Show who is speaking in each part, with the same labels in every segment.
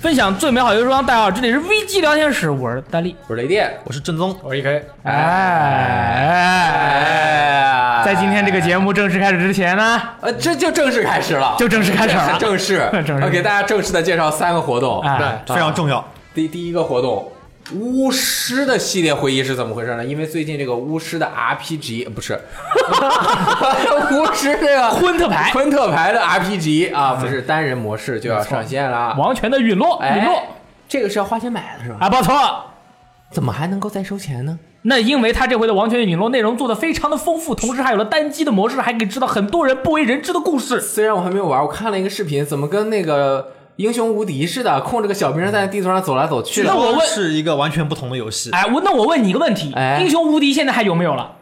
Speaker 1: 分享最美好游戏时光。大家好，这里是 VG 聊天室，我是大力。
Speaker 2: 我是雷电，
Speaker 3: 我是正宗，
Speaker 1: E
Speaker 4: 我是 EK，
Speaker 1: 哎，
Speaker 2: 哎，
Speaker 1: 在今天这个节目正式开始之前呢，
Speaker 2: 呃，这就正式开始了，
Speaker 1: 就正式开始了。
Speaker 2: 正式
Speaker 1: 正，式
Speaker 2: 我给大家正式的介绍三个活动。啊
Speaker 1: 哎，
Speaker 3: 非常重要。
Speaker 2: 第第一个活动，巫师的系列回忆是怎么回事呢？因为最近这个巫师的 RPG 呃不是， 巫师这个
Speaker 1: 昆特牌
Speaker 2: 昆特牌的 RPG
Speaker 1: 嗯
Speaker 2: 啊，不是单人模式就要上线了。
Speaker 1: 王权的陨落，陨落
Speaker 2: 哎，这个是要花钱买的是吧？
Speaker 1: 啊，不错。
Speaker 2: 怎么还能够再收钱呢？
Speaker 1: 那因为他这回的王权陨落内容做的非常的丰富，同时还有了单机的模式，还可以知道很多人不为人知的故事。
Speaker 2: 虽然我还没有玩，我看了一个视频，怎么跟那个英雄无敌似的，控制个小兵在地图上走来走去的
Speaker 1: 那。我问
Speaker 3: 是一个完全不同的游戏，
Speaker 1: 哎，我那我问你一个问题：
Speaker 2: 哎
Speaker 1: 英雄无敌现在还有没有了？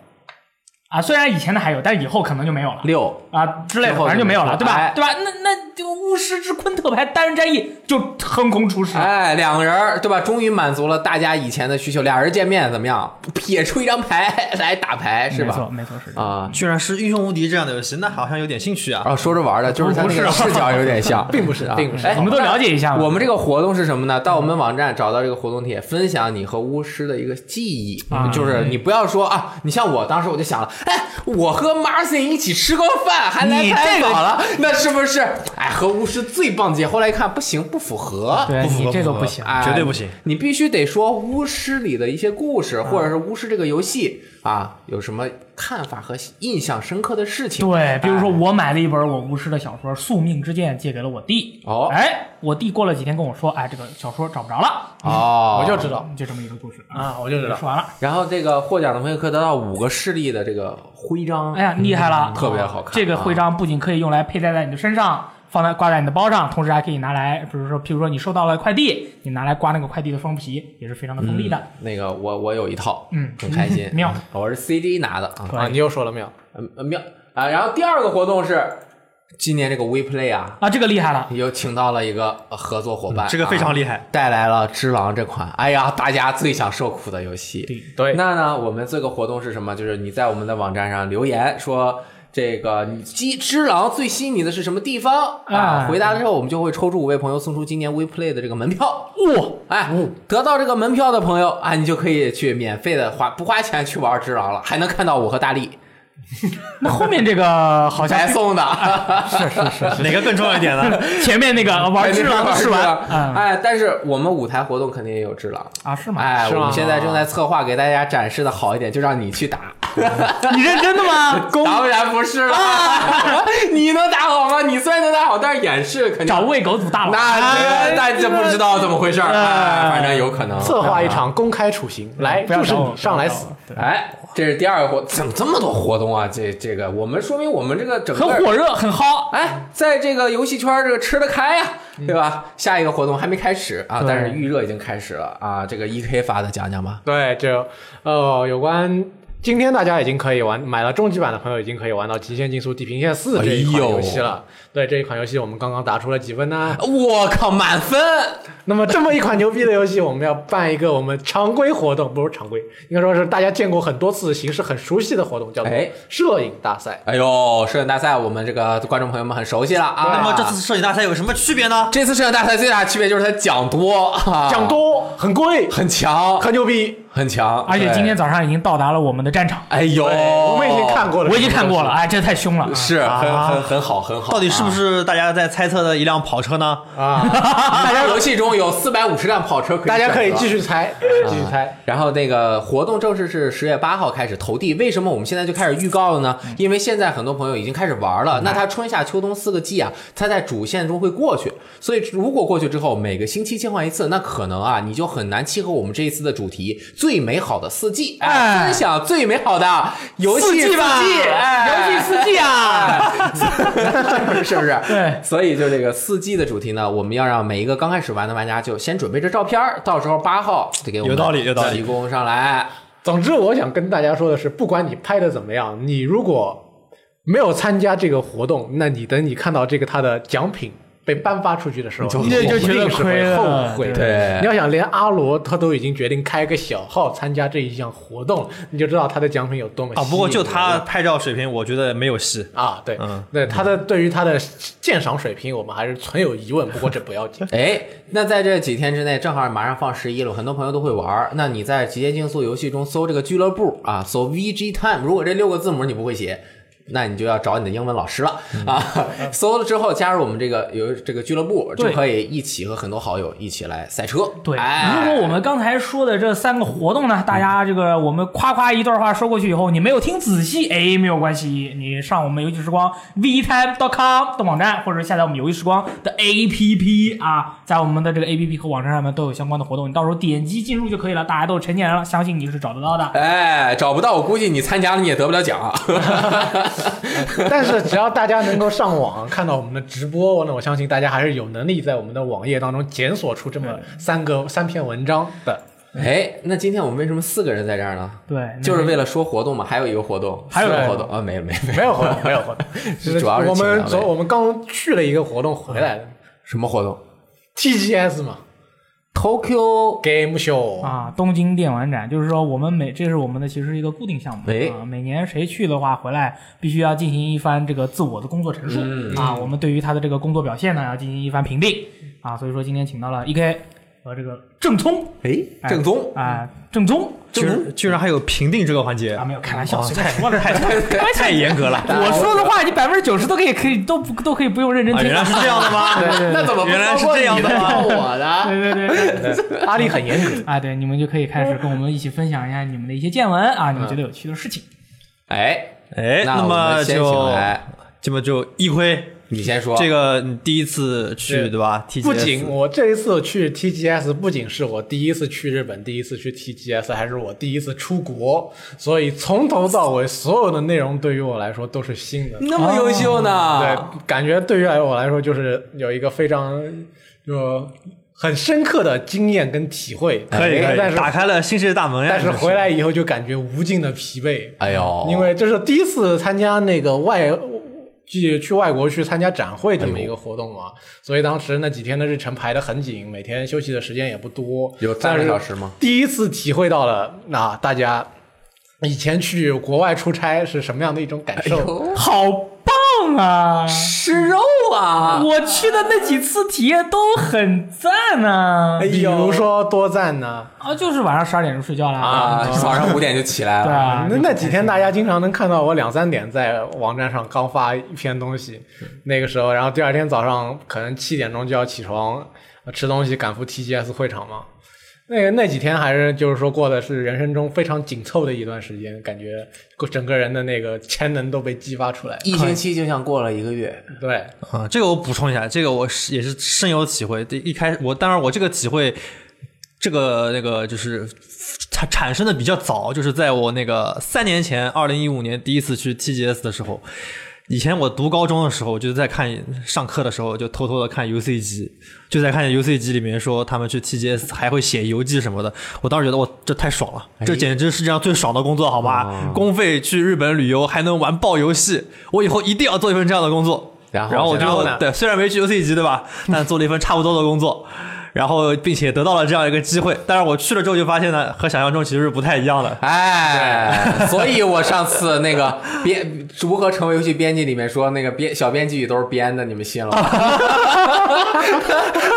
Speaker 1: 啊，虽然以前的还有，但是以后可能就没有了。
Speaker 2: 六，
Speaker 1: 啊之类的，
Speaker 2: 之后
Speaker 1: 反正就没有了，
Speaker 2: 就
Speaker 1: 对吧？
Speaker 2: 哎
Speaker 1: 对吧？那那这个巫师之昆特牌单人战役就横空出世，
Speaker 2: 哎，两个人儿对吧？终于满足了大家以前的需求，俩人见面怎么样？撇出一张牌来打牌是
Speaker 1: 没错，
Speaker 2: 吧？
Speaker 1: 没错，是的。
Speaker 2: 啊。
Speaker 3: 居然是《英雄无敌》这样的游戏，那好像有点兴趣
Speaker 2: 然
Speaker 3: 啊。
Speaker 2: 后说着玩儿的，就是他那个视角有点像，并不是啊，并不是。哎
Speaker 1: 我们都了解一下吧。
Speaker 2: 我们这个活动是什么呢？到我们网站找到这个活动帖，分享你和巫师的一个记忆，
Speaker 1: 啊
Speaker 2: 就是你不要说啊，你像我当时我就想了，哎，我和 Marcin 一起吃过饭，还来
Speaker 1: 你
Speaker 2: 采
Speaker 1: 这个
Speaker 2: 访了，那是不是？哎，和巫师最棒姐。后来一看不行，不符合。
Speaker 1: 对
Speaker 3: 不符合
Speaker 1: 你这个
Speaker 3: 符合
Speaker 1: 不行，
Speaker 2: 哎
Speaker 3: 绝对不行。
Speaker 2: 你必须得说巫师里的一些故事，或者是巫师这个游戏啊，有什么看法和印象深刻的事情？
Speaker 1: 对，比如说
Speaker 2: 哎
Speaker 1: 我买了一本我巫师的小说《宿命之剑》，借给了我弟。
Speaker 2: 哦
Speaker 1: 哎，我弟过了几天跟我说，哎，这个小说找不着了，
Speaker 2: 哦，
Speaker 4: 我就知道
Speaker 1: 就这么一个故事啊。
Speaker 4: 啊，我就知道。
Speaker 1: 说完了，
Speaker 2: 然后这个获奖的朋友可以得到五个势力的这个徽章，
Speaker 1: 哎呀，厉害了，
Speaker 2: 嗯特别好看
Speaker 1: 这个徽
Speaker 2: 啊
Speaker 1: 章不仅可以用来佩戴在你的身上，放在挂在你的包上，同时还可以拿来，比如说，譬如说你收到了快递，你拿来刮那个快递的封皮，也是非常的锋利的。
Speaker 2: 那个我我有一套，
Speaker 1: 嗯，
Speaker 2: 很开心
Speaker 1: 妙。
Speaker 2: 我是 CD 拿的啊，
Speaker 4: 啊，你又说了没有？
Speaker 2: 嗯嗯妙啊。然后第二个活动是今年这个 WePlay 啊，
Speaker 1: 啊，这个厉害了，
Speaker 2: 又请到了一个呃合作伙伴，
Speaker 3: 这个非常厉害
Speaker 2: 啊带来了《只狼》这款，哎呀，大家最想受苦的游戏。
Speaker 1: 对
Speaker 4: 对
Speaker 2: 那呢，我们这个活动是什么？就是你在我们的网站上留言说。这个你鸡只狼最吸引你的是什么地方啊
Speaker 1: 哎？
Speaker 2: 回答的时候，我们就会抽出五位朋友送出今年 WePlay 的这个门票。
Speaker 1: 哇、
Speaker 2: 哎，得到这个门票的朋友啊，你就可以去免费的花不花钱去玩只狼了，还能看到我和大力
Speaker 1: 那后面这个好像
Speaker 2: 白
Speaker 1: 比
Speaker 2: 送的，
Speaker 3: 哪个更重要一点 呢？
Speaker 1: 前面那个呃玩只狼的试完
Speaker 2: 玩只狼
Speaker 1: 啊
Speaker 2: 哎，但是我们舞台活动肯定也有只狼。
Speaker 1: 啊，是吗？
Speaker 2: 哎，
Speaker 4: 是
Speaker 2: 我
Speaker 4: 吗
Speaker 2: 们现在正在策划给大家展示的好一点，就让你去打，
Speaker 1: 你认真的 吗？公
Speaker 2: 当然不是了，你能打好吗？你虽然能打好，但是演示肯定
Speaker 1: 找哎喂狗组大佬，
Speaker 2: 那这大家不知道怎么回事儿，哎反正有可能
Speaker 4: 策划一场公开处刑，来，
Speaker 1: 不要
Speaker 4: 就是
Speaker 1: 找我
Speaker 4: 你上来死。。
Speaker 1: 不要找我
Speaker 2: 哎，这是第二个活，怎么这么多活动啊？这这个，我们说明我们这个整
Speaker 1: 对
Speaker 2: 个
Speaker 1: 很火热，很薅。
Speaker 2: 哎，在这个游戏圈儿这个吃得开呀、对吧？下一个活动还没开始啊，
Speaker 1: 对
Speaker 2: 但是预热已经开始了啊。这个 E K 发的讲讲吧。
Speaker 4: 对，这呃，有关今天大家已经可以玩买了终极版的朋友，已经可以玩到《极限竞速：地平线四》这一款
Speaker 2: 哎呦
Speaker 4: 游戏了。对这一款游戏，我们刚刚打出了几分呢？
Speaker 2: 我靠，满分！
Speaker 4: 那么这么一款牛逼的游戏，我们要办一个我们常规活动，不是常规，应该说是大家见过很多次、形式很熟悉的活动，叫做
Speaker 2: 哎
Speaker 4: 摄影大赛。
Speaker 2: 哎呦，摄影大赛我们这个观众朋友们很熟悉了啊。
Speaker 3: 那么这次摄影大赛有什么区别呢？
Speaker 1: 啊
Speaker 2: 这次摄影大赛最大的区别就是它奖多，啊
Speaker 4: 讲多很贵，
Speaker 2: 很强，
Speaker 4: 很牛逼。
Speaker 2: 很强。
Speaker 1: 而且
Speaker 2: 对
Speaker 1: 今天，早上已经到达了我们的战场，
Speaker 2: 哎呦，
Speaker 4: 我
Speaker 2: 我
Speaker 4: 们已经看，过了，
Speaker 1: 我已经看过了，，哎，这太凶了。
Speaker 2: 是很很很好，很好。
Speaker 3: 到底是不是大家在猜测的一辆跑车呢？
Speaker 2: 啊？大家游戏中有四百五十辆跑车，
Speaker 4: 大家可以继
Speaker 2: 续。
Speaker 4: 续猜，继续猜。
Speaker 2: 然后那个活动正式是十月八号开始投递，为什么我们现在就开始预告了呢？
Speaker 1: 嗯
Speaker 2: 因为现在很多朋友已经开始玩了，那他春夏秋冬四个季啊，他在主线中会过去，所以如果过去之后每个星期切换一次，那可能啊你就很难契合我们这一次的主题“最美好的四季”，
Speaker 1: 哎
Speaker 2: 分享最美好的游戏
Speaker 1: 四
Speaker 2: 季
Speaker 1: 季吧，
Speaker 2: 哎，
Speaker 1: 游戏四季啊，
Speaker 2: 是不是？
Speaker 1: 对
Speaker 2: 所以就这个四季的主题呢，我们要让每一个刚开始玩的玩家就先准备这照片儿，到时候八号得给我们
Speaker 3: 有道理有道理
Speaker 2: 提供上来。
Speaker 4: 总之，我想跟大家说的是，不管你拍的怎么样，你如果没有参加这个活动，那你等你看到这个它的奖品被颁发出去的时候，
Speaker 2: 就
Speaker 4: 你
Speaker 1: 这就
Speaker 4: 一
Speaker 1: 觉得
Speaker 4: 定是
Speaker 1: 亏
Speaker 4: 会
Speaker 1: 了
Speaker 4: 后悔的。
Speaker 2: 对，
Speaker 4: 你要想，连阿罗他都已经决定开个小号参加这一项活动，你就知道他的奖品有多么
Speaker 3: 啊，不过
Speaker 4: 吸引
Speaker 3: 就他
Speaker 4: 人
Speaker 3: 拍照水平，我觉得没有戏。
Speaker 4: 啊，对，
Speaker 3: 嗯
Speaker 4: 对他的对于他的鉴赏水平，我们还是存有疑问。不过这不要紧
Speaker 2: 哎，那在这几天之内，正好马上放十一了，很多朋友都会玩儿。那你在极限竞速游戏中搜这个俱乐部啊，搜 VG Time，如果这六个字母你不会写。那你就要找你的英文老师了啊！ 搜了之后加入我们这个有这个俱乐部，
Speaker 1: 嗯
Speaker 2: 就
Speaker 1: 对
Speaker 2: 可以一起和很多好友一起来赛车。
Speaker 1: 对，
Speaker 2: 哎、
Speaker 1: 如果我们刚才说的这三个活动呢，大家这个我们夸夸一段话说过去以后，你没有听仔细，哎，没有关系，你上我们游戏时光 vtime.com 的网站，或者下载我们游戏时光的 APP 啊，在我们的这个 APP 和网站上面都有相关的活动，你到时候点击进入就可以了。大家都是成年人了，相信你是找得到的。
Speaker 2: 哎，找不到，我估计你参加了你也得不了奖啊。
Speaker 4: 但是只要大家能够上网看到我们的直播，那我相信大家还是有能力在我们的网页当中检索出这么三个三篇文章的。
Speaker 2: 哎，那今天我们为什么四个人在这儿呢？
Speaker 1: 对，
Speaker 2: 就是为了说活动嘛，还有一个活动，
Speaker 4: 还有
Speaker 2: 四个
Speaker 4: 一个
Speaker 2: 活动啊，没有没有，
Speaker 4: 没有活动，没有 活动，
Speaker 2: 是主要是
Speaker 4: 我
Speaker 2: 请
Speaker 4: 们
Speaker 2: 两位
Speaker 4: 昨我们刚去了一个活动回来的
Speaker 2: 什么活动
Speaker 4: TGS 嘛
Speaker 2: ？Tokyo
Speaker 4: ，Game Show
Speaker 1: 啊，东京电玩展，就是说我们每这是我们的其实一个固定项目、
Speaker 2: 哎
Speaker 1: 啊，每年谁去的话，回来必须要进行一番这个自我的工作陈述、
Speaker 2: 嗯
Speaker 1: 啊，我们对于他的这个工作表现呢，要进行一番评定啊，所以说今天请到了 E K 和这个郑聪
Speaker 2: 哎，正宗，
Speaker 1: 啊，郑宗
Speaker 3: 居然居然还有评定这个环节
Speaker 1: 啊，没有开玩笑，
Speaker 3: 哦
Speaker 1: 随便
Speaker 3: 太
Speaker 1: 说了， 太开玩笑。
Speaker 3: 太。严格了
Speaker 1: 我说的话，你百分之九十都可以，可以都不都可以不用认真
Speaker 3: 啊，
Speaker 1: 听
Speaker 3: 原。来是这样的吗？
Speaker 2: 那怎么不
Speaker 3: 原来是这样的
Speaker 2: 包
Speaker 3: 吗？
Speaker 2: 括你的包括 我的？
Speaker 1: 对 对对对对
Speaker 4: 阿力很严格。
Speaker 1: 啊，对，你们就可以开始跟我们一起分享一下你们的一些见闻啊，你们觉得有趣的事情。
Speaker 2: 哎，
Speaker 3: 哎，
Speaker 2: 那我
Speaker 3: 么
Speaker 2: 们先请
Speaker 3: 就
Speaker 2: 来，
Speaker 3: 这么就一辉，
Speaker 2: 你先说
Speaker 3: 这个你第一次去
Speaker 4: 是
Speaker 3: 对吧？TGS？
Speaker 4: 不仅我这一次去 TGS，不仅是我第一次去日本，第一次去 TGS，还是我第一次出国，所以从头到尾所有的内容对于我来说都是新的。
Speaker 2: 那么优秀
Speaker 3: 哦
Speaker 2: 呢？
Speaker 4: 对，感觉对于我来说就是有一个非常就很深刻的经验跟体会。
Speaker 2: 哎
Speaker 3: 可以可
Speaker 4: 呃但
Speaker 3: 以，
Speaker 4: 是
Speaker 3: 打开了新世界大门呀。
Speaker 4: 但是
Speaker 3: 这
Speaker 4: 回来以后就感觉无尽的疲惫。
Speaker 2: 哎呦，
Speaker 4: 因为这是第一次参加那个外，去去外国去参加展会这么一个活动嘛，
Speaker 2: 嗯
Speaker 4: 所以当时那几天的日程排得很紧，每天休息的时间也不多，
Speaker 2: 有三个
Speaker 4: 但是
Speaker 2: 小时吗？
Speaker 4: 第一次体会到了那、啊大家以前去国外出差是什么样的一种感受。
Speaker 1: 好棒啊！
Speaker 2: 哎吃肉啊！
Speaker 1: 我去的那几次体验都很赞啊！
Speaker 2: 哎
Speaker 4: 比如说多赞呢、
Speaker 1: 啊，就是晚上十二点钟睡觉啦
Speaker 2: 啊，早上五点就起来
Speaker 1: 对
Speaker 2: 了。
Speaker 1: 啊
Speaker 4: 那，那几天大家经常能看到我两三点在网站上刚发一篇东西，那个时候，然后第二天早上可能七点钟就要起床呃吃东西赶赴 TGS 会场嘛。那个那几天还是就是说过的是人生中非常紧凑的一段时间，感觉整个人的那个潜能都被激发出来。
Speaker 2: 一星期就像过了一个月，
Speaker 4: 对，
Speaker 3: 啊，这个我补充一下，这个我是也是深有体会。对，一开我当然我这个体会，这个那个就是产产生的比较早，就是在我那个三年前，二零一五年第一次去 TGS 的时候。以前我读高中的时候，就是在看上课的时候，就偷偷的看 UCG，就在看 UCG 里面说他们去 TGS 还会写游记什么的。我当时觉得我这太爽了，这简直是世界上最爽的工作，好吗？公费去日本旅游还能玩爆游戏，我以后一定要做一份这样的工作。
Speaker 2: 然后
Speaker 3: 然后我
Speaker 2: 然后呢
Speaker 3: 哦
Speaker 4: 哦
Speaker 3: 就对，虽然没去 UC 级对吧，但做了一份差不多的工作，然后并且得到了这样一个机会。但是我去了之后就发现呢，和想象中其实是不太一样的。
Speaker 2: 哎，所以我上次那个编如何成为游戏编辑里面说那个编小编辑语都是编的，你们信了吗？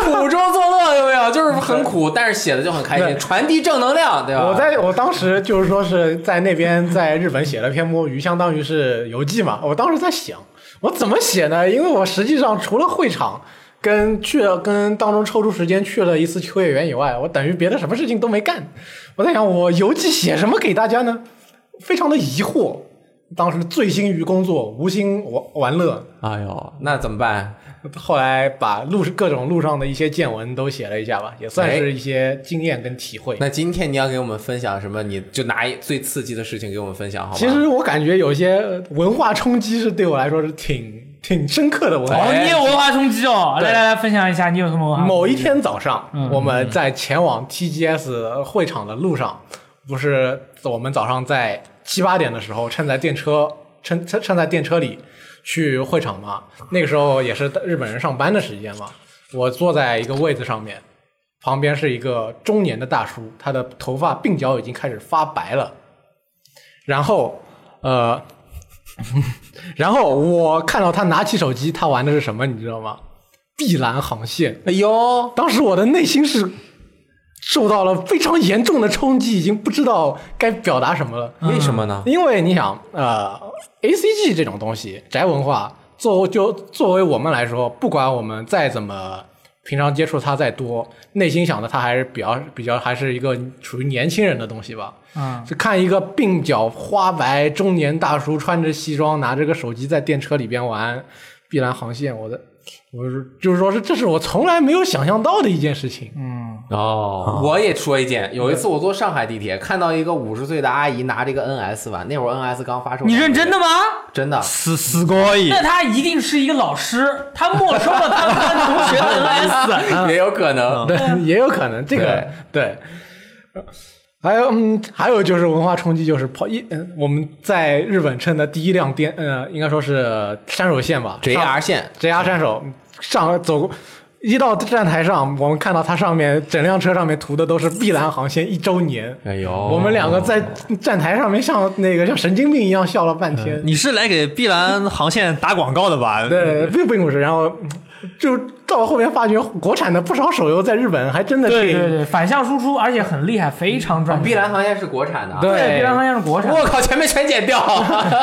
Speaker 2: 苦中作乐有没有？就是很苦，但是写的就很开心，
Speaker 4: 对
Speaker 2: 传递正能量，对吧？
Speaker 4: 我在我当时就是说是在那边在日本写了篇摸鱼，相当于是游记嘛。我当时在想，我怎么写呢？因为我实际上除了会场跟去了跟当中抽出时间去了一次秋叶原以外，我等于别的什么事情都没干。我在想，我游记写什么给大家呢？非常的疑惑。当时醉心于工作，无心玩玩乐。
Speaker 2: 哎呦，那怎么办？
Speaker 4: 后来把路各种路上的一些见闻都写了一下吧，也算是一些经验跟体会。
Speaker 2: 那今天你要给我们分享什么？你就拿一最刺激的事情给我们分享，好吗？
Speaker 4: 其实我感觉有些呃文化冲击是对我来说是挺挺深刻的文化。
Speaker 1: 哦，
Speaker 2: 哎
Speaker 1: 你有文化冲击哦！
Speaker 4: 对
Speaker 1: 来来来，分啊享一下你有什么文化？
Speaker 4: 某一天早上，
Speaker 1: 嗯
Speaker 4: 我们在前往 TGS 会场的路上，不是我们早上在七八点的时候，趁在电车趁趁趁在电车里去会场嘛，那个时候也是日本人上班的时间嘛，我坐在一个位子上面，旁边是一个中年的大叔，他的头发鬓角已经开始发白了，然后呃， 然后我看到他拿起手机，他玩的是什么，你知道吗？碧蓝航线。
Speaker 2: 哎呦，
Speaker 4: 当时我的内心是受到了非常严重的冲击，已经不知道该表达什么了。
Speaker 2: 为什么呢？
Speaker 4: 因为你想，呃，A C G 这种东西，宅文化，作为就作为我们来说，不管我们再怎么平常接触它再多，内心想的它还是比较比较还是一个属于年轻人的东西吧。
Speaker 1: 嗯，
Speaker 4: 就看一个鬓角花白中年大叔穿着西装，拿着个手机在电车里边玩《碧蓝航线》，我的，我是就是说是这是我从来没有想象到的一件事情。
Speaker 2: 嗯哦，我也说一件，有一次我坐上海地铁，看到一个五十岁的阿姨拿着一个 NS 玩，那会儿 NS 刚发售。
Speaker 1: 你认真的？吗？
Speaker 2: 真的。
Speaker 3: 死死过
Speaker 2: 嗯
Speaker 3: 瘾
Speaker 1: 那他一定是一个老师，他没收了他们班同学 的 NS。
Speaker 2: 也有可能，
Speaker 4: 对，也有可能这个对。还有，嗯，还有就是文化冲击，就是跑一，嗯，我们在日本乘的第一辆电，呃，应该说是山手线吧
Speaker 2: JR 线
Speaker 4: JR 山手上走过一到站台上，我们看到它上面整辆车上面涂的都是碧蓝航线一周年。
Speaker 2: 哎呦
Speaker 4: 我们两个在站台上面像那个像神经病一样笑了半天。
Speaker 3: 你是来给碧蓝航线打广告的吧？
Speaker 4: 对，并并不是，然后嗯就到后面发觉国产的不少手游在日本还真的
Speaker 1: 对
Speaker 4: 是
Speaker 1: 对对，反向输出，而且很厉害，非常赚
Speaker 2: 碧
Speaker 1: 钱。
Speaker 2: 蓝航线是国产的啊。
Speaker 1: 对，碧蓝航线是国产的。
Speaker 2: 我靠，前面全剪 掉。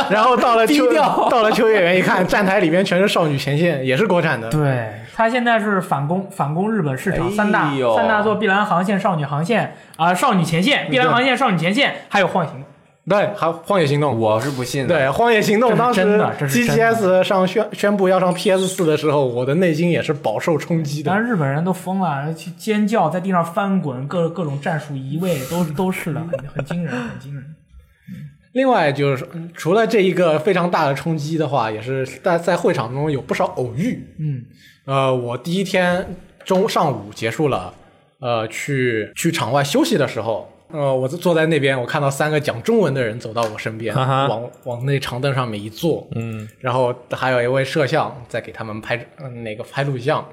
Speaker 4: 然后到了秋
Speaker 2: 低调
Speaker 4: 到了秋叶原一看，站台里面全是少女前线，也是国产的。
Speaker 1: 对，它现在是反攻反攻日本市场
Speaker 2: 哎
Speaker 1: 三大、
Speaker 2: 呦
Speaker 1: 三大座碧蓝航线、少女航线啊、少女前线、碧蓝航线、少女前线，还有幻形。
Speaker 4: 对，还有《荒野行动》。
Speaker 2: 我是不信的。
Speaker 4: 对，《荒野行动
Speaker 1: 这》是
Speaker 4: 当时
Speaker 1: 真的这是真的
Speaker 4: GTS 上宣宣布要上 PS 四的时候，我的内心也是饱受冲击
Speaker 1: 当
Speaker 4: 的。
Speaker 1: 然日本人都疯了，去尖叫，在地上翻滚，各各种战术移位都都是的，很 很惊人，很惊人。
Speaker 4: 另外就是说，嗯除了这一个非常大的冲击的话，也是在在会场中有不少偶遇。
Speaker 1: 嗯，
Speaker 4: 呃，我第一天中上午结束了，呃，去去场外休息的时候，呃，我坐在那边，我看到三个讲中文的人走到我身边，
Speaker 3: 哈哈
Speaker 4: 往往那长凳上面一坐，嗯，然后还有一位摄像在给他们拍嗯、那个拍录像，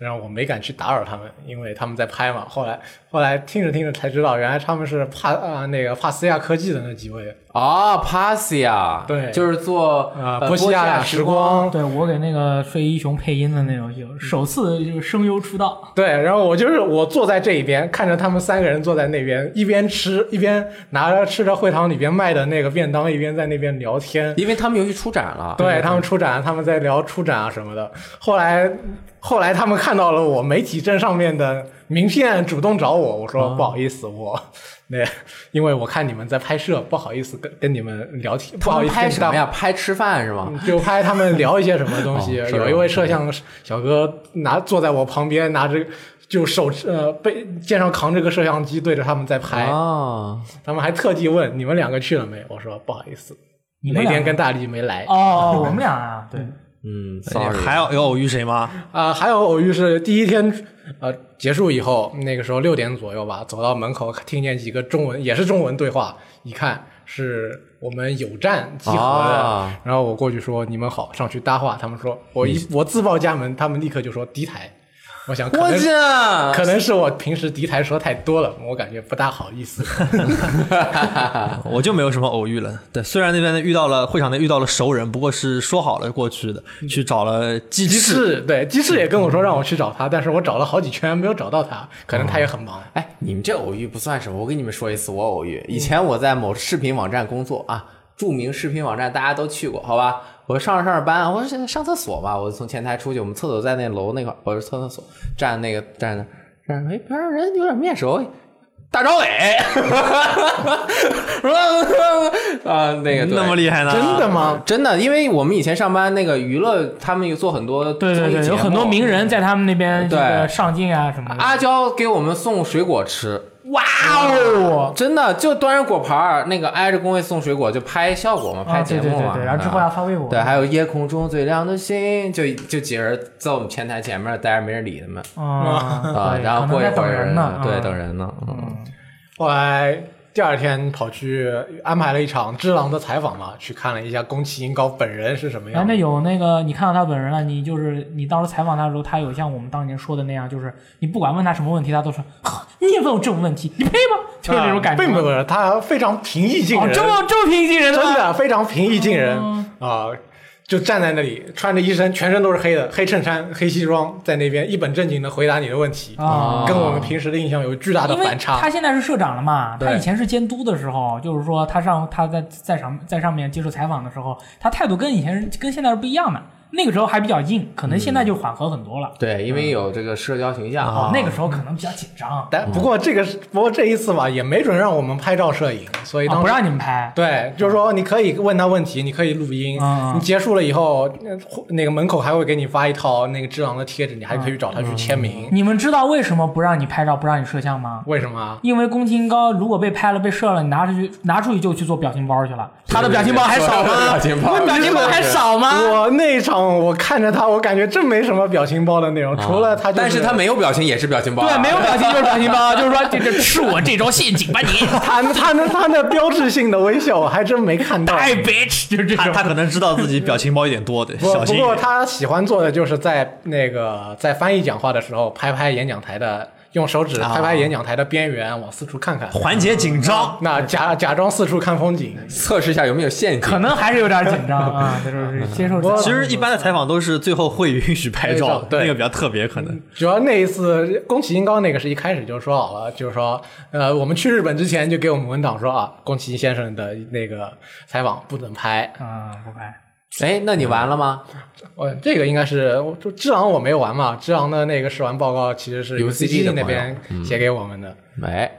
Speaker 4: 然后我没敢去打扰他们，因为他们在拍嘛。后来后来听着听着才知道，原来他们是帕啊、那个帕斯亚科技的那几位，
Speaker 2: 啊 p a s i a
Speaker 4: 对
Speaker 2: 就是做
Speaker 4: 啊、
Speaker 2: 呃
Speaker 4: 波西亚
Speaker 2: 时
Speaker 4: 时。光，
Speaker 1: 对我给那个睡衣熊配音的那游戏，首次就是声优出道，
Speaker 4: 对，然后我就是我坐在这一边，看着他们三个人坐在那边，一边吃一边拿着吃着会堂里边卖的那个便当，一边在那边聊天。
Speaker 2: 因为他们游戏出展了，
Speaker 4: 对他们出展，他们在聊出展啊什么的。后来，后来他们看到了我媒体证上面的名片，主动找我，我
Speaker 2: 哦
Speaker 4: 说不好意思，我 那因为我看你们在拍摄，不好意思跟跟你们聊天，不
Speaker 2: 他
Speaker 4: 好
Speaker 2: 们
Speaker 4: 意思
Speaker 2: 拍
Speaker 4: 跟
Speaker 2: 什么
Speaker 4: 大嗯
Speaker 2: 呀？拍吃饭是吗？
Speaker 4: 就拍他们聊一些什么东西。
Speaker 2: 啊哦是
Speaker 4: 有一位摄像小哥拿坐在我旁边，拿着就手持呃背肩上扛着个摄像机对着他们在拍。
Speaker 2: 啊，
Speaker 4: 他们还特地问你们两个去了没？我说不好意思，
Speaker 1: 你们
Speaker 4: 雷电
Speaker 1: 俩
Speaker 4: 跟大力没来。啊、
Speaker 1: 哦，我们俩啊，对，
Speaker 2: 嗯，sorry，
Speaker 3: 哎还有有偶遇谁吗？
Speaker 4: 啊还有偶遇是第一天呃结束以后，那个时候六点左右吧，走到门口听见几个中文也是中文对话，一看是。我们有站集合的，
Speaker 2: 啊
Speaker 4: 然后我过去说你们好，上去搭话。他们说我一我自报家门，他们立刻就说敌台。我想可
Speaker 2: 我
Speaker 4: 能
Speaker 2: 这
Speaker 4: 可能是我平时敌台说太多了，我感觉不大好 意思。
Speaker 3: 我就没有什么偶遇了。对，虽然那边遇到了会场内遇到了熟人，不过是说好了过去的，去找了鸡
Speaker 4: 鸡
Speaker 3: 翅。
Speaker 4: 翅对鸡翅也跟我说让我去找他，但是我找了好几圈没有找到他，可能他也很忙。
Speaker 2: 哎，你们这偶遇不算什么。我跟你们说一次我偶遇。以前我在某视频网站工作啊，著名视频网站大家都去过，好吧？我上着上着班，啊我说上厕所嘛，我从前台出去，我们厕所在那楼那块儿，我是厕厕所站那个站那儿站那儿，哎，边上人有点面熟。哎大张伟， 啊，那个对
Speaker 3: 那么厉害呢？
Speaker 4: 真的吗？
Speaker 2: 真的，因为我们以前上班那个娱乐，他们有做很多
Speaker 1: 对
Speaker 2: 综
Speaker 1: 对
Speaker 2: 艺
Speaker 1: 对，
Speaker 2: 节
Speaker 1: 有很多
Speaker 2: 目
Speaker 1: 名人在他们那边这个
Speaker 2: 对
Speaker 1: 上镜啊什么的。
Speaker 2: 阿娇给我们送水果吃，
Speaker 1: 哇哦！
Speaker 2: 真的就端着果盘儿，那个挨着工位送水果，就拍效果嘛，拍
Speaker 1: 啊
Speaker 2: 节
Speaker 1: 对
Speaker 2: 目
Speaker 1: 对对
Speaker 2: 嘛。嗯
Speaker 1: 对，然后之后要发微博。
Speaker 2: 对，还有夜空中最亮的星，就就几人在我们前台前面待着，没人理他们
Speaker 1: 啊
Speaker 2: 啊。然后过一
Speaker 1: 可能在等
Speaker 2: 会儿
Speaker 1: 人呢，嗯
Speaker 2: 对，
Speaker 1: 啊
Speaker 2: 等人呢。嗯，
Speaker 4: 后来第二天跑去安排了一场只狼的采访嘛，去看了一下宫崎英高本人是什么
Speaker 1: 哎，
Speaker 4: 样。
Speaker 1: 那有那个你看到他本人了，你就是你当时采访他的时候，他有像我们当年说的那样，就是你不管问他什么问题，他都说呵你也问我这种问题，你配吗？就是这种感觉。
Speaker 4: 嗯并不是他非常平易近
Speaker 1: 哦
Speaker 4: 人，，
Speaker 1: 这么这么平易哦近人的吗
Speaker 4: 真的非常平易近人啊、就站在那里，穿着一身全身都是黑的黑衬衫、黑西装，在那边一本正经的回答你的问题，
Speaker 1: 啊
Speaker 4: 跟我们平时的印象有巨大的
Speaker 1: 因为
Speaker 4: 反差。
Speaker 1: 他现在是社长了嘛？
Speaker 4: 对
Speaker 1: 他以前是监督的时候，就是说他上他在在上在上面接受采访的时候，他态度跟以前跟现在是不一样的。那个时候还比较硬，可能现
Speaker 4: 嗯
Speaker 1: 在就缓和很多了。
Speaker 2: 对，因为有这个社交形象
Speaker 1: 哦
Speaker 2: 啊，，
Speaker 1: 那个时候可能比较紧张，
Speaker 4: 但不过这个是，不过这一次嘛，也没准让我们拍照摄影，所以
Speaker 1: 啊
Speaker 4: 当
Speaker 1: 不
Speaker 4: 时、
Speaker 1: 让你们拍。
Speaker 4: 对，就是说你可以问他问题，你可以录音，
Speaker 1: 啊
Speaker 4: 你结束了以后，呃那个门口还会给你发一套那个只狼的贴纸，你还可以找他去签名。
Speaker 1: 你们知道为什么不让你拍照、不让你摄像吗？
Speaker 4: 为什么啊？
Speaker 1: 因为宫崎英高如果被拍了、被射了，你拿出去拿出去就去做表情包去了。他的表情包还少吗？
Speaker 2: 表情包
Speaker 1: 问表情包还少吗？
Speaker 4: 我那一场我看着他，我感觉真没什么表情包的内容，除了他、就是，
Speaker 2: 但是他没有表情也是表情包啊，
Speaker 1: 对，没有表情就是表情包，就是说这这吃我这招陷阱吧 你。
Speaker 4: 他他那他那标志性的微笑，我还真没看到。
Speaker 1: 太 bitch，就是这
Speaker 3: 他
Speaker 1: 种。
Speaker 3: 他可能知道自己表情包有点多的，
Speaker 4: 不
Speaker 3: 小
Speaker 4: 不
Speaker 3: 心一
Speaker 4: 过
Speaker 3: 点。
Speaker 4: 他喜欢做的就是在那个在翻译讲话的时候，拍拍演讲台的，用手指拍拍演讲台的边缘，往四处看看，
Speaker 3: 缓解紧张，
Speaker 4: 那假假装四处看风景。
Speaker 2: 测试一下有没有陷
Speaker 1: 可
Speaker 2: 阱。
Speaker 1: 能还是有点紧张啊， 就是接受。
Speaker 4: 我
Speaker 3: 其实一般的采访都是最后会允许拍
Speaker 4: 拍
Speaker 3: 照
Speaker 4: 照，对
Speaker 3: 那个比较特别，可能
Speaker 4: 主要那一次宫崎英高那个是一开始就说好了，就是说，呃，我们去日本之前就给我们文档说啊，宫崎先生的那个采访不能拍。
Speaker 1: 啊，不拍。
Speaker 2: 哎，那你完了吗？
Speaker 4: 我呃这个应该是就智昂我没玩嘛，智昂的那个试玩报告其实是
Speaker 2: UCG 的朋友
Speaker 4: 那边写给我们的。
Speaker 2: 没，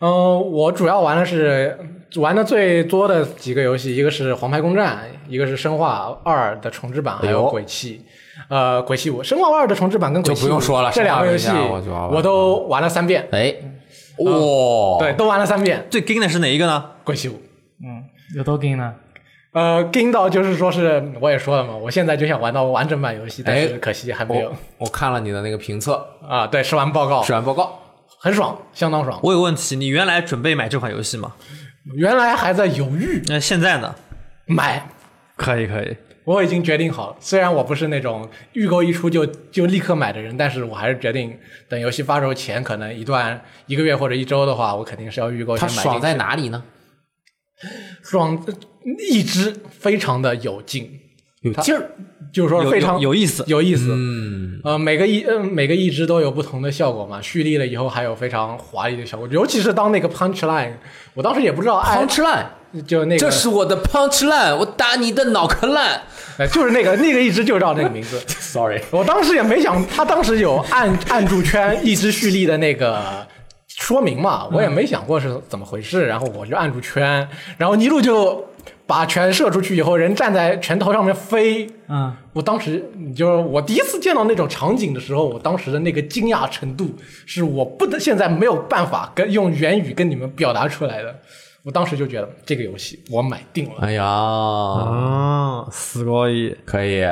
Speaker 4: 嗯、我主要玩的是玩的最多的几个游戏，一个是《黄牌攻占》，一个是《生化二》的重置版，还
Speaker 2: 哎
Speaker 4: 有
Speaker 2: 呦
Speaker 4: 《鬼泣》。呃，《鬼泣五》《生化二》的重置版跟《鬼泣五》
Speaker 2: 就不用说了
Speaker 4: 这两个游戏
Speaker 2: 生化二一下我就玩完了
Speaker 4: 我都玩了三遍，
Speaker 2: 哎，哇，
Speaker 4: 对，，都玩了三遍
Speaker 3: 最跟的是哪一个呢？
Speaker 4: 《鬼泣五》。
Speaker 1: 嗯，有多给呢？
Speaker 4: 呃，跟到就是说是我也说了嘛，我现在就想玩到完整版游戏，但是
Speaker 2: 哎
Speaker 4: 可惜还没有
Speaker 2: 我我看了你的那个评测，
Speaker 4: 啊。对，试玩报告
Speaker 2: 试完报告，
Speaker 4: 很爽，相当爽。
Speaker 3: 我有个问题，你原来准备买这款游戏吗？
Speaker 4: 原来还在犹豫
Speaker 3: 那现在呢？
Speaker 4: 买，
Speaker 3: 可以可以，
Speaker 4: 我已经决定好了。虽然我不是那种预购一出就就立刻买的人，但是我还是决定等游戏发售前，可能一段一个月或者一周的话，我肯定是要预购
Speaker 2: 它
Speaker 4: 先买进去。
Speaker 2: 爽在哪里呢？
Speaker 4: 爽，呃一直非常的有劲，
Speaker 2: 有
Speaker 4: 劲儿，就是说
Speaker 3: 有
Speaker 4: 非常
Speaker 3: 有有意思
Speaker 4: 有意思。
Speaker 2: 嗯，
Speaker 4: 呃，每个一呃每个一只都有不同的效果嘛，蓄力了以后还有非常华丽的效果，尤其是当那个 punch line，我当时也不知道，哎，
Speaker 2: ，punch line，
Speaker 4: 就那个，
Speaker 2: 这是我的 punch line，我打你的脑壳烂。
Speaker 4: 呃就是那个那个一只就叫那个名 字，
Speaker 2: Sorry，
Speaker 4: 我当时也没想，他当时有按按住圈一只蓄力的那个说明嘛，
Speaker 2: 嗯
Speaker 4: 我也没想过是怎么回事，然后我就按住圈，然后尼禄就把拳射出去以后，人站在拳头上面飞。
Speaker 1: 嗯，
Speaker 4: 我当时，就是我第一次见到那种场景的时候，我当时的那个惊讶程度，是我不得现在没有办法跟用言语跟你们表达出来的。我当时就觉得这个游戏我买定了。
Speaker 2: 哎呀，
Speaker 3: 啊，すごい。
Speaker 2: 可以。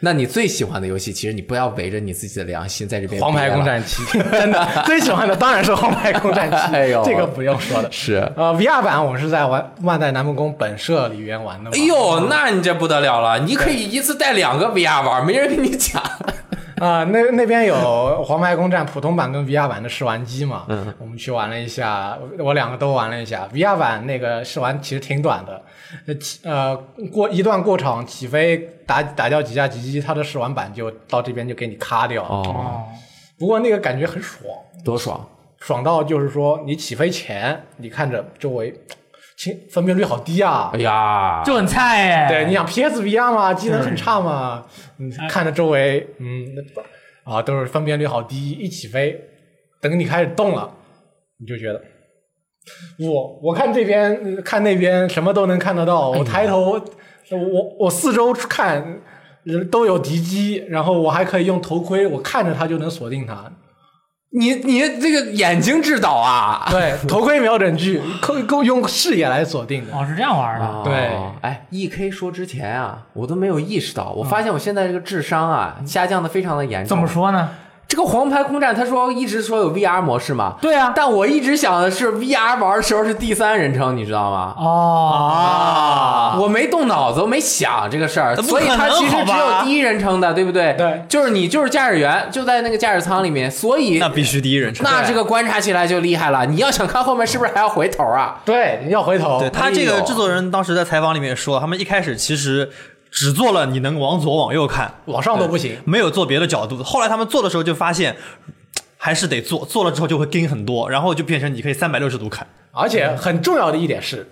Speaker 2: 那你最喜欢的游戏，其实你不要围着你自己的良心在这边。
Speaker 4: 黄牌攻，占 七，真的最喜欢的当然是黄牌攻占 七，
Speaker 2: 哎呦
Speaker 4: 这个不用说的。
Speaker 2: 是
Speaker 4: 呃，VR 版我是在玩万代南梦宫本社里边玩的嘛。
Speaker 2: 哎呦，那你这不得了了！你可以一次带两个 VR 玩，没人跟你讲。
Speaker 4: 啊、那那边有黄牌攻占普通版跟 VR 版的试玩机嘛，嗯，我们去玩了一下，我我两个都玩了一下。VR 版那个试玩其实挺短的，呃起呃，过一段过场起飞打打掉几下几击，它的试玩版就到这边就给你卡掉。
Speaker 2: 哦，
Speaker 1: 哦，
Speaker 4: 不过那个感觉很爽，
Speaker 2: 多爽！
Speaker 4: 爽到就是说你起飞前你看着周围，清分辨率好低啊。
Speaker 2: 哎呀，
Speaker 1: 就很菜哎。
Speaker 4: 对，你想 PSVR 啊嘛，技能很差嘛，嗯，看着周围，嗯，啊，都是分辨率好低，一起飞，等你开始动了，你就觉得，我我看这边看那边什么都能看得到，
Speaker 3: 哎
Speaker 4: 我抬头，我我四周看人都有敌机，然后我还可以用头盔，我看着它就能锁定 它，
Speaker 2: 你你这个眼睛指导啊！
Speaker 4: 对，头盔瞄准距，可够用视野来锁定的。
Speaker 1: 哦，是这样玩的。
Speaker 2: 哦
Speaker 4: 对
Speaker 2: 哎，E K 说之前啊，我都没有意识到，我发现我现在这个智商啊下降的非常的严重。
Speaker 1: 怎么？说呢？
Speaker 2: 这个黄牌空战，他说一直说有 VR 模式嘛，
Speaker 1: 对啊，
Speaker 2: 但我一直想的是 VR 玩的时候是第三人称，你知道吗？
Speaker 1: 哦，
Speaker 2: 啊，我没动脑子，我没想这个事儿，
Speaker 3: 那不
Speaker 2: 所以它
Speaker 3: 可能
Speaker 2: 其实
Speaker 3: 好
Speaker 2: 只
Speaker 3: 吧
Speaker 2: 有第一人称的，对不对？
Speaker 4: 对
Speaker 2: 就是你就是驾驶员，就在那个驾驶舱里面，所以
Speaker 3: 那必须第一人称。
Speaker 2: 那这个观察起来就厉害了。你要想看后面是不是还要回头啊？
Speaker 4: 对，你要回头，
Speaker 3: 对他这
Speaker 2: 哎
Speaker 3: 个
Speaker 2: 呦
Speaker 3: 制作人当时在采访里面也说，他们一开始其实只做了你能往左往右看，
Speaker 4: 往上都不行。
Speaker 3: 没有做别的角度。后来他们做的时候就发现，还是得做，做了之后就会跟很多，然后就变成你可以三百六十度看。
Speaker 4: 而且很重要的一点是，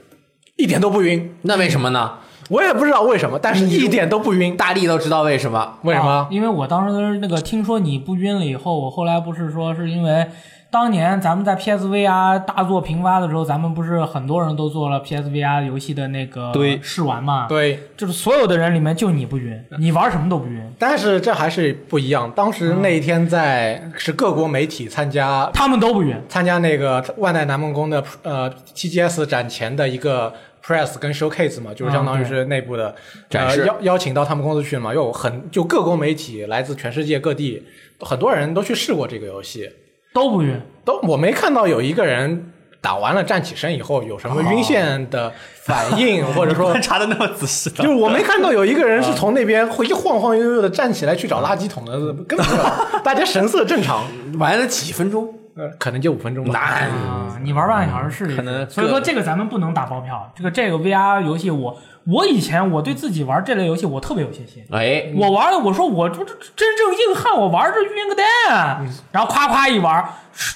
Speaker 4: 一点都不晕。
Speaker 2: 那为什么呢？
Speaker 4: 我也不知道为什么，但是一点都不晕。
Speaker 2: 大力都知道为什么。
Speaker 4: 为什
Speaker 1: 啊
Speaker 4: 么？
Speaker 1: 因为我当时那个听说你不晕了以后，我后来不是说是因为当年咱们在 PSVR 啊大做平发的时候，咱们不是很多人都做了 PSVR 啊游戏的那个
Speaker 3: 对
Speaker 1: 试玩
Speaker 2: 啊
Speaker 1: 嘛？，
Speaker 4: 对，
Speaker 1: 就是所有的人里面就你不 晕，你玩什么都不晕，
Speaker 4: 但是这还是不一样。当时那一天在是各国媒体参加
Speaker 1: 他们都不晕。
Speaker 4: 参加那个万代南梦宫的呃 TGS 展前的一个 press 跟 showcase 嘛，就是相当于是内部的、
Speaker 2: 嗯展示
Speaker 4: 呃、邀邀请到他们公司去嘛，有很就各国媒体来自全世界各地，很多人都去试过这个游戏，
Speaker 1: 都不晕，
Speaker 4: 都我没看到有一个人。打完了站起身以后有什么晕眩的反应，或者说
Speaker 3: 观察的那么仔细的，
Speaker 4: 就是我没看到有一个人是从那边会一晃晃悠悠的站起来去找垃圾桶的，根本没有大家神色正常，
Speaker 2: 玩了几分钟，
Speaker 4: 呃，可能就五分钟吧。
Speaker 2: 那
Speaker 3: 嗯
Speaker 1: 啊，你玩半个小时是一个
Speaker 3: 可能
Speaker 1: 所以说这个咱们不能打包票。这个这个 VR 游戏我，我以前我对自己玩这类游戏我特别有信心。
Speaker 2: 哎，
Speaker 1: 我玩了，我说我这这真正硬汉，我玩这晕个蛋啊、
Speaker 4: 嗯
Speaker 1: 然后夸夸一玩，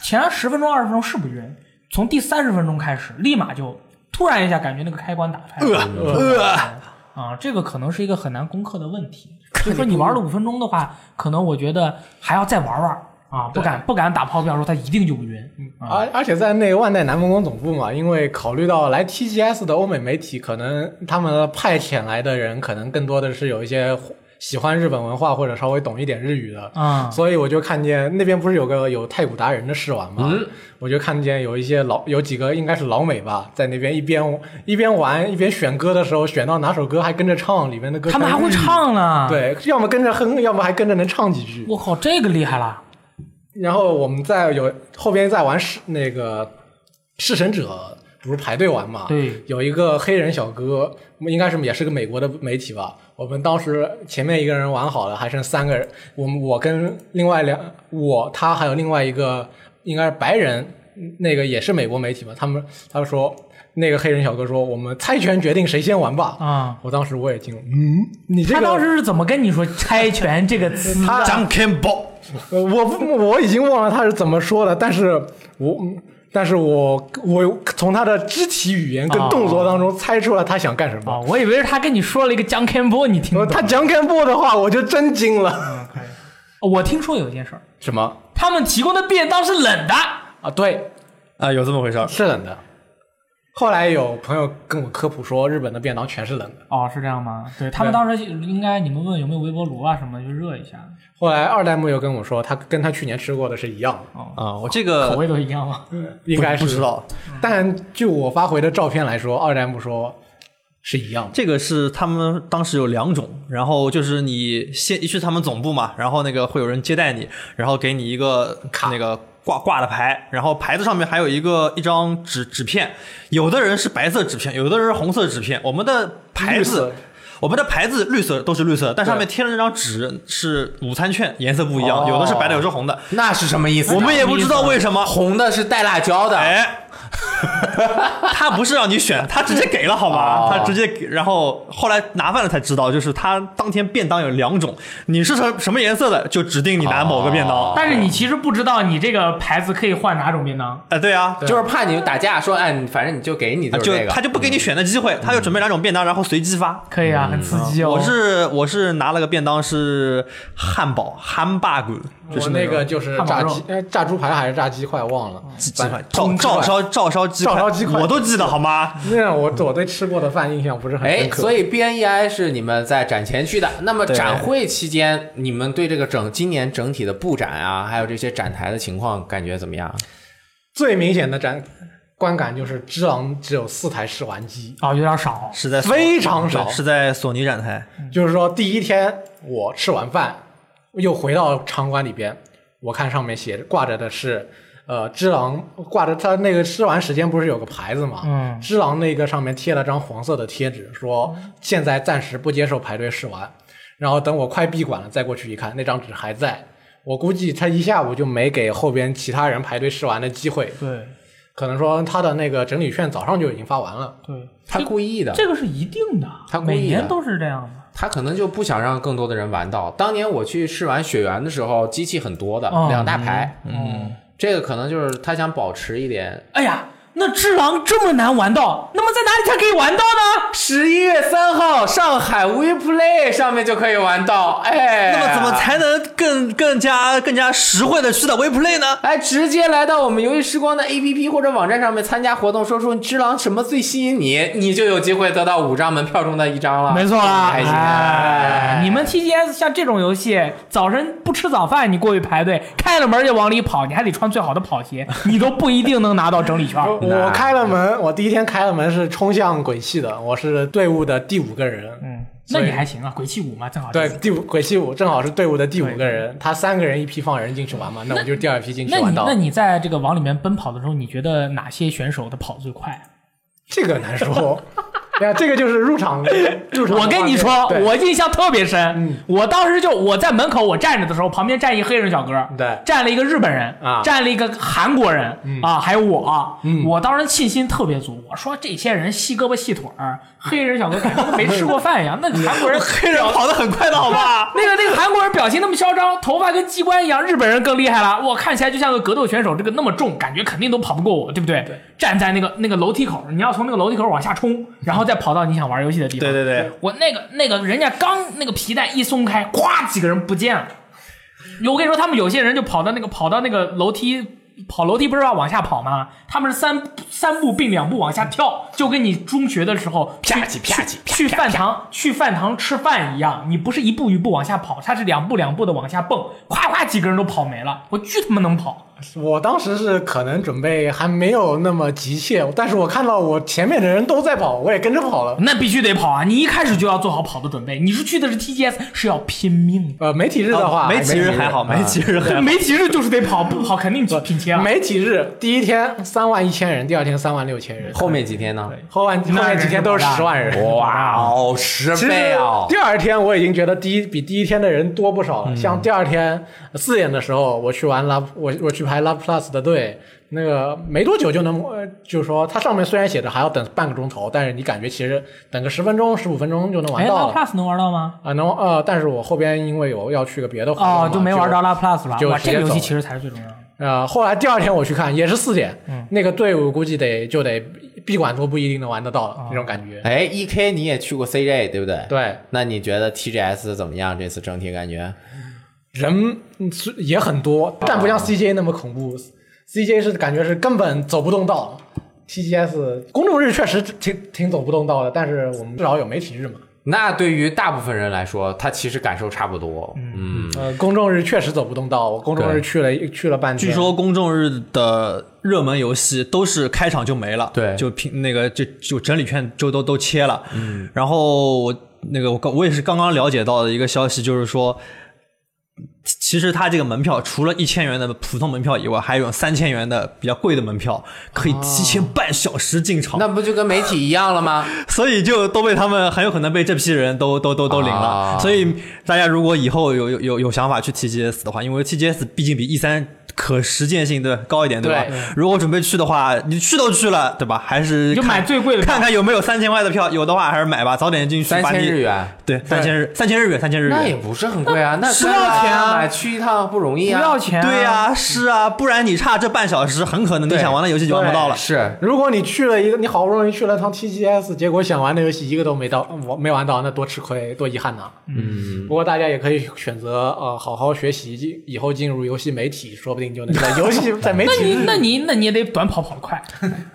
Speaker 1: 前十分钟二十分钟是不晕，从第三十分钟开始，立马就突然一下感觉那个开关打开了。
Speaker 3: 呃，
Speaker 1: 啊，这个可能是一个很难攻克的问题。所以说你玩了五分钟的话，可能我觉得还要再玩玩啊，不敢不敢打包票说它一定就不晕。啊
Speaker 4: 而而且在那个万代南梦宫总部嘛，因为考虑到来 TGS 的欧美媒体，可能他们派遣来的人，可能更多的是有一些喜欢日本文化或者稍微懂一点日语的，
Speaker 1: 啊
Speaker 4: 所以我就看见那边不是有个有太古达人的试玩嘛，
Speaker 1: 嗯
Speaker 4: 我就看见有一些老有几个应该是老美吧，在那边一边一边玩一边选歌的时候，选到哪首歌还跟着唱，里面的歌
Speaker 1: 他们还会
Speaker 4: 全是日语，
Speaker 1: 唱啊呢。，
Speaker 4: 对，要么跟着哼，要么还跟着能唱几句。
Speaker 1: 我靠，这个厉害了。
Speaker 4: 然后我们在有后边在玩弑那个弑神者，不是排队玩嘛？
Speaker 1: 对，
Speaker 4: 有一个黑人小哥，应该是也是个美国的媒体吧。我们当时前面一个人玩好了，还剩三个人，我们我跟另外两我他还有另外一个应该是白人，那个也是美国媒体吧。他们他说那个黑人小哥说我们猜拳决定谁先玩吧。
Speaker 1: 啊
Speaker 4: 我当时我也惊了，嗯，你这
Speaker 1: 他
Speaker 4: 个
Speaker 1: 当时是怎么跟你说“猜拳”这个词的？
Speaker 3: 张 Ken 包，
Speaker 4: 呃我不，我已经忘了他是怎么说的，但是我，嗯但是我，我从他的肢体语言跟动作当中猜出了他想干什么。
Speaker 1: 啊，我以为是他跟你说了一个 j u n k a n b o 你听
Speaker 4: 呃
Speaker 1: 不
Speaker 4: 他
Speaker 1: 懂。
Speaker 4: 讲干部的话，我就真惊了。
Speaker 1: 我听说有一件事儿，
Speaker 4: 什么
Speaker 1: 他们提供的便当是冷的。
Speaker 4: 啊？对，
Speaker 3: 啊，有这么回事儿。
Speaker 4: 是冷的。后来有朋友跟我科普说，日本的便当全是冷的。
Speaker 1: 哦，是这样吗？对他们
Speaker 4: 对
Speaker 1: 当时应该你们问有没有微波炉啊什么的，就热一下，
Speaker 4: 后来二代目又跟我说，他跟他去年吃过的是一样的，
Speaker 3: 啊、我这
Speaker 1: 口
Speaker 3: 个
Speaker 1: 味都一样 吗？
Speaker 4: 应该是
Speaker 3: 不知。道，
Speaker 4: 但就我发回的照片来说，二代目说是一样的。
Speaker 3: 这个是他们当时有两种，然后就是你先去他们总部嘛，然后那个会有人接待你，然后给你一个卡那个挂挂的牌，然后牌子上面还有一个一张纸纸片，有的人是白色纸片，有的人是红色纸片，我们的牌
Speaker 4: 绿
Speaker 3: 子
Speaker 4: 色。
Speaker 3: 我们的牌子绿色都是绿色，但上面贴了那张纸是午餐券，颜色不一样，
Speaker 2: 哦
Speaker 3: 有的是白的，有的是红的。
Speaker 2: 那是什么意思？
Speaker 3: 我们也不知道为什么，
Speaker 2: 红的是带辣椒的，
Speaker 3: 哎，他不是让你选，他直接给了好吗？
Speaker 2: 哦
Speaker 3: 他直接给，然后后来拿饭了才知道，就是他当天便当有两种，你是什什么颜色的，就指定你拿某个便当。
Speaker 1: 但是你其实不知道你这个牌子可以换哪种便当。
Speaker 3: 哎，对啊，
Speaker 2: 就是怕你们打架，说哎，反正你就给你
Speaker 3: 就
Speaker 2: 就是这个，
Speaker 3: 他就不给你选的机会，他就准备两种便当，然后随机发。
Speaker 1: 可以啊，很刺激
Speaker 2: 嗯
Speaker 1: 哦。
Speaker 3: 我是我是拿了个便当是汉堡汉霸骨，就是
Speaker 4: 我那个就是
Speaker 1: 汉堡
Speaker 4: 炸
Speaker 1: 肉
Speaker 4: 鸡，呃炸猪排还是炸鸡块忘了，
Speaker 3: 鸡鸡
Speaker 4: 反
Speaker 3: 块，照照烧照烧鸡
Speaker 4: 照烧
Speaker 3: 块，
Speaker 4: 鸡块
Speaker 3: 我都记得好吗？
Speaker 4: 那我我对吃过的饭印象不是很
Speaker 2: 哎
Speaker 4: 深，刻。
Speaker 2: 所
Speaker 4: 以
Speaker 2: 以 BNEI 是你们在展前去的。那么
Speaker 3: 对
Speaker 2: 展会期间，你们对这个整今年整体的布展啊，还有这些展台的情况，感觉怎么样？
Speaker 4: 最明显的展观感就是《只狼》只有四台试玩机，
Speaker 1: 哦，有点少。
Speaker 3: 是在索
Speaker 4: 非常少
Speaker 3: 对是在索尼展台。
Speaker 4: 就是说第一天我吃完饭又回到场馆里边，我看上面写着挂着的是，呃，只狼挂着它那个吃完时间不是有个牌子嘛？
Speaker 1: 嗯
Speaker 4: 只狼那个上面贴了张黄色的贴纸，说现在暂时不接受排队试玩，然后等我快闭馆了再过去一看，那张纸还在。我估计他一下午就没给后边其他人排队试玩的机会，
Speaker 1: 对
Speaker 4: 可能说他的那个整理券早上就已经发完了。
Speaker 1: 对，
Speaker 2: 他故意的，
Speaker 1: 这个是一定的，
Speaker 2: 他故意的
Speaker 1: 每年都是这样的。
Speaker 2: 他可能就不想让更多的人玩到。当年我去试玩雪原的时候，机器很多的，
Speaker 1: 哦
Speaker 2: 两大排，
Speaker 1: 嗯，
Speaker 2: 这个可能就是他想保持一点。
Speaker 1: 哎呀，那只狼这么难玩到，那么在哪里才可以玩到呢？
Speaker 2: 十一月三号，上海 WePlay 上面就可以玩到，哎，
Speaker 3: 那么怎么？才能更更加更加实惠的去到 WePlay 呢？
Speaker 2: 哎，直接来到我们游戏时光的 APP 或者网站上面参加活动，说出《只狼》什么最吸引你，你就有机会得到五张门票中的一张了。
Speaker 1: 没错啦，
Speaker 2: 开心。啊
Speaker 1: 哎，你们 TGS 像这种游戏，早晨不吃早饭，你过去排队，开了门就往里跑，你还得穿最好的跑鞋，你都不一定能拿到整理券。
Speaker 4: 我我开了门，我第一天开了门是冲向鬼泣的，我是队伍的第五个人。
Speaker 1: 嗯，那你还行啊，鬼泣五嘛，正好
Speaker 4: 对，。第五鬼泣五正好是队伍的第五个人，他三个人一批放人进去玩嘛，那我就是第二批进去
Speaker 1: 那
Speaker 4: 玩
Speaker 1: 你
Speaker 4: 到
Speaker 1: 那。你在这个往里面奔跑的时候，你觉得哪些选手的跑最快？
Speaker 4: 这个难说， 哎呀，这个就是入场入场的
Speaker 1: 我
Speaker 4: 画面。
Speaker 1: 跟你说，
Speaker 4: 对
Speaker 1: 我印象特别深。我当时就我在门口我站着的时候，旁边站一黑人小哥，
Speaker 4: 对
Speaker 1: 站了一个日本人，
Speaker 4: 啊
Speaker 1: 站了一个韩国人，啊，还有我，我当时信心特别足。我说这些人细胳膊细腿儿，黑人小哥感觉跟没吃过饭一样。那个韩国人
Speaker 3: 黑人跑得很快的好吧？
Speaker 1: 那个那个韩国人表情那么嚣张，头发跟机关一样，日本人更厉害了。我看起来就像个格斗选手，这个那么重，感觉肯定都跑不过我，对不对？站在那个那个楼梯口，你要从那个楼梯口往下冲，然后再跑到你想玩游戏的地方。
Speaker 3: 对对对，
Speaker 1: 我那个那个人家刚那个皮带一松开，咵，几个人不见了。有我跟你说，他们有些人就跑到那个跑到那个楼梯，跑楼梯不是要往下跑吗？他们是三三步并两步往下跳，就跟你中学的时候啪叽啪叽去饭堂去饭堂吃饭一样，你不是一步一步往下跑，他是两步两步的往下蹦，咵咵几个人都跑没了，我巨他妈能跑。
Speaker 4: 我当时是可能准备还没有那么急切，但是我看到我前面的人都在跑，我也跟着跑了。
Speaker 1: 那必须得跑啊！你一开始就要做好跑的准备。你是去的是 TGS，是要拼 命
Speaker 4: 呃，媒体日的
Speaker 1: 哦
Speaker 4: 话，
Speaker 3: 没几日啊还好，没几日还
Speaker 1: 的。
Speaker 3: 好。
Speaker 1: 没体日就是得跑，哎不跑肯定拼切了。
Speaker 4: 媒体日第一天三万一千人，第二天三万六千人，
Speaker 2: 后面几天呢？
Speaker 4: 后万后面几天都是十万人。
Speaker 2: 哇哦，十
Speaker 4: 其实
Speaker 2: 倍
Speaker 1: 啊
Speaker 2: 哦！
Speaker 4: 第二天我已经觉得第一比第一天的人多不少
Speaker 1: 嗯
Speaker 4: 了。像第二天四点的时候，我去玩拉，我我去排拉 plus 的队，那个没多久就能，呃就是说它上面虽然写着还要等半个钟头，但是你感觉其实等个十分钟、十五分钟就能玩
Speaker 1: 哎，
Speaker 4: 到
Speaker 1: 拉
Speaker 4: 了。
Speaker 1: Plus 能玩到吗？
Speaker 4: 啊，能呃，但是我后边因为有要去个别的活动嘛
Speaker 1: 哦，就没玩到。拉 Plus 了。
Speaker 4: 就
Speaker 1: 哇，
Speaker 4: 直接
Speaker 1: 这个游戏
Speaker 4: 走
Speaker 1: 其实才是最重要的。
Speaker 4: 呃，后来第二天我去看也是四点，
Speaker 3: 嗯
Speaker 4: 那个队伍估计得就得闭馆都不一定能玩得到
Speaker 3: 啊
Speaker 4: 了那种感觉。
Speaker 2: 哎，E K 你也去过 C J 对不对？。
Speaker 4: 对，
Speaker 2: 那你觉得 TGS 怎么样？这次整体感觉？
Speaker 4: 人嗯是也很多，但不
Speaker 3: 啊
Speaker 4: 像 CJ 那么恐怖。CJ 是感觉是根本走不动道，TGS 公众日确实挺挺走不动道的，但是我们至少有媒体日嘛。
Speaker 2: 那对于大部分人来说，他其实感受差不多。嗯，
Speaker 4: 呃，公众日确实走不动道，我公众
Speaker 2: 对
Speaker 4: 日去了去了半天。
Speaker 3: 据说公众日的热门游戏都是开场就没了，
Speaker 2: 对
Speaker 3: 就凭那个就就整理券就都都切了。嗯，然后我那个我刚我也是刚刚了解到的一个消息，就是说。其其实它这个门票除了一千元的普通门票以外，还有三千元的比较贵的门票，可以提前半小时进场，
Speaker 2: 那不就跟媒体一样了吗？
Speaker 3: 所以就都被他们很有可能被这批人都都都都领了。
Speaker 2: 啊
Speaker 3: 所以大家如果以后有有有有想法去 TGS 的话，因为 TGS 毕竟比 E 三可实践性对吧高一点，吧？
Speaker 2: 对
Speaker 3: 如果准备去的话，你去都去了，对吧？还是
Speaker 1: 你就
Speaker 3: 看
Speaker 1: 买最贵的票
Speaker 3: 看看有没有三千块的票，有的话还是买吧，早点进去。
Speaker 2: 三
Speaker 3: 把
Speaker 2: 千
Speaker 3: 你
Speaker 2: 日，元，
Speaker 3: 对，三千日，三千日元，三千日
Speaker 2: 那也
Speaker 3: 元。
Speaker 2: 不是很贵啊。那
Speaker 3: 是要钱啊
Speaker 2: 买去一趟不容易
Speaker 1: 不
Speaker 2: 啊。
Speaker 1: 要钱、
Speaker 3: 对呀、、是啊，不然你差这半小时，很可能你
Speaker 2: 对
Speaker 3: 想玩的游戏就玩不到了。
Speaker 2: 是，
Speaker 4: 如果你去了一个，你好不容易去了趟 TGS，结果想玩的游戏一个都没到，我没玩到，那多吃亏，多遗憾呐、嗯，不过大家也可以选择呃，好好学习，以以后进入游戏媒体，说不定就能在游戏在媒
Speaker 1: 那
Speaker 4: 体
Speaker 1: 你那你那你也得短跑跑得快，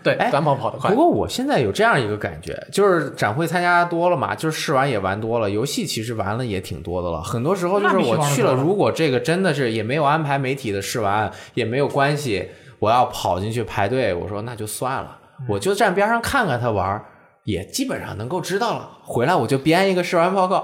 Speaker 4: 对
Speaker 2: 哎
Speaker 4: 短跑跑得快
Speaker 2: 不。过我现在有这样一个感觉，就是展会参加多了嘛，就是试玩也玩多了，游戏其实玩了也挺多的了。很多时候就是
Speaker 1: 那必须
Speaker 2: 我
Speaker 1: 玩得
Speaker 2: 去了，
Speaker 1: 多了
Speaker 2: 如果这个真的是也没有安排媒体的试玩，也没有关系，我要跑进去排队，我说那就算了，我就站边上看看他玩儿。也基本上能够知道了。回来我就编一个试玩报告，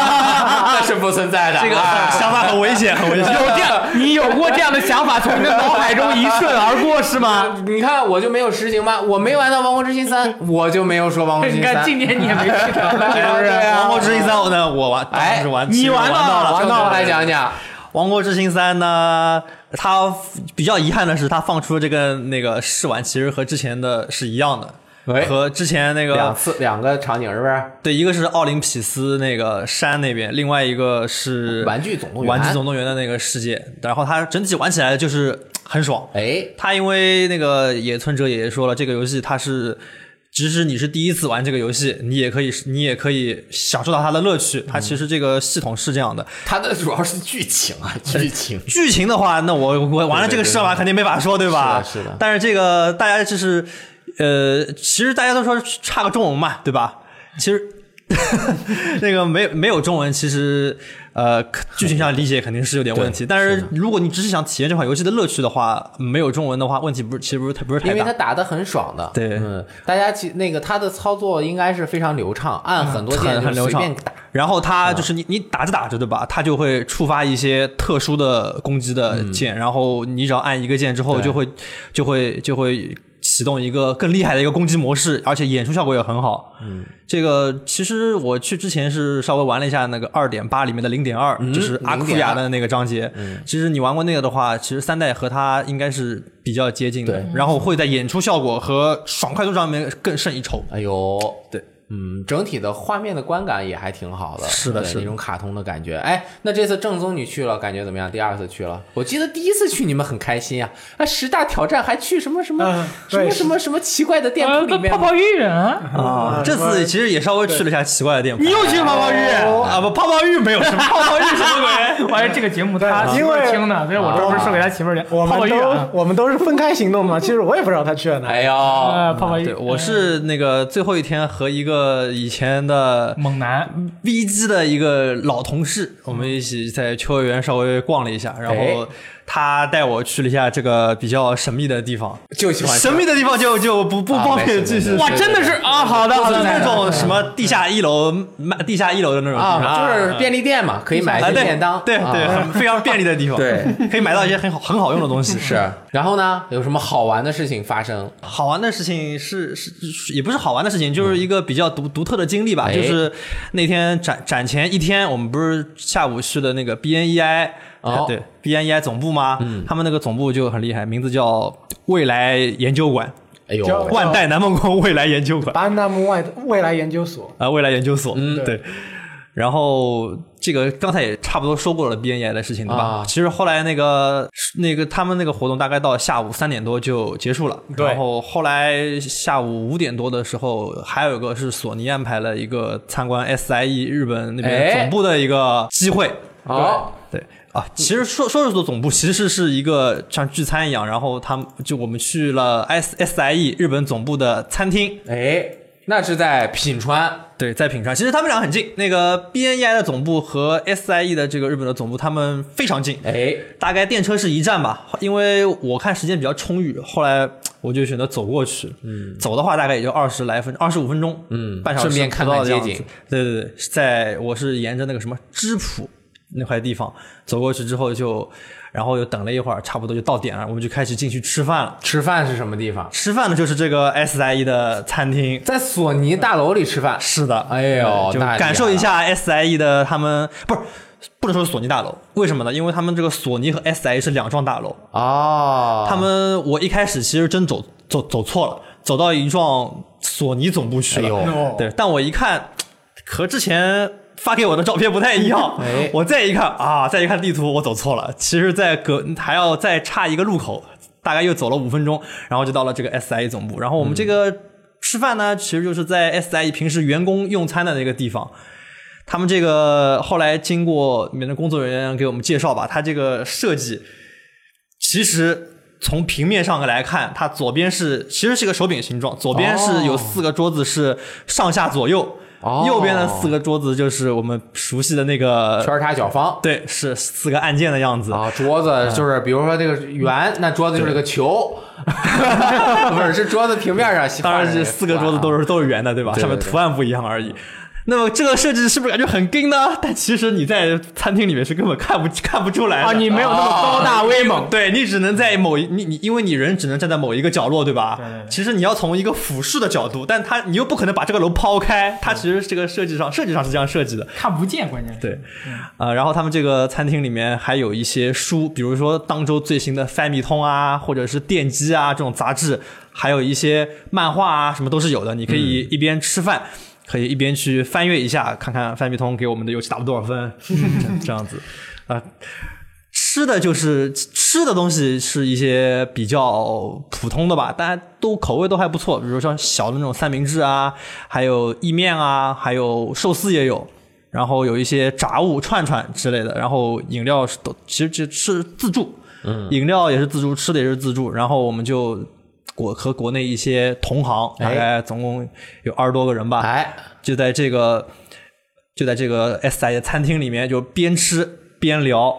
Speaker 2: 那是不存在的。
Speaker 3: 这个
Speaker 2: 哎
Speaker 3: 想法很危险，很危 险。
Speaker 1: 有这样，你有过这样的想法从你 的脑海中一瞬而过是 吗？
Speaker 2: 你看我就没有实行吧，我没玩到《王国之心三》，我就没有说《王国之
Speaker 1: 你
Speaker 2: 心
Speaker 1: 看
Speaker 2: 三
Speaker 1: 今》。年你也没去 成，是不
Speaker 2: 对啊 对
Speaker 1: 是？
Speaker 2: 啊
Speaker 3: 王国之心三我呢，我玩，
Speaker 2: 哎
Speaker 3: 当时玩，
Speaker 1: 你
Speaker 3: 其实
Speaker 1: 玩
Speaker 3: 玩
Speaker 1: 到了
Speaker 3: 啊了，
Speaker 2: 正总来讲讲，
Speaker 3: 王国之心三呢，它比较遗憾的是，它放出的这个那个试玩其实和之前的是一样的
Speaker 2: 哎，
Speaker 3: 和之前那
Speaker 2: 两
Speaker 3: 个
Speaker 2: 次两个场景是不是？
Speaker 3: 对，一个是奥林匹斯那个山那边，另外一个是
Speaker 2: 玩具总动员
Speaker 3: 玩具总动员的那个世界，然后它整体玩起来就是很爽。
Speaker 2: 哎，
Speaker 3: 他因为那个野村哲也也说了，这个游戏它是，即使你是第一次玩这个游戏，你也可以你也可以享受到它的乐趣。它其实这个系统是这样的，
Speaker 2: 它的主要是剧情 啊，剧情。
Speaker 3: 剧情的话，那我我玩了这个试玩肯定没法说，对吧？
Speaker 2: 是的是的
Speaker 3: 但是这个大家就是，呃，其实大家都说差个中文嘛，对吧？其实 那个没没有中文，其实呃，可剧情上理解肯定是有点问题。但是如果你只是想体验这款游戏的乐趣的话，没有中文的话，问题不是其实不是太不是太
Speaker 2: 因为
Speaker 3: 大
Speaker 2: 他。打的很爽的，
Speaker 3: 对
Speaker 2: 嗯，大家其那个他的操作应该是非常流畅，按很多键
Speaker 3: 很很
Speaker 2: 就
Speaker 3: 流
Speaker 2: 随
Speaker 3: 畅
Speaker 2: 便打，，
Speaker 3: 然后它就是你你打着打着对吧，它就会触发一些特殊的攻击的键，然后你只要按一个键之后，
Speaker 2: 对
Speaker 3: 就会就会就会启动一个更厉害的一个攻击模式，而且演出效果也很好。嗯，这个其实我去之前是稍微玩了一下那个二点八里面嗯的零点二，嗯就是阿库亚的那个章节。其实你玩过那个的话，其实三代和它应该是比较接近的
Speaker 2: 对，
Speaker 3: 然后会在演出效果和爽快度上面更胜一筹。
Speaker 2: 哎呦，
Speaker 3: 对，
Speaker 2: 嗯，整体的画面的观感也还挺好的，
Speaker 3: 是的
Speaker 2: 对
Speaker 3: 是的
Speaker 2: 那种卡通的感觉。哎，那这次正宗你去了，感觉怎么样？第二次去了，我记得第一次去你们很开心啊，啊，十大挑战还去什么什么、
Speaker 4: 嗯
Speaker 2: 什么
Speaker 4: 对
Speaker 2: 什么什么奇怪的店铺
Speaker 1: 呃，
Speaker 2: 里
Speaker 1: 跟
Speaker 2: 面
Speaker 1: 泡泡浴啊，
Speaker 3: 啊，这次其实也稍微去了一下奇怪的店铺。
Speaker 1: 你又去泡泡浴？
Speaker 3: 啊不，泡泡浴没有什么，泡泡浴什么鬼？
Speaker 1: 我还这个节目他媳妇儿听的，所以我专门设给他媳妇儿的
Speaker 4: 我
Speaker 1: 泡泡
Speaker 4: 们
Speaker 1: 浴啊
Speaker 4: 都，我们都是分开行动的嘛，其实我也不知道他去了哪。
Speaker 2: 哎呦，
Speaker 1: 呃，泡泡浴
Speaker 3: 对，，
Speaker 2: 嗯
Speaker 3: 我是那个最后一天和一个以前的
Speaker 1: 猛男，
Speaker 3: V G 的一个老同事，我们一起在秋叶原稍微逛了一下，然
Speaker 2: 哎
Speaker 3: 后他带我去了一下这个比较神秘的地方。
Speaker 2: 就喜欢
Speaker 3: 神秘的地方就就不不
Speaker 2: 啊
Speaker 3: 方
Speaker 2: 没事
Speaker 3: 便继
Speaker 2: 没
Speaker 3: 续
Speaker 2: 事
Speaker 3: 说。
Speaker 1: 哇，真的是啊，好的好
Speaker 3: 就
Speaker 1: 的，
Speaker 3: 是那种什么地下一楼卖地下一楼的那种地方
Speaker 2: 啊，就是便利店嘛，可以买一
Speaker 3: 啊，
Speaker 2: 些
Speaker 3: 对
Speaker 2: 便当，
Speaker 3: 对
Speaker 2: 啊
Speaker 3: 对，很非常便利的地方，
Speaker 2: 对，
Speaker 3: 可以买到一些很好很好用的 东西。是
Speaker 2: 是。然后呢，有什么好玩的事情发生？
Speaker 3: 好玩的事情是是是也不是好玩的事情，就是一个比较独独特的经历吧。
Speaker 2: 哎
Speaker 3: 就是那天展展前一天，我们不是下午去的那个 BNEI
Speaker 2: 哦嗯
Speaker 3: 呃对 BNEI 总部吗？他们那个总部就很厉害，名字叫未来研究馆，
Speaker 2: 哎呦，
Speaker 4: 就
Speaker 3: 万代南梦宫未来研究馆。
Speaker 4: 巴纳姆外未来研究所，
Speaker 3: 啊，未来研究所，
Speaker 2: 嗯
Speaker 3: 对。然后这个刚才也差不多说过了 BNI 的事情，对吧？
Speaker 2: 啊
Speaker 3: 其实后来那个那个他们那个活动大概到下午三点多就结束了，
Speaker 4: 对
Speaker 3: 然后后来下午五点多的时候，还有一个是索尼安排了一个参观 SIE 日本那边
Speaker 2: 哎
Speaker 3: 总部的一个机会，
Speaker 2: 好，
Speaker 3: 对啊，其实说说是做总部，其实是一个像聚餐一样，然后他们就我们去了 S SIE 日本总部的餐厅，
Speaker 2: 哎，那是在品川，
Speaker 3: 对，在品川，其实他们俩很近。那个 BNEI 的总部和 SIE 的这个日本的总部，他们非常近，
Speaker 2: 哎，
Speaker 3: 大概电车是一站吧。因为我看时间比较充裕，后来我就选择走过去。嗯，走的话大概也就二十来分，二十五分钟，嗯半小时
Speaker 2: 顺便
Speaker 3: 不
Speaker 2: 看
Speaker 3: 到
Speaker 2: 看
Speaker 3: 的
Speaker 2: 街
Speaker 3: 样子
Speaker 2: 景。
Speaker 3: 对对对，在我是沿着那个什么芝浦那块地方走过去之后就。然后又等了一会儿，差不多就到点了，我们就开始进去吃饭了。
Speaker 2: 吃饭是什么地方？
Speaker 3: 吃饭呢，就是这个 SIE 的餐厅，
Speaker 2: 在索尼大楼里吃饭。
Speaker 3: 是的，
Speaker 2: 哎呦
Speaker 3: 就
Speaker 2: 那厉害
Speaker 3: 感受一下 SIE 的他们不是。不能说是索尼大楼，为什么呢？因为他们这个索尼和 SIE 是两幢大楼。
Speaker 2: 哦，
Speaker 3: 他们我一开始其实真走走走错了，走到一幢索尼总部去
Speaker 2: 哎
Speaker 3: 了。
Speaker 2: 呦
Speaker 4: 哦
Speaker 3: 对，但我一看，和之前发给我的照片不太一样。
Speaker 2: 哎
Speaker 3: 我再一看啊，再一看地图，我走错了。其实在隔还要再差一个路口，大概又走了五分钟，然后就到了这个 SIE 总部。然后我们这个吃饭呢，其实就是在 SIE 平时员工用餐的那个地方。他们这个后来经过里面的工作人员给我们介绍吧，它这个设计其实从平面上来看，它左边是其实是个手柄形状，左边是有四个桌子是上下左右，
Speaker 2: 哦
Speaker 3: 右边的四个桌子就是我们熟悉的那个，
Speaker 2: 圈叉小方
Speaker 3: 对，是四个按键的样子。
Speaker 2: 哦
Speaker 3: 嗯
Speaker 2: 啊，桌子就是比如说这个圆，那桌子就是个球， 不是，是桌子平面上画的那
Speaker 3: 当
Speaker 2: 画啊。
Speaker 3: 然是四个桌子都是都是圆的，对吧？
Speaker 2: 对对
Speaker 3: 上面
Speaker 2: 对
Speaker 3: 图案不一样而已。那么这个设计是不是感觉很硬呢？但其实你在餐厅里面是根本看不看不出来的
Speaker 1: 啊，你没有那么 高大威猛。
Speaker 3: 对你只能在某一你你，因为你人只能站在某一个角落，对吧？
Speaker 1: 对对对
Speaker 3: 其实你要从一个俯视的角度，但它你又不可能把这个楼抛开，它其实这个设计上设计上是这样设计的。
Speaker 1: 看不见，关键是
Speaker 3: 对，呃，然后他们这个餐厅里面还有一些书，比如说当周最新的《翻米通》啊，或者是《电击》啊这种杂志，还有一些漫画啊，什么都是有的。你可
Speaker 1: 嗯
Speaker 3: 以一边吃饭，可以一边去翻阅一下，看看《翻米通》给我们的游戏打了多少 分，这样子啊。吃的就是吃的东西是一些比较普通的吧，大家都口味都还不错，比如说小的那种三明治啊，还有意面啊，还有寿司也有，然后有一些炸物、串串之类的，然后饮料是都其实这是自助，嗯，饮料也是自助，吃的也是自助，然后我们就国和国内一些同行，大
Speaker 2: 哎
Speaker 3: 概总共有二十多个人吧，
Speaker 2: 哎，
Speaker 3: 就在这个就在这个 S 大爷餐厅里面，就边吃边聊。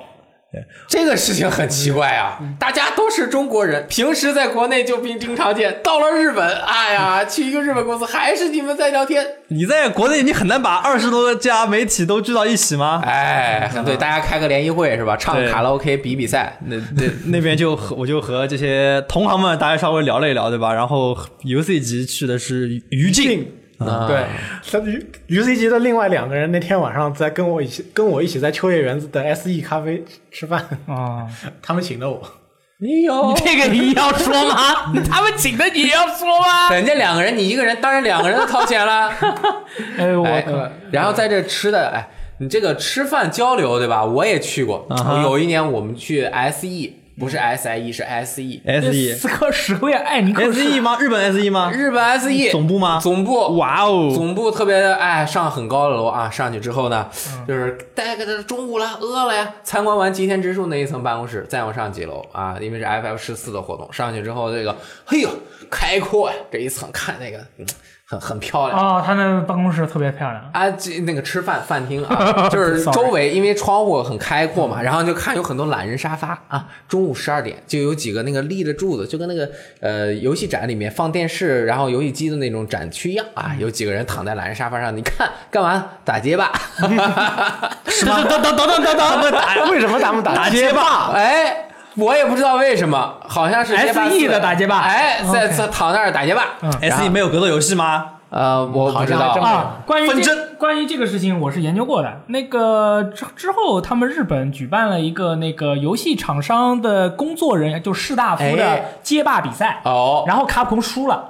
Speaker 2: 这个事情很奇怪啊！
Speaker 3: 嗯
Speaker 2: 大家都是中国人，平时在国内就经常见，到了日本，哎呀，
Speaker 3: 嗯
Speaker 2: 去一个日本公司还是你们在聊天，
Speaker 3: 你在国内，你很难把二十多家媒体都聚到一起吗？
Speaker 2: 哎，很对，大家开个联谊会是吧？唱
Speaker 3: 嗯对
Speaker 2: 个卡拉 OK 比比赛，
Speaker 3: 那那那边就和我就和这些同行们大家稍微聊了一聊，对吧？然后 U C 级去的是于 静，
Speaker 2: 啊
Speaker 4: 对，他于于 C 级的另外两个人那天晚上在跟我一起跟我一起在秋叶原的 SE 咖啡吃饭，
Speaker 1: 啊，
Speaker 4: 他们请的我。
Speaker 2: 哎呦
Speaker 1: 你，这个你要说 吗？他们啊请的你也要说吗？
Speaker 2: 啊人家两个人，你一个人，当然两个人都掏钱 了。
Speaker 1: 哎，我
Speaker 2: 哎，然后在这吃的，哎，你这个吃饭交流对吧？我也去过，
Speaker 3: 啊哈
Speaker 2: 有一年我们去 SE，不是 SIE 是 SE，
Speaker 3: S E
Speaker 1: 斯科史克也爱哎你可
Speaker 3: S E 吗？日本 S E 吗？
Speaker 2: 日本 SE
Speaker 3: 总部吗？
Speaker 2: 总部
Speaker 3: 哇哦！
Speaker 2: 总部特别的哎，上很高的楼啊，上去之后呢，就是大概这中午了，饿了呀，参观完吉田直树那一层办公室，再往上几楼啊，因为是 FF 十四的活动，上去之后这个，嘿呦，开阔呀，这一层看那个，嗯很很漂亮。
Speaker 1: 哦，他那办公室特别漂亮。
Speaker 2: 啊，这那个吃饭饭厅啊，就是周围因为窗户很开阔嘛，然后就看有很多懒人沙发啊。中午十二点就有几个那个立着柱子，就跟那个呃游戏展里面放电视然后游戏机的那种展区一样啊，有几个人躺在懒人沙发上，你看干嘛打街霸？
Speaker 3: 是吗？等等等等等等打
Speaker 4: 为什么他们打
Speaker 3: 打街霸？
Speaker 2: 哎，我也不知道为什么，好像是街霸
Speaker 1: SE
Speaker 2: 四
Speaker 1: 的打街霸
Speaker 2: 哎，在
Speaker 1: OK
Speaker 2: 在躺那儿打街霸。
Speaker 3: S E 没有格斗游戏吗？
Speaker 2: 呃，我不知
Speaker 4: 好像还
Speaker 2: 道
Speaker 4: 真没。
Speaker 1: 啊，关于
Speaker 3: 纷
Speaker 1: 这
Speaker 3: 争
Speaker 1: 关于这个事情，我是研究过的。那个之之后，他们日本举办了一个那个游戏厂商的工作人员，就士大夫的
Speaker 2: 哎
Speaker 1: 街霸比赛，
Speaker 2: 哦，
Speaker 1: 然后卡普空输了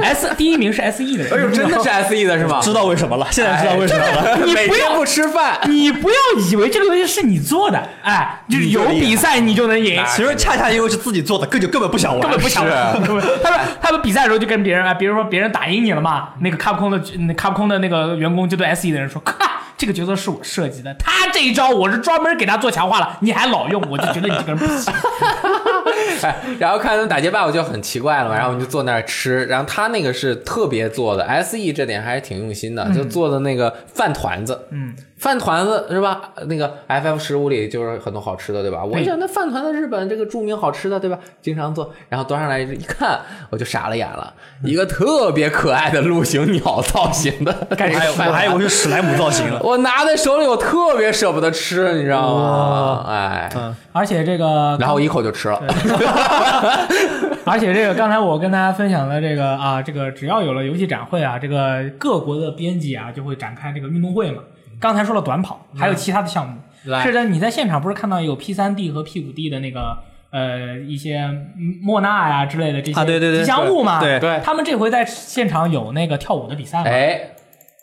Speaker 1: ，S 第一名是 SE 的人。
Speaker 2: 哎呦，真的是 SE 的是吗？
Speaker 3: 知道为什么了，现在知道为什么了。
Speaker 1: 你
Speaker 2: 每
Speaker 1: 不
Speaker 2: 天
Speaker 1: 要
Speaker 2: 不吃饭，
Speaker 1: 你不要以为这个游戏是你做的，哎，就是有比赛你就能赢，
Speaker 3: 其实恰恰因为是自己做的，根本就根本不想玩，
Speaker 1: 根本不想
Speaker 2: 哎
Speaker 1: 玩。
Speaker 2: 啊
Speaker 1: 他们他们比赛的时候就跟别人，哎，比如说别人打赢你了嘛，那个卡普空的那卡普空的那个员工就对 S E 的人说，哈，这个角色是我设计的，他这一招我是专门给他做强化了，你还老用，我就觉得你这个人不行。
Speaker 2: 哎， 然后看他们打街霸，我就很奇怪了
Speaker 3: 嗯
Speaker 2: 嘛，然后我们就坐那儿吃，然后他那个是特别做的，S E 这点还是挺用心
Speaker 3: 嗯
Speaker 2: 的，就做的那个饭团子，嗯，饭团子是吧？那个 F F 十五里就是很多好吃的，对吧？我一想那饭团子日本这个著名好吃的，对吧？经常做，然后端上来一看，我就傻了眼了，
Speaker 3: 嗯
Speaker 2: 一个特别可爱的陆行鸟造型 的，
Speaker 3: 我还有我还以为是史莱姆造型了。
Speaker 2: 我拿在手里，我特别舍不得吃，你知道吗？哎，
Speaker 1: 而且这个，
Speaker 2: 然后我一口就吃了，
Speaker 1: 而且这个，刚才我跟大家分享的这个啊，这个只要有了游戏展会啊，这个各国的编辑啊就会展开这个运动会嘛。
Speaker 3: 嗯
Speaker 1: 刚才说了短跑，还有其他的项目。
Speaker 2: 来
Speaker 1: 是的，你在现场不是看到有 P 三 D 和 P 五 D 的那个呃一些嗯莫纳呀、之类的这些
Speaker 3: 啊对对对
Speaker 1: 吉祥物嘛？
Speaker 3: 对
Speaker 4: 对
Speaker 1: 他们这回在现场有那个跳舞的比赛嘛？
Speaker 2: 哎，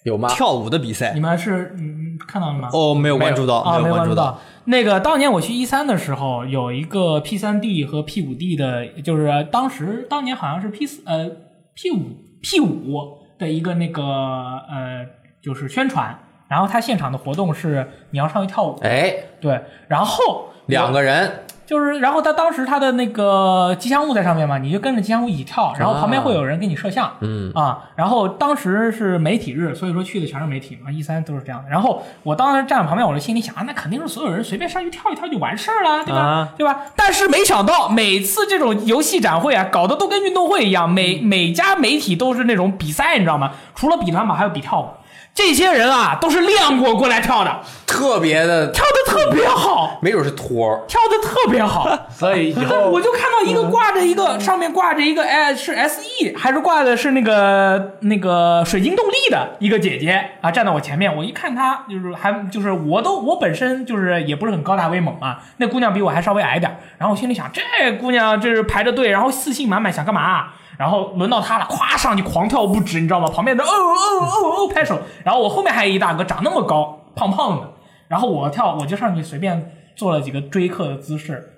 Speaker 2: 有吗？
Speaker 3: 跳舞的比赛
Speaker 1: 你们是嗯看到了吗？
Speaker 3: 哦，没有关注到，
Speaker 1: 啊，
Speaker 3: 没有
Speaker 1: 关
Speaker 3: 关注到。
Speaker 1: 到。那个当年我去一三的时候，有一个 P 三 D 和 P 五 D 的，就是当时当年好像是 P 四呃 P 五 P 五的一个那个呃就是宣传，然后他现场的活动是你要上去跳舞，
Speaker 2: 哎，
Speaker 1: 对，然后
Speaker 2: 两个人
Speaker 1: 就是然后他当时他的那个吉祥物在上面嘛，你就跟着吉祥物一起跳，然后旁边会有人给你摄像，
Speaker 2: 嗯
Speaker 1: 啊，然后当时是媒体日，所以说去的全是媒体嘛，一三都是这样的。然后我当时站在旁边，我就心里想啊，那肯定是所有人随便上去跳一跳就完事儿了，对吧？
Speaker 3: 啊
Speaker 1: 对吧？但是没想到每次这种游戏展会啊，搞得都跟运动会一样，每每家媒体都是那种比赛，你知道吗？除了比短跑，还有比跳舞。这些人啊，都是练过过来跳的，
Speaker 2: 特别的，
Speaker 1: 跳的特别好，
Speaker 2: 没准是托儿。
Speaker 1: 跳的特别好。
Speaker 4: 所以以
Speaker 1: 但
Speaker 4: 后嗯
Speaker 1: 我就看到一个挂着一个，上面挂着一个，哎，是 S E 还是挂的是那个那个水晶动力的一个姐姐啊，站到我前面，我一看她就是还就是我都我本身就是也不是很高大威猛啊，那姑娘比我还稍微矮点儿，然后我心里想这姑娘这是排着队，然后自信满满，想干嘛啊、然后轮到她了，咵上去狂跳不止，你知道吗？旁边的哦哦哦哦拍手，然后我后面还有一大哥长那么高，胖胖的，然后我跳我就上去随便做了几个追客的姿势，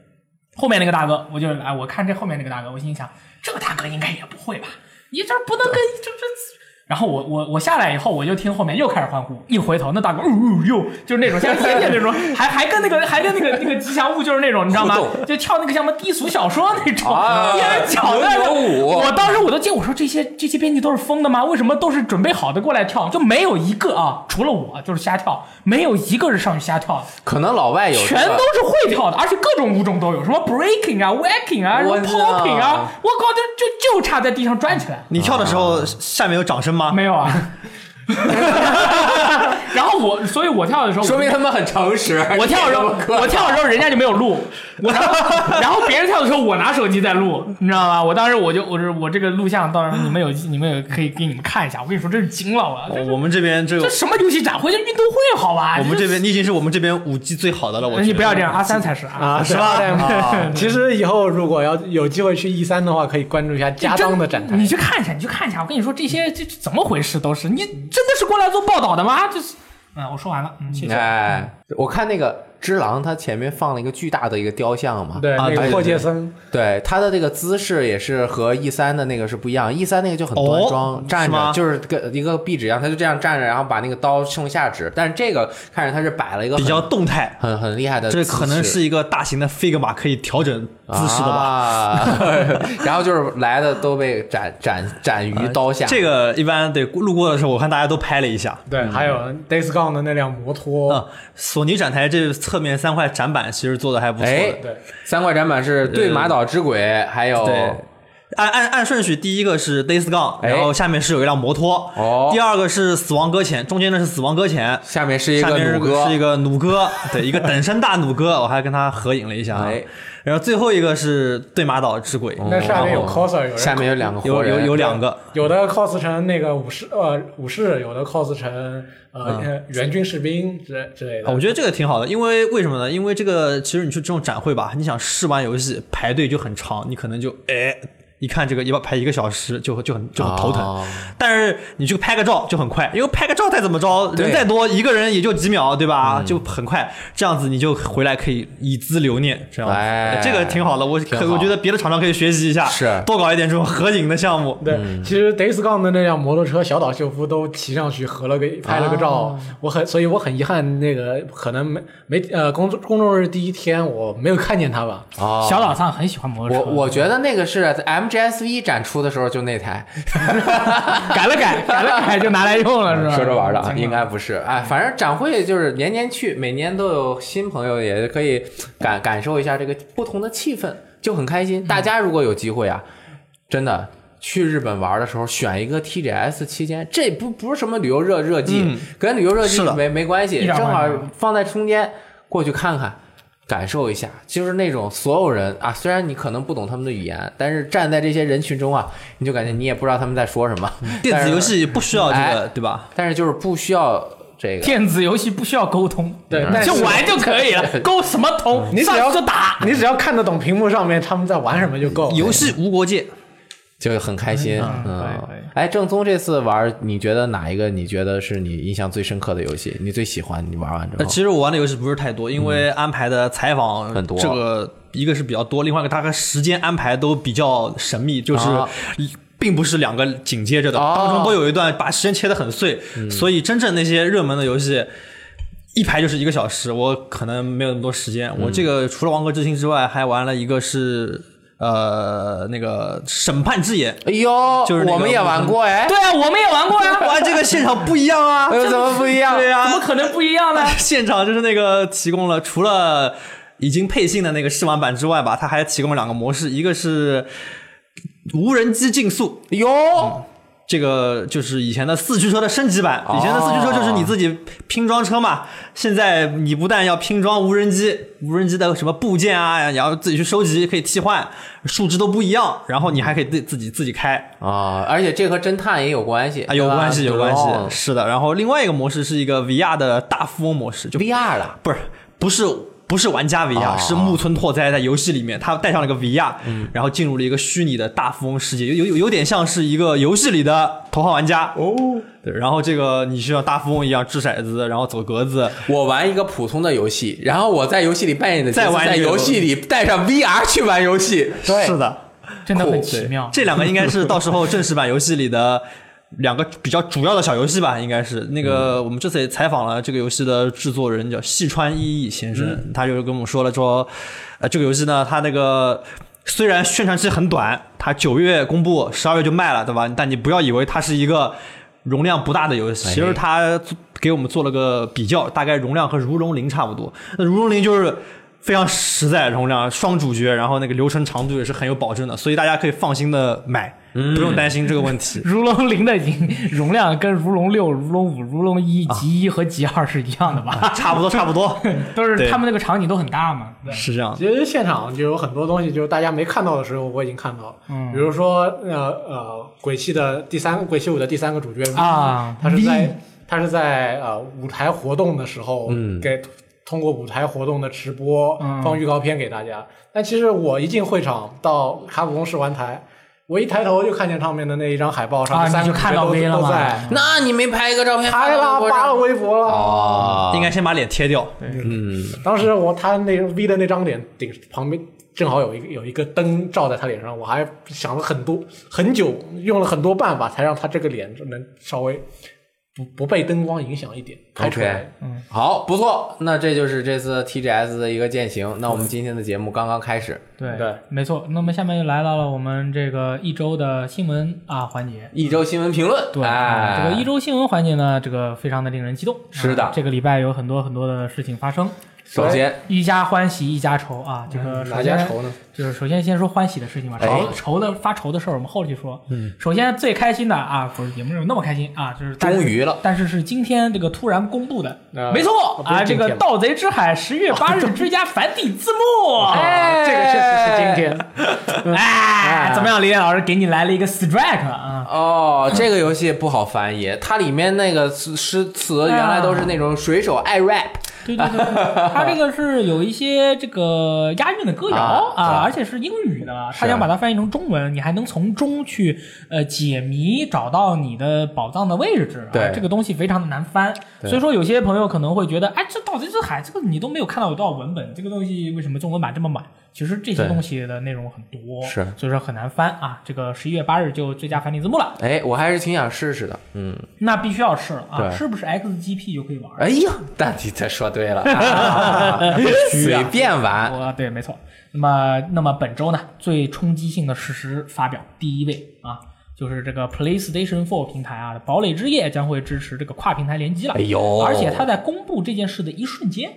Speaker 1: 后面那个大哥，我就哎，我看这后面那个大哥，我心里想，这个大哥应该也不会吧？你这不能跟这这。然后我我我下来以后，我就听后面又开始欢呼，一回头那大哥，呜呜哟，就是那种像仙界那 种，还还跟那个还跟那个那个吉祥物就是那种你知道吗
Speaker 2: 互？动
Speaker 1: 就跳那个像什么低俗小说那种，
Speaker 2: 啊
Speaker 1: 一人脚在那
Speaker 2: 轮流舞
Speaker 1: 我当时我都惊，我说这些这些编辑都是疯的吗？为什么都是准备好的过来跳，就没有一个啊，除了我就是瞎跳，没有一个是上去瞎跳的。
Speaker 2: 可能老外有这个
Speaker 1: 全都是会跳的，而且各种舞种都有，什么 breaking 啊、whacking 啊、什么
Speaker 2: 我知道
Speaker 1: popping 啊，我靠，就就就差在地上转起来，
Speaker 3: 你跳的时候下面有掌声
Speaker 1: 啊
Speaker 3: 吗？
Speaker 1: 没有啊。然后我，所以我跳的时候，
Speaker 2: 说明他们很诚实。
Speaker 1: 我跳的时
Speaker 2: 你也这么客
Speaker 1: 候，我
Speaker 2: 气
Speaker 1: 跳的时候人家就没有录，我然后然后别人跳的时候我拿手机在录，你知道吗？我当时我就我这我这个录像，到时候你们有你们有可以给你们看一下，我跟你说真是惊了我，
Speaker 3: 哦我我们这边这
Speaker 1: 这
Speaker 3: 个，
Speaker 1: 什么游戏展会，这运动会好吧？
Speaker 3: 我们
Speaker 1: 这
Speaker 3: 这边你已经是我们这边舞技最好的了。我觉得
Speaker 1: 你不要这样，阿三才是啊，
Speaker 4: 啊，
Speaker 3: 是吧
Speaker 4: 对 啊其实以后如果要有机会去 E 三的话，可以关注一下家当的展台
Speaker 1: 你。去看一下，你去看一下。我跟你说，这些这这怎么回事？都是你真的是过来做报道的吗？就是，嗯，我说完了，嗯，谢谢。
Speaker 2: 哎，我看那个只狼，它前面放了一个巨大的一个雕像嘛，
Speaker 4: 对，
Speaker 3: 啊
Speaker 4: 那
Speaker 3: 对
Speaker 4: 个
Speaker 3: 对
Speaker 4: 破戒僧，
Speaker 2: 对，它的这个姿势也是和 E 三的那个是不一样，E 三那个就很端庄，
Speaker 3: 哦
Speaker 2: 站
Speaker 3: 是吗
Speaker 2: 着就是跟一个壁纸一样，他就这样站着，然后把那个刀向下指，但是这个看着他是摆了一个
Speaker 3: 比
Speaker 2: 很
Speaker 3: 较动态，
Speaker 2: 很很厉害的姿
Speaker 3: 这
Speaker 2: 势，
Speaker 3: 可能是一个大型的 Figma 可以调整姿势的吧。啊
Speaker 2: 啊、 然后就是来的都被斩斩斩于刀下，
Speaker 3: 这个一般对路过的时候，我看大家都拍了一下。
Speaker 4: 对，还有 Days Gone 的那辆摩托，
Speaker 2: 哦
Speaker 3: 嗯，索尼展台这侧面三块展板其实做的还不错
Speaker 2: 哎
Speaker 3: 的。，
Speaker 4: 对
Speaker 2: 三块展板是对马岛之鬼，还有
Speaker 3: 呃对，按按按顺序，第一个是 Days Gone，
Speaker 2: 哦哎
Speaker 3: 然后下面是有一辆摩托。
Speaker 2: 哦
Speaker 3: 第二个是死亡搁浅，中间的是死亡搁浅。
Speaker 2: 下面是一
Speaker 3: 下
Speaker 2: 个
Speaker 3: 面
Speaker 2: 弩
Speaker 3: 是
Speaker 2: 哥，
Speaker 3: 是一个弩哥，对，一个等身大弩哥，我还跟他合影了一下啊。
Speaker 2: 哎
Speaker 3: 然后最后一个是对马岛之鬼，
Speaker 4: 那哦下面有 coser，有人
Speaker 2: 下面有两个活
Speaker 3: 有有
Speaker 2: 人
Speaker 3: 有两个，
Speaker 4: 有的 cos 成那个武士，呃，武士；有的 cos 成呃呃援军士兵之之类
Speaker 3: 啊我
Speaker 4: 的。
Speaker 3: 觉得这个挺好的，因为为什么呢？因为这个其实你去这种展会吧，你想试玩游戏排队就很长，你可能就哎。一看这个一般排一个小时就就很就很头疼，
Speaker 2: 哦
Speaker 3: 但是你去拍个照就很快，因为拍个照再怎么着，人
Speaker 2: 对嗯
Speaker 3: 再多一个人也就几秒，对吧？就很快，这样子你就回来可以以资留念，这样子
Speaker 2: 哎
Speaker 3: 这个挺好的。我
Speaker 2: 挺
Speaker 3: 可
Speaker 2: 好
Speaker 3: 我觉得别的厂商可以学习一下，
Speaker 2: 是
Speaker 3: 多搞一点这种合影的项目。
Speaker 4: 对，其实 Days Gone 的那辆摩托车，小岛秀夫都骑上去合了个拍了个照。我很，所以我很遗憾，那个可能没没呃公众公众日第一天我没有看见他吧。
Speaker 2: 哦
Speaker 1: 小岛上很喜欢摩托
Speaker 2: 我
Speaker 1: 车，
Speaker 2: 我觉得那个是 MGSV 展出的时候就那台，
Speaker 1: 改了改，改了改就拿来用了，是吧？
Speaker 2: 说着玩的啊，
Speaker 1: 真
Speaker 2: 应该不是。哎，反正展会就是年年去，每年都有新朋友，也可以感感受一下这个不同的气氛，就很开心。大家如果有机会啊，真的。去日本玩的时候，选一个 TGS 期间，这不不是什么旅游热热季，跟旅游热季
Speaker 3: 是的
Speaker 2: 没没关系，
Speaker 1: 一点
Speaker 2: 正好
Speaker 1: 关系没有
Speaker 2: 放在中间过去看看，感受一下，就是那种所有人啊，虽然你可能不懂他们的语言，但是站在这些人群中啊，你就感觉你也不知道他们在说什么。
Speaker 3: 电子游戏不需要这个，
Speaker 2: 哎
Speaker 3: 对吧？
Speaker 2: 但是就是不需要这个。
Speaker 1: 电子游戏不需要沟通，
Speaker 4: 对但是
Speaker 1: 就玩就可以了，沟什么通？
Speaker 4: 你只
Speaker 1: 上
Speaker 4: 要
Speaker 1: 去就打。
Speaker 4: 你只要看得懂屏幕上面他们在玩什么就够了。
Speaker 3: 游戏无国界，
Speaker 2: 就很开心。嗯
Speaker 1: 可以可以，
Speaker 2: 哎，正宗这次玩，你觉得哪一个你觉得是你印象最深刻的游戏？你最喜欢？你玩完之
Speaker 3: 呃，
Speaker 2: 后，
Speaker 3: 其实我玩的游戏不是太多，因为安排的采访
Speaker 2: 很多
Speaker 3: 这个一个是比较多，另外一个大概时间安排都比较神秘，就是
Speaker 2: 啊
Speaker 3: 并不是两个紧接着的，
Speaker 2: 哦
Speaker 3: 当中都有一段把时间切得很碎，所以真正那些热门的游戏。一排就是一个小时，我可能没有那么多时间。我这个除了《王国之心》之外，还玩了一个是呃那个《审判之眼》，
Speaker 2: 哎呦，
Speaker 3: 就是那个
Speaker 2: 我们也玩过哎，
Speaker 1: 对啊，我们也玩过呀、
Speaker 3: 哇，这个现场不一样啊
Speaker 2: 哎！呦，怎么不一样？
Speaker 3: 对啊呀、
Speaker 1: 怎么可能不一样 呢？
Speaker 3: 现场就是那个提供了除了已经配信的那个试玩版之外吧，它还提供了两个模式，一个是无人机竞速，
Speaker 2: 哎呦，
Speaker 3: 这个就是以前的四驱车的升级版。以前的四驱车就是你自己拼装车嘛，现在你不但要拼装无人机，无人机的什么部件啊，你要自己去收集，可以替换，数值都不一样，然后你还可以自自己自己开。
Speaker 2: 啊！而且这和侦探也有关系
Speaker 3: 啊，有
Speaker 2: 对吧
Speaker 3: 关系，有关系，
Speaker 2: 哦
Speaker 3: 是的。然后另外一个模式是一个 VR 的大富翁模式，就
Speaker 2: ，VR 了，
Speaker 3: 不是不是不是玩家 VR，、
Speaker 2: 哦
Speaker 3: 是木村拓哉在游戏里面，他带上了个 VR，、然后进入了一个虚拟的大富翁世界，有有有点像是一个游戏里的头号玩家哦。对，然后这个你就像大富翁一样掷骰子，然后走格子，
Speaker 2: 我玩一个普通的游戏，然后我在游戏里扮演的角色
Speaker 3: 再玩一个
Speaker 2: 在游戏里带上 VR 去玩游戏，
Speaker 4: 对
Speaker 3: 是的，
Speaker 1: 真的很
Speaker 2: 酷
Speaker 1: 奇妙。
Speaker 3: 这两个应该是到时候正式版游戏里的。两个比较主要的小游戏吧，应该是那个我们这次也采访了这个游戏的制作人叫细川一义先生，他就跟我们说了说，呃，这个游戏呢，它那个虽然宣传期很短，它九月公布，十二月就卖了，对吧？但你不要以为它是一个容量不大的游戏，其实它给我们做了个比较，大概容量和《如龙零》差不多。那《如龙零》就是非常实在的容量，双主角，然后那个流程长度也是很有保证的，所以大家可以放心的买，不用担心这个问题。
Speaker 1: 如龙零的容容量跟如龙六、如龙五、如龙一、极一和极二是一样的吧？
Speaker 3: 差不多，差不 多，
Speaker 1: 都
Speaker 3: 对
Speaker 1: 是他们那个场景都很大嘛。对
Speaker 3: 是这样。
Speaker 4: 其实现场就有很多东西，就是大家没看到的时候，我已经看到了。嗯，比如说呃呃，鬼泣的第三，鬼泣五的第三个主角
Speaker 1: 啊
Speaker 4: 他是
Speaker 1: V
Speaker 4: 在他是在呃舞台活动的时候，
Speaker 2: 嗯
Speaker 4: 给通过舞台活动的直播
Speaker 1: 嗯
Speaker 4: 放预告片给大家。但其实我一进会场到卡普空试玩台，我一抬头就看见上面的那一张海报上
Speaker 1: 啊，
Speaker 4: 面三
Speaker 1: 你
Speaker 4: 个
Speaker 1: 就
Speaker 4: 主
Speaker 1: 看
Speaker 4: 角
Speaker 1: 到 V
Speaker 4: 都
Speaker 1: 了
Speaker 4: 都
Speaker 1: 吗？
Speaker 4: 在，
Speaker 2: 那你没拍一个照片
Speaker 4: 拍了发了微博了。
Speaker 2: 哦，
Speaker 3: 应该先把脸贴掉，
Speaker 2: 嗯，
Speaker 4: 当时我他那个 V 的那张脸顶旁边正好有一个有一个灯照在他脸上，我还想了很多很久，用了很多办法才让他这个脸能稍微不不被灯光影响一点拍出来。
Speaker 1: 嗯
Speaker 2: 好，不错，那这就是这次 TGS 的一个践行。那我们今天的节目刚刚开始，
Speaker 1: 对
Speaker 4: 对
Speaker 1: 没错。那么下面就来到了我们这个一周的新闻啊环节。
Speaker 2: 一周新闻评论，
Speaker 1: 对，啊
Speaker 2: 哎，
Speaker 1: 这个一周新闻环节呢，这个非常的令人激动。
Speaker 2: 是的哎
Speaker 1: 啊这个礼拜有很多很多的事情发生，
Speaker 2: 首先
Speaker 1: 一家欢喜一家愁啊。这
Speaker 2: 嗯
Speaker 1: 个
Speaker 4: 哪
Speaker 1: 首
Speaker 4: 家
Speaker 1: 先
Speaker 4: 愁呢？
Speaker 1: 就是首先先说欢喜的事情吧，
Speaker 2: 哎
Speaker 1: 愁愁的发愁的事儿我们后续说。嗯，首先最开心的啊，不是也没有那么开心啊，就是但是
Speaker 2: 终于了，
Speaker 1: 但是是今天这个突然公布的，
Speaker 4: 呃
Speaker 2: 没错，
Speaker 4: 不
Speaker 1: 啊，
Speaker 4: 是
Speaker 1: 这
Speaker 4: 今天
Speaker 1: 个《盗贼之海》十月八日追加繁体字幕，
Speaker 4: 啊，这个确实是今天。
Speaker 2: 嗯
Speaker 1: 哎，怎么样，李岩老师给你来了一个 strike 啊？
Speaker 2: 哦，这个游戏不好翻译，它里面那个词诗词原来都是那种水手爱 rap，
Speaker 1: 对对对，对它这个是有一些这个押韵的歌谣
Speaker 2: 啊
Speaker 1: 啊
Speaker 2: 对
Speaker 1: 而且是英语的，啊
Speaker 2: 是啊
Speaker 1: 他想把它翻译成中文，你还能从中去呃解谜，找到你的宝藏的位置、啊。
Speaker 2: 对
Speaker 1: 这个东西非常的难翻，所以说有些朋友可能会觉得，哎，这《盗贼之海》这个你都没有看到有多少文本，这个东西为什么中文版这么满？其实这些
Speaker 2: 对
Speaker 1: 东西的内容很多，
Speaker 2: 是
Speaker 1: 所以说很难翻啊。这个十一月八日就最佳繁体字幕了，
Speaker 2: 哎，我还是挺想试试的，嗯，
Speaker 1: 那必须要试了
Speaker 2: 对
Speaker 1: 啊，是不是 XGP 就可以玩？
Speaker 2: 哎呀，但你这说对 了，啊随便玩，
Speaker 1: 我对，没错。那么，那么本周呢，最冲击性的事实发表第一位啊，就是这个 PlayStation 4平台啊，《堡垒之夜》将会支持这个跨平台联机了。
Speaker 2: 哎呦
Speaker 1: 而且它在公布这件事的一瞬间，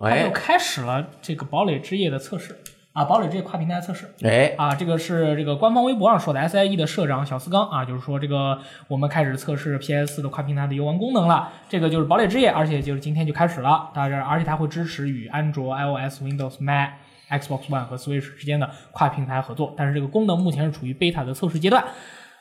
Speaker 1: 它
Speaker 2: 哎
Speaker 1: 就开始了这个《堡垒之夜》的测试啊，《堡垒之夜》跨平台测试。
Speaker 2: 哎，
Speaker 1: 啊，这个是这个官方微博上说的，SIE 的社长小四刚啊，就是说这个我们开始测试 PS 的跨平台的游玩功能了，这个就是堡垒之夜，而且就是今天就开始了，当然而且它会支持与安卓、iOS、Windows、Mac。Xbox One 和 Switch 之间的跨平台合作，但是这个功能目前是处于 beta 的测试阶段。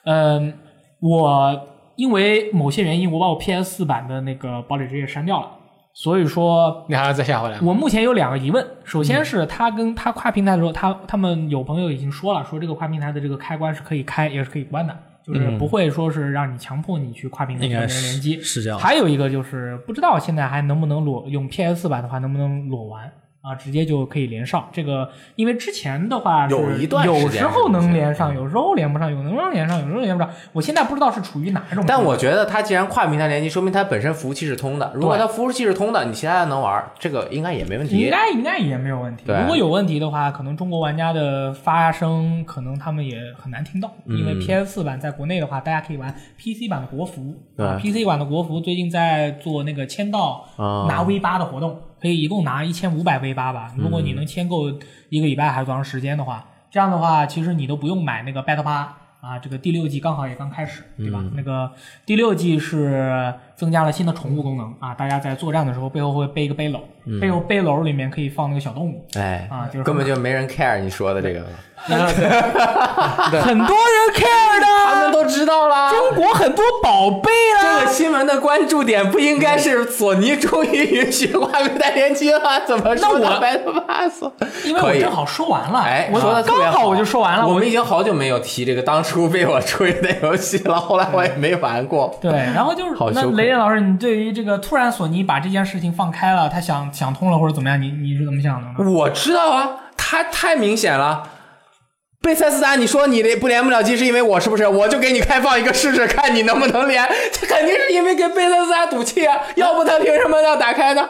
Speaker 1: 嗯，我因为某些原因，我把我 PS 4版的那个堡垒之夜删掉了，所以说
Speaker 4: 你还要再下
Speaker 2: 啊
Speaker 4: 回来吗？
Speaker 1: 我目前有两个疑问，首
Speaker 2: 嗯
Speaker 1: 先是它跟它跨平台的时候，它他们有朋友已经说了，说这个跨平台的这个开关是可以开也是可以关的，就是
Speaker 2: 嗯
Speaker 1: 不会说是让你强迫你去跨平台
Speaker 3: 应该
Speaker 1: 跟别
Speaker 3: 是
Speaker 1: 人联机。
Speaker 2: 啊
Speaker 3: 是这样的
Speaker 1: 还有一个就是不知道现在还能不能裸用 PS 版的话能不能裸玩啊，直接就可以连上。这个因为之前的话是
Speaker 2: 有一段时间
Speaker 1: 有时候能连上，
Speaker 2: 是
Speaker 1: 有时候连不上，有时候能连上，有时候连不上。我现在不知道是处于哪一种。
Speaker 2: 但我觉得它既然跨平台联机，说明它本身服务器是通的。如果
Speaker 1: 对
Speaker 2: 它服务器是通的，你其他的能玩，这个应该也没问
Speaker 1: 应
Speaker 2: 题。
Speaker 1: 该应该也没有问题。
Speaker 2: 对
Speaker 1: 如果有问题的话，可能中国玩家的发声，可能他们也很难听到，因为
Speaker 2: 嗯
Speaker 1: PS 版在国内的话，大家可以玩 PC 版的国服。
Speaker 2: 对
Speaker 1: 啊 PC 版的国服最近在做那个签到
Speaker 2: 啊
Speaker 1: 拿 V 八的活动，可以一共拿一千五百 V 八吧。如
Speaker 2: 嗯
Speaker 1: 果你能签够一个礼拜还是多长时间的话，这样的话，其实你都不用买那个 Battle 八。啊，这个第六季刚好也刚开始，对
Speaker 2: 嗯
Speaker 1: 吧？那个第六季是增加了新的宠物功能啊，大家在作战的时候背后会背一个背篓，
Speaker 2: 嗯
Speaker 1: 背后背篓里面可以放那个小动物。
Speaker 2: 哎
Speaker 1: 啊就是，
Speaker 2: 根本就没人 care 你说的这个，
Speaker 1: 很多人 care
Speaker 2: 他
Speaker 1: 的，
Speaker 2: 们都知道啦。
Speaker 1: 中国很多宝贝
Speaker 2: 这
Speaker 1: 啦。
Speaker 2: 个新闻的关注点不应该
Speaker 1: 嗯
Speaker 2: 是索尼终于允许跨平台联机了？怎么说
Speaker 1: 那
Speaker 2: 呢
Speaker 1: 我
Speaker 2: Battle Pass？
Speaker 1: 因为
Speaker 2: 可
Speaker 1: 我
Speaker 2: 以
Speaker 1: 正好说完了，
Speaker 2: 哎，
Speaker 1: 我
Speaker 2: 说的
Speaker 1: 刚好我就说完了，
Speaker 2: 我
Speaker 1: 我
Speaker 2: 们已经好久没有提这个当初被我吹的游戏了，后来我也没玩过。
Speaker 1: 对，然后就是
Speaker 2: 好
Speaker 1: 那
Speaker 2: 羞愧
Speaker 1: 雷电老师，你对于这个突然索尼把这件事情放开了，他想想通了或者怎么样，你你是怎么想的呢？
Speaker 2: 我知道啊，它太明显了。贝塞斯达，你说你连不连不了机是因为我是不是？我就给你开放一个试试，看你能不能连。 这肯定是因为跟贝塞斯达赌气啊，要不他凭什么要打开 呢？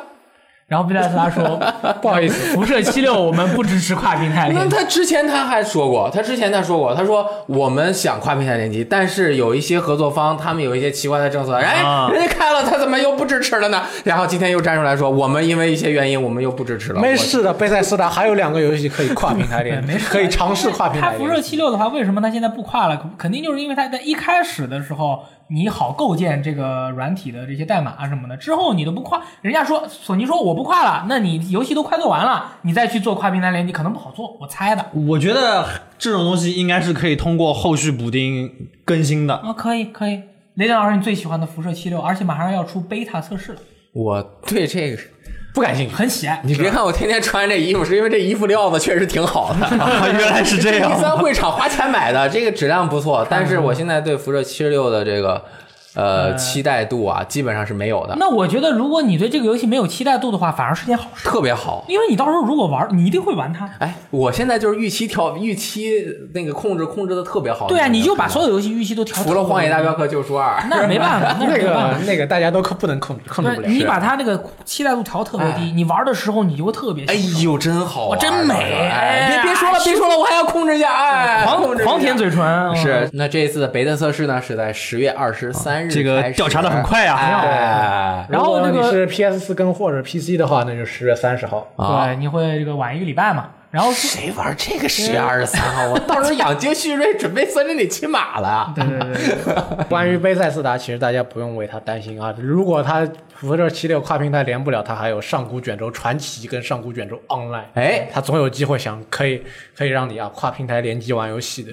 Speaker 1: 然后贝塞斯达说：“不好意思，辐射七六我们不支持跨平台
Speaker 2: 那
Speaker 1: 联机。
Speaker 2: 他之前他还说过，他之前他说过，他说我们想跨平台联机，但是有一些合作方他们有一些奇怪的政策，哎，
Speaker 3: 啊
Speaker 2: 人家开了他怎么又不支持了呢？然后今天又站出来说，我们因为一些原因我们又不支持了。
Speaker 4: 没
Speaker 2: 我
Speaker 4: 事的，贝塞斯达还有两个游戏可以跨平台联 机，可以尝试跨平
Speaker 1: 他
Speaker 4: 台
Speaker 1: 辐
Speaker 4: 联
Speaker 1: 射
Speaker 4: 机。
Speaker 1: 七六的话，为什么他现在不跨了？肯定就是因为他在一开始的时候，你好构建这个软体的这些代码啊什么的，之后你都不跨，人家说索尼说我不跨了，那你游戏都快做完了，你再去做跨平台联机可能不好做，我猜的。
Speaker 3: 我觉得这种东西应该是可以通过后续补丁更新的。
Speaker 1: 啊，可以可以。雷电老师，你最喜欢的辐射七六，而且马上要出贝塔测试了，
Speaker 2: 我对这个不感兴趣。
Speaker 1: 很喜爱。
Speaker 2: 你别看我天天穿这衣服，是因为这衣服料子确实挺好的。
Speaker 3: 原来是这
Speaker 2: 第
Speaker 3: 样。
Speaker 2: 三会场花钱买的，这个质量不
Speaker 1: 嗯
Speaker 2: 错，但是我现在对辐射七十六的这个呃
Speaker 1: 嗯
Speaker 2: 期待度啊，基本上是没有的，
Speaker 1: 那我觉得，如果你对这个游戏没有期待度的话，反而是件好事，
Speaker 2: 特别好。
Speaker 1: 因为你到时候如果玩，你一定会玩它。
Speaker 2: 哎，我现在就是预期调预期那个控制控制的特别好。
Speaker 1: 对啊，你
Speaker 2: 没有
Speaker 1: 就把
Speaker 2: 看
Speaker 1: 所有的游戏预期都调
Speaker 2: 到除了《荒野大镖客：救赎二》，
Speaker 1: 那没办 法，那
Speaker 4: 那
Speaker 1: 是没办
Speaker 4: 个
Speaker 1: 法。
Speaker 4: 那个大家都可不能控制控制不
Speaker 1: 对，
Speaker 4: 了。
Speaker 1: 你把它那个期待度调特别低，你玩的时候你就会特别
Speaker 2: 哎
Speaker 1: 兴奋。
Speaker 2: 呦，真
Speaker 3: 哦
Speaker 2: 好玩，
Speaker 1: 真美
Speaker 2: 哎
Speaker 1: 哎
Speaker 2: 别别说了，别说了，我还要控制一下，哎，控
Speaker 1: 狂
Speaker 2: 制一下
Speaker 1: 狂舔。嘴
Speaker 3: 哦
Speaker 1: 唇，
Speaker 2: 是，那这一次的贝特测试呢，是在十月二十三日开始、
Speaker 3: 这个调查得很快啊
Speaker 2: 哎，
Speaker 1: 然后那
Speaker 4: 如
Speaker 1: 个
Speaker 4: 果你是 PS 四跟或者 PC 的话，那就十月三十号。
Speaker 2: 啊
Speaker 1: 对，你会这个晚一个礼拜嘛。然 后是，
Speaker 2: 谁玩这个十月二十三号？我到时候养精蓄锐，准备森林里骑马了。
Speaker 1: 对对对对，
Speaker 4: 关于贝塞斯达，其实大家不用为他担心啊。如果他辐射七六跨平台连不了，他还有上古卷轴传奇跟上古卷轴 Online，
Speaker 2: 哎
Speaker 4: 他总有机会想可以可以让你啊跨平台联机玩游戏的。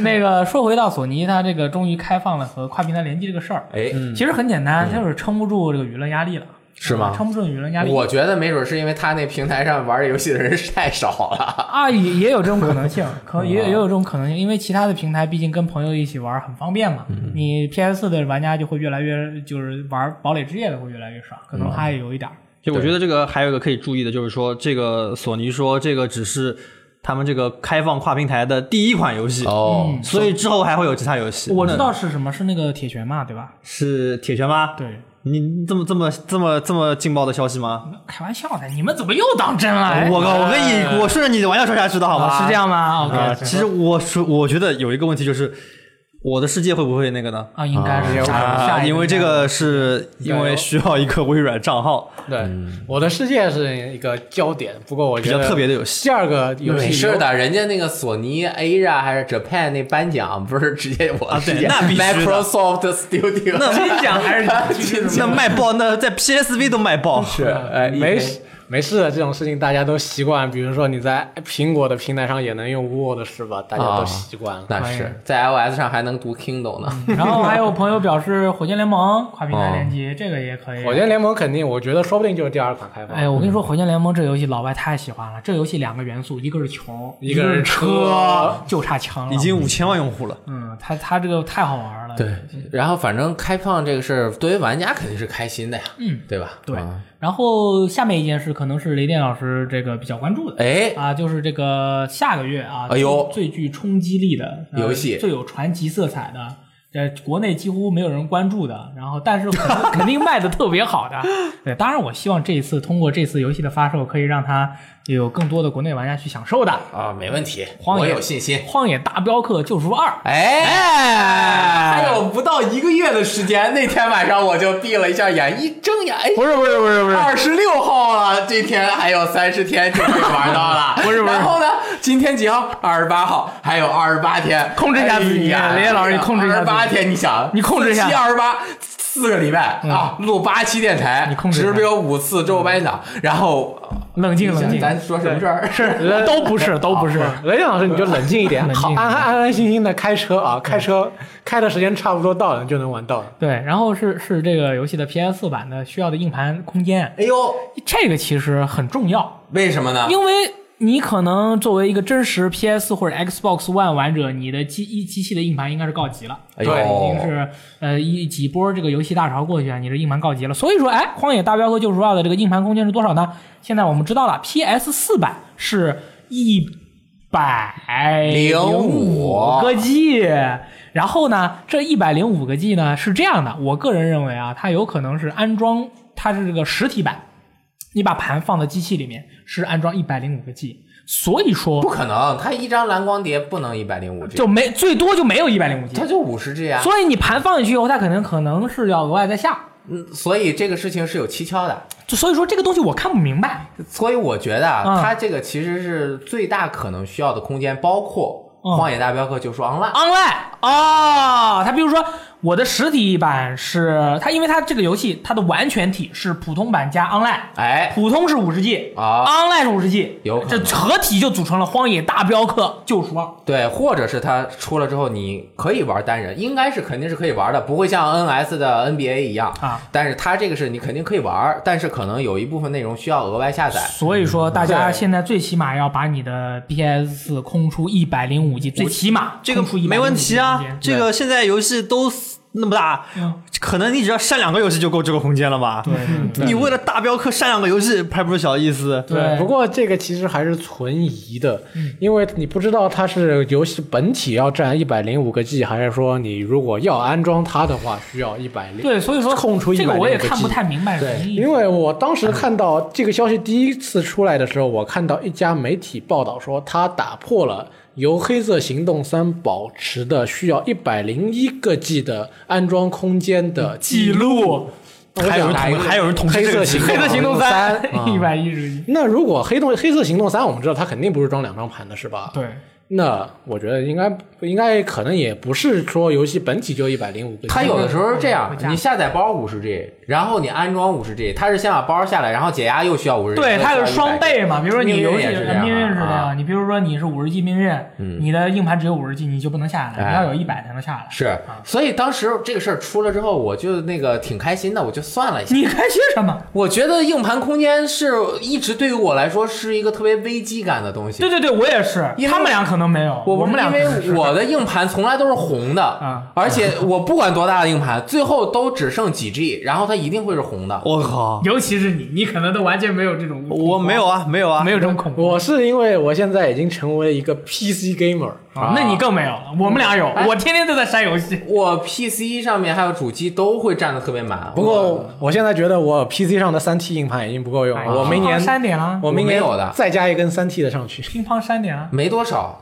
Speaker 1: 那个说回到索尼，它这个终于开放了和跨平台联机这个事儿，
Speaker 2: 哎，
Speaker 1: 其实很简单，它就是撑不住这个舆论压力了，
Speaker 2: 是吗
Speaker 1: 啊撑不住舆论压力，
Speaker 2: 哎我觉得没准是因为他那平台上玩这游戏的人是太少了。
Speaker 1: 啊也也有这种可能 性，可
Speaker 3: 哦
Speaker 1: 也有也有这种可能性，因为其他的平台毕竟跟朋友一起玩很方便嘛，
Speaker 3: 嗯
Speaker 1: 你 PS 的玩家就会越来越就是玩堡垒之夜的会越来越少，可
Speaker 3: 哦
Speaker 1: 能他也有一点儿。
Speaker 3: 就我觉得这个还有一个可以注意的，就是说这个索尼说这个只是他们这个开放跨平台的第一款游戏，嗯
Speaker 2: 哦，
Speaker 3: 所以之后还会有其他游戏。
Speaker 1: 我知
Speaker 3: 那
Speaker 1: 道是什么，是那个铁拳嘛，对吧？
Speaker 3: 是铁拳吗？
Speaker 1: 对，
Speaker 3: 你你这么这么这么这么劲爆的消息吗？
Speaker 1: 开玩笑的，你们怎么又当真了？哎哦
Speaker 3: 我靠！我跟你我顺着你的玩笑说下去的好吗？
Speaker 1: 是这样吗？OK，
Speaker 3: 啊。其实我说，我觉得有一个问题就是，我的世界会不会那个呢？
Speaker 1: 啊，应该是下
Speaker 3: 啊，
Speaker 1: 下一
Speaker 3: 因为这个是因为需要一个微软账号，
Speaker 4: 对，我的世界是一个焦点，不过我
Speaker 3: 比
Speaker 4: 觉得
Speaker 3: 较特别的游戏。
Speaker 4: 第二个游戏
Speaker 2: 没
Speaker 4: 有
Speaker 2: 事的，人家那个索尼 Asia 还是 Japan 那颁奖不是直接我
Speaker 3: 啊对
Speaker 2: 直接
Speaker 3: 那必须的
Speaker 2: Microsoft Studio
Speaker 3: 那
Speaker 1: 金奖还 是金
Speaker 3: 那卖爆，那在 PSV 都卖爆。
Speaker 2: 是哎
Speaker 4: 嗯没事没事的，这种事情大家都习惯。比如说你在苹果的平台上也能用 Word 是吧？大家
Speaker 2: 啊
Speaker 4: 都习惯了。
Speaker 2: 那是在 iOS 上还能读 Kindle 呢。
Speaker 1: 然后还有朋友表示《火箭联盟》跨平台
Speaker 3: 哦
Speaker 1: 联机，这个也可以。
Speaker 4: 火箭联盟肯定，我觉得说不定就是第二款开放。
Speaker 1: 哎，我跟你
Speaker 2: 嗯
Speaker 1: 说，《火箭联盟》这游戏老外太喜欢了。这游戏两个元素，一个是球，
Speaker 4: 一
Speaker 1: 个
Speaker 4: 个
Speaker 1: 是
Speaker 4: 是车，
Speaker 1: 就差枪了。
Speaker 3: 已经五千万用户了，
Speaker 1: 嗯，它它这个太好玩了。
Speaker 2: 对，然后反正开放这个事儿，对于玩家肯定是开心的呀，嗯，对吧？
Speaker 1: 对
Speaker 2: 啊
Speaker 1: 然后下面一件事可可能是雷电老师这个比较关注的。
Speaker 2: 哎，
Speaker 1: 啊，就是这个下个月啊，
Speaker 2: 哎呦
Speaker 1: 最最具冲击力的呃
Speaker 2: 游戏
Speaker 1: 最有传奇色彩的，在国内几乎没有人关注的，然后但是肯 定肯定卖的特别好的。对，当然我希望这一次通过这次游戏的发售，可以让它有更多的国内玩家去享受的。
Speaker 2: 啊，没问题，
Speaker 1: 荒野
Speaker 2: 我有信心。
Speaker 1: 《荒野大镖客：救赎二》
Speaker 2: 哎，还有不到一个月的时间，那天晚上我就闭了一下眼，一睁眼，哎，
Speaker 4: 不是不是不是不是，
Speaker 2: 二十六号了，这天还有三十天就可以玩到 了。
Speaker 4: 不是不是
Speaker 2: 然后呢，今天几号？二十八号，还有二十八天，哎
Speaker 1: 控制一下自己雷老师你控制一下自
Speaker 2: 二
Speaker 1: 己
Speaker 2: 十八天，你想，
Speaker 1: 你控制一下嗯
Speaker 2: 七二十八。四个礼拜啊，录八期电台，
Speaker 1: 你控制一下
Speaker 2: 只有五次周班长，然后
Speaker 1: 冷静冷静，
Speaker 2: 咱说什么事儿？
Speaker 4: 呃
Speaker 1: 是 都不是都不是。
Speaker 4: 雷电老师，你就冷静一 点，
Speaker 1: 冷静
Speaker 4: 好
Speaker 1: 一点
Speaker 4: 安安安心心的开车啊，开车开的时间差不多到了，你就能玩到了。
Speaker 1: 对，然后是是这个游戏的 PS 版的需要的硬盘空间，
Speaker 2: 哎呦，
Speaker 1: 这个其实很重要。
Speaker 2: 为什么呢？
Speaker 1: 因为你可能作为一个真实 PS 或者 Xbox One 玩者，你的机一机器的硬盘应该是告急了，
Speaker 2: 哎
Speaker 4: 对
Speaker 1: 已经
Speaker 2: 呦，
Speaker 1: 是呃一几波这个游戏大潮过去啊，你的硬盘告急了。所以说，哎，《荒野大镖客：救赎二》的这个硬盘空间是多少呢？现在我们知道了，PS 四版是一百
Speaker 2: 05
Speaker 1: 个 G。然后呢，这一百零五个 G 呢是这样的，我个人认为啊，它有可能是安装，它是这个实体版，你把盘放到机器里面是安装一百零五个 G，所以
Speaker 2: 不
Speaker 1: 说
Speaker 2: 可能，它一张蓝光碟不能一百零五 G，
Speaker 1: 就没最多就没有一百零五 G，
Speaker 2: 它就五十 G 啊。
Speaker 1: 所以你盘放进去以后，它可能可能是要额外再下。
Speaker 2: 嗯所以这个事情是有蹊跷的。
Speaker 1: 就所以说这个东西我看不明白。
Speaker 2: 所以我觉得啊，
Speaker 1: 嗯
Speaker 2: 它这个其实是最大可能需要的空间，包括
Speaker 1: 嗯
Speaker 2: 《荒野大镖客：救赎 Online》。
Speaker 1: Online 哦，它比如说我的实体版是它，因为它这个游戏它的完全体是普通版加 Online，
Speaker 2: 哎，
Speaker 1: 普通是五十 G
Speaker 2: 啊
Speaker 1: ，Online 是五十 G，
Speaker 2: 有可
Speaker 1: 这
Speaker 2: 能
Speaker 1: 合体就组成了《荒野大镖客：救赎二》。
Speaker 2: 对，或者是它出了之后，你可以玩单人，应该是肯定是可以玩的，不会像 NS 的 NBA 一样
Speaker 1: 啊。
Speaker 2: 但是它这个是你肯定可以玩，但是可能有一部分内容需要额外下载。
Speaker 1: 所以说，大家
Speaker 2: 对
Speaker 1: 现在最起码要把你的 PS 空出一百零五 G，最起码
Speaker 3: 这个
Speaker 1: 空出105
Speaker 3: 没问题
Speaker 1: 空
Speaker 3: 啊
Speaker 1: 间，
Speaker 3: 这个现在游戏都那么大
Speaker 1: 嗯，
Speaker 3: 可能你只要删两个游戏就够这个空间了吧？
Speaker 1: 对
Speaker 3: 你为了大镖客删两个游戏，还不是小意思？
Speaker 1: 对，嗯
Speaker 4: 不过这个其实还是存疑的，因为你不知道它是游戏本体要占一百零五个 G，还是说你如果要安装它的话需要一百零。
Speaker 1: 对，所以说
Speaker 4: 空出
Speaker 1: 这个
Speaker 4: 105
Speaker 1: 我也
Speaker 4: 个 G
Speaker 1: 看不太明白是什么意思。
Speaker 4: 因为我当时看到这个消息第一次出来的时候，我看到一家媒体报道说，它打破了由《黑色行动三》保持的需要一百零一个 G 的安装空间的
Speaker 1: 记
Speaker 4: 记录。
Speaker 1: 录
Speaker 4: 我
Speaker 3: 还有
Speaker 4: 想
Speaker 3: 人统，还有人统
Speaker 4: 黑
Speaker 3: 计这
Speaker 4: 色
Speaker 3: 个
Speaker 4: 行
Speaker 3: 题
Speaker 4: 动，
Speaker 1: 黑色行动
Speaker 4: 三
Speaker 1: 三啊一百一十一，
Speaker 4: 那如果黑洞黑色行动三，我们知道它肯定不是装两张盘的，是吧？
Speaker 1: 对，
Speaker 4: 那我觉得应该应该可能也不是说游戏本体就一百零五个 G，
Speaker 2: 它有的时候是这样
Speaker 1: 会加，
Speaker 2: 你下载包五十 G，然后你安装五十 G，它是先把包下来，然后解压又需要五十 G，
Speaker 1: 对，它
Speaker 2: 又
Speaker 1: 有
Speaker 2: 需要
Speaker 1: 双
Speaker 2: 100 G
Speaker 1: 倍嘛，比如说你
Speaker 2: 命运
Speaker 1: 游戏
Speaker 2: 也是这样
Speaker 1: 命运是这
Speaker 2: 啊
Speaker 1: 样，你嗯比如说你是五十 G 命运，你的硬盘只有五十 G，你就不能下来，
Speaker 2: 哎
Speaker 1: 你要有一百才能下来。
Speaker 2: 是，所以当时这个事儿出了之后，我就那个挺开心的，我就算了一下。
Speaker 1: 你开心什么？
Speaker 2: 我觉得硬盘空间是一直对于我来说是一个特别危机感的东西。
Speaker 1: 对对对，我也是
Speaker 2: 因，为
Speaker 1: 他们俩可能没有，
Speaker 2: 我
Speaker 1: 我们俩
Speaker 2: 因
Speaker 1: 可能
Speaker 2: 为
Speaker 1: 是
Speaker 2: 我的硬盘从来都是红的，
Speaker 1: 啊
Speaker 2: 而且我不管多大的硬盘，最后都只剩几 G，然后它一定会是红的。
Speaker 3: 我靠，
Speaker 1: 尤其是你，你可能都完全没有这种，
Speaker 3: 我没有啊，没有啊，
Speaker 1: 没有这种恐怖。
Speaker 4: 我是因为我现在已经成为一个 PC gamer，
Speaker 1: 啊那你更没有了，我们俩有，我天天都在删游戏。
Speaker 2: 我 PC 上面还有主机都会占的特别满。
Speaker 4: 不过我现在觉得我 PC 上的三 T 硬盘已经不够用
Speaker 1: 哎
Speaker 4: 了，我明
Speaker 1: 乒
Speaker 4: 年
Speaker 1: 乓删点啊，
Speaker 4: 我明年
Speaker 2: 我没有的
Speaker 4: 再加一根三 T 的上去。
Speaker 1: 乒乓删点啊，
Speaker 2: 没多少，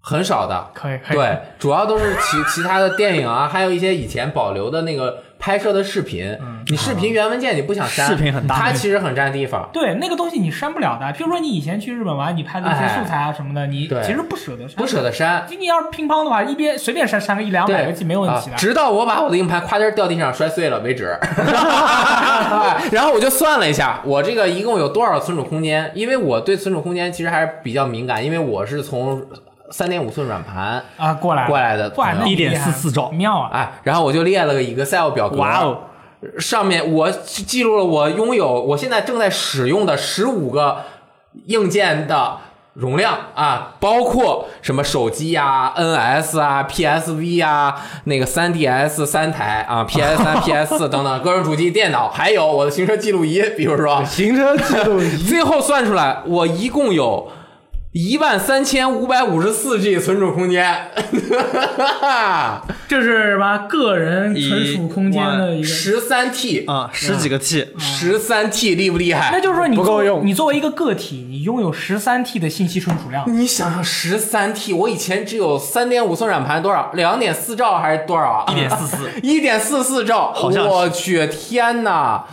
Speaker 2: 很少的。
Speaker 1: 可以可以。
Speaker 2: 对，主要都是其 其他的电影啊，还有一些以前保留的那个拍摄的视频。
Speaker 1: 嗯
Speaker 2: 你视频原文件你不想删，
Speaker 3: 视频很大
Speaker 2: 它其实很占地方。
Speaker 1: 对，那个东西你删不了的。譬如说你以前去日本玩，你拍的一些素材啊什么的，你
Speaker 2: 哎对
Speaker 1: 其实不舍得删，
Speaker 2: 不舍得删，
Speaker 1: 就你要是乒乓的话，一边随便删删个一两
Speaker 2: 对，
Speaker 1: 百个 G 没问题的
Speaker 2: 啊。直到我把我的硬盘夸颠掉地上摔碎了为 止。 然后我就算了一下，我这个一共有多少存储空间？因为我对存储空间其实还是比较敏感，因为我是从三点五寸软盘
Speaker 1: 啊，过来
Speaker 2: 过来的
Speaker 1: 哇，那
Speaker 2: 朋
Speaker 1: 你
Speaker 2: 友。
Speaker 3: 一点
Speaker 1: 厉害
Speaker 3: 四四兆
Speaker 1: 妙啊！
Speaker 2: 哎，然后我就列了个 Excel 表格，
Speaker 3: 哇哦，
Speaker 2: 上面我记录了我拥有我现在正在使用的十五个硬件的容量啊，包括什么手机呀、NS 啊、PSV 啊、那个 3DS 三台啊、PS 三、PS 四等等各种主机、电脑，还有我的行车记录仪，比如 说，
Speaker 4: 行车记录仪
Speaker 2: 最后算出来我一共有。一万三千五百五十四 G 存储空 间，
Speaker 1: 这是什么个人存储空间的一个。
Speaker 2: 十三 T，
Speaker 3: 啊，十几个 T，
Speaker 1: 嗯
Speaker 2: 十三 T 厉不厉害？
Speaker 1: 那就是说你
Speaker 4: 不
Speaker 1: 作
Speaker 4: 够用
Speaker 1: 你作为一个个体，你拥有十三 T 的信息存储量，
Speaker 2: 你想想，十三 T，我以前只有三点五寸软盘，多少？两点四兆还是多少啊？
Speaker 3: 一点四四，
Speaker 2: 一点四四兆，
Speaker 3: 好像是
Speaker 2: 我去，天哪！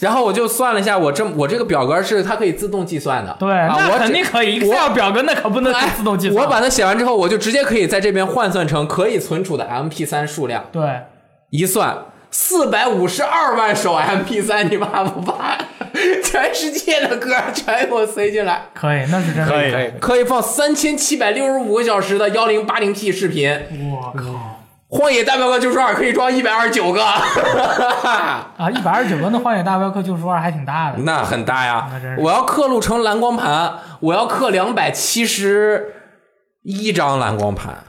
Speaker 2: 然后我就算了一下，我这我这个表格是它可以自动计算的，
Speaker 1: 对，
Speaker 2: 啊、
Speaker 1: 那
Speaker 2: 我
Speaker 1: 肯定
Speaker 2: 只
Speaker 1: 可以。Excel 表格那可不能
Speaker 2: 哎
Speaker 1: 自动计算。
Speaker 2: 我把它写完之后，我就直接可以在这边换算成可以存储的 MP 3数量，
Speaker 1: 对，
Speaker 2: 一算四百五十二万首 MP 3你怕不怕？ 全世界的歌全给我塞进来，
Speaker 1: 可以，那是真的。
Speaker 3: 可以
Speaker 4: 可以
Speaker 2: 哎可以放三千七百六十五个小时的幺零八零 P 视频，
Speaker 1: 我靠
Speaker 2: 《荒野大镖客：救赎二》可以装一百二十九个，
Speaker 1: 啊！一百二十九个那《荒野大镖客：救赎二》还挺大的。
Speaker 2: 那很大呀
Speaker 1: 那真！是
Speaker 2: 我要刻录成蓝光盘，我要刻两百七十一张蓝光盘，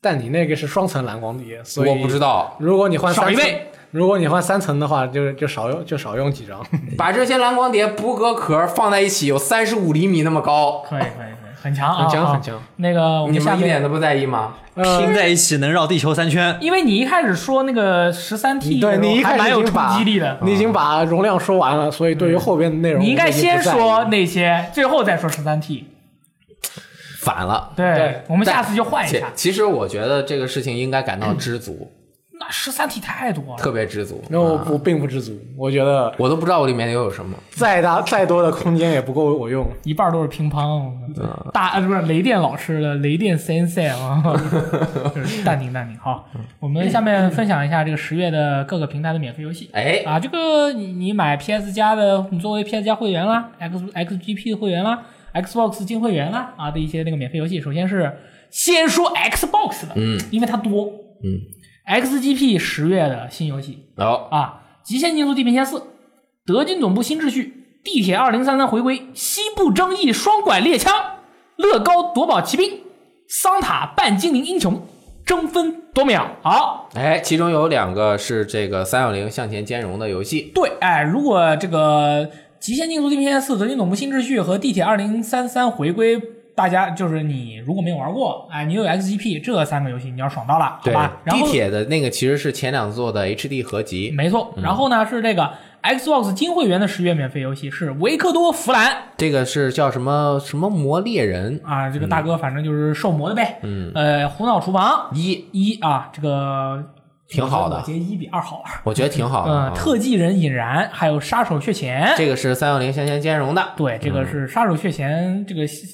Speaker 4: 但你那个是双层蓝光碟，所以
Speaker 2: 我不知道。
Speaker 4: 如果你换三
Speaker 1: 少一
Speaker 4: 层
Speaker 1: 倍，
Speaker 4: 如果你换三层的话，就就少用就少用几张。
Speaker 1: 嗯
Speaker 2: 把这些蓝光碟不隔壳放在一起，有三十五厘米那么高，
Speaker 1: 可以，可以，可以，很强啊！
Speaker 4: 很强
Speaker 1: 啊
Speaker 4: 很强。
Speaker 1: 那个，我
Speaker 2: 你
Speaker 1: 下
Speaker 2: 们一
Speaker 1: 面
Speaker 2: 点都不在意吗？
Speaker 4: 呃
Speaker 3: 拼在一起能绕地球三圈。
Speaker 1: 因为你一开始说那个十三 T，
Speaker 4: 对你一开
Speaker 1: 还
Speaker 4: 始
Speaker 1: 蛮有
Speaker 4: 已
Speaker 1: 冲
Speaker 4: 经把
Speaker 1: 击力的。嗯
Speaker 4: 你已经把容量说完了，所以对于后边的内容，
Speaker 1: 你应该
Speaker 4: 我已经
Speaker 1: 先
Speaker 4: 不在意
Speaker 1: 说那些，最后再说十三 T。
Speaker 2: 反了。
Speaker 1: 对
Speaker 4: 对，
Speaker 1: 我们下次就换一
Speaker 2: 其
Speaker 1: 下。
Speaker 2: 其实我觉得这个事情应该感到知足，
Speaker 1: 那十三 T 太多了，
Speaker 2: 特别知足。啊
Speaker 4: 那我不
Speaker 1: 啊
Speaker 4: 并不知足，我觉得
Speaker 2: 我都不知道我里面有什么。
Speaker 4: 再大再多的空间也不够我用。
Speaker 1: 一半都是乒乓，
Speaker 4: 嗯
Speaker 1: 大呃不是雷电老师的雷电 sensei 啊，就是淡定淡定。好，我们下面分享一下这个十月的各个平台的免费游戏。
Speaker 2: 哎，
Speaker 1: 啊，这个你你买 PS 加的，你作为 PS 加会员啦，X XGP 的会员啦，Xbox 金会员啦啊的一些那个免费游戏，首先是先说 Xbox 的，嗯，因为它多，
Speaker 2: 嗯
Speaker 1: ，XGP 十月的新游戏
Speaker 2: 然后
Speaker 1: 啊，《极限竞速：地平线四》，《德军总部新秩序》，《地铁2033回归》，《西部争议：双管猎枪》，《乐高夺宝奇兵》，《桑塔半精灵英雄》，争分夺秒。好，
Speaker 2: 哎，其中有两个是这个三六零向前兼容的游戏，
Speaker 1: 对，哎，如果这个《极限竞速：地平线四》《德军总部新秩序》和《地铁二零三三》回归，大家就是你如果没有玩过，哎，你有 XGP 这三个游戏，你要爽到了，好吧？然
Speaker 2: 地
Speaker 1: 后
Speaker 2: 铁的那个其实是前两座的 HD 合集，
Speaker 1: 没错，
Speaker 2: 嗯
Speaker 1: 然后呢是这个 Xbox 金会员的十月免费游戏是《维克多·弗兰》
Speaker 2: 这个是叫什么什么魔猎人
Speaker 1: 啊，这个大哥反正就是受魔的呗，嗯，呃，胡闹厨房
Speaker 2: 一，
Speaker 1: 一啊，这个
Speaker 2: 挺好的
Speaker 1: 我觉得一比二好玩，
Speaker 2: 我觉得挺好的啊。
Speaker 1: 嗯，特技人引燃，还有杀手血钱，
Speaker 2: 这个是三六零向前兼容的。
Speaker 1: 对，这个是杀手血钱，这个西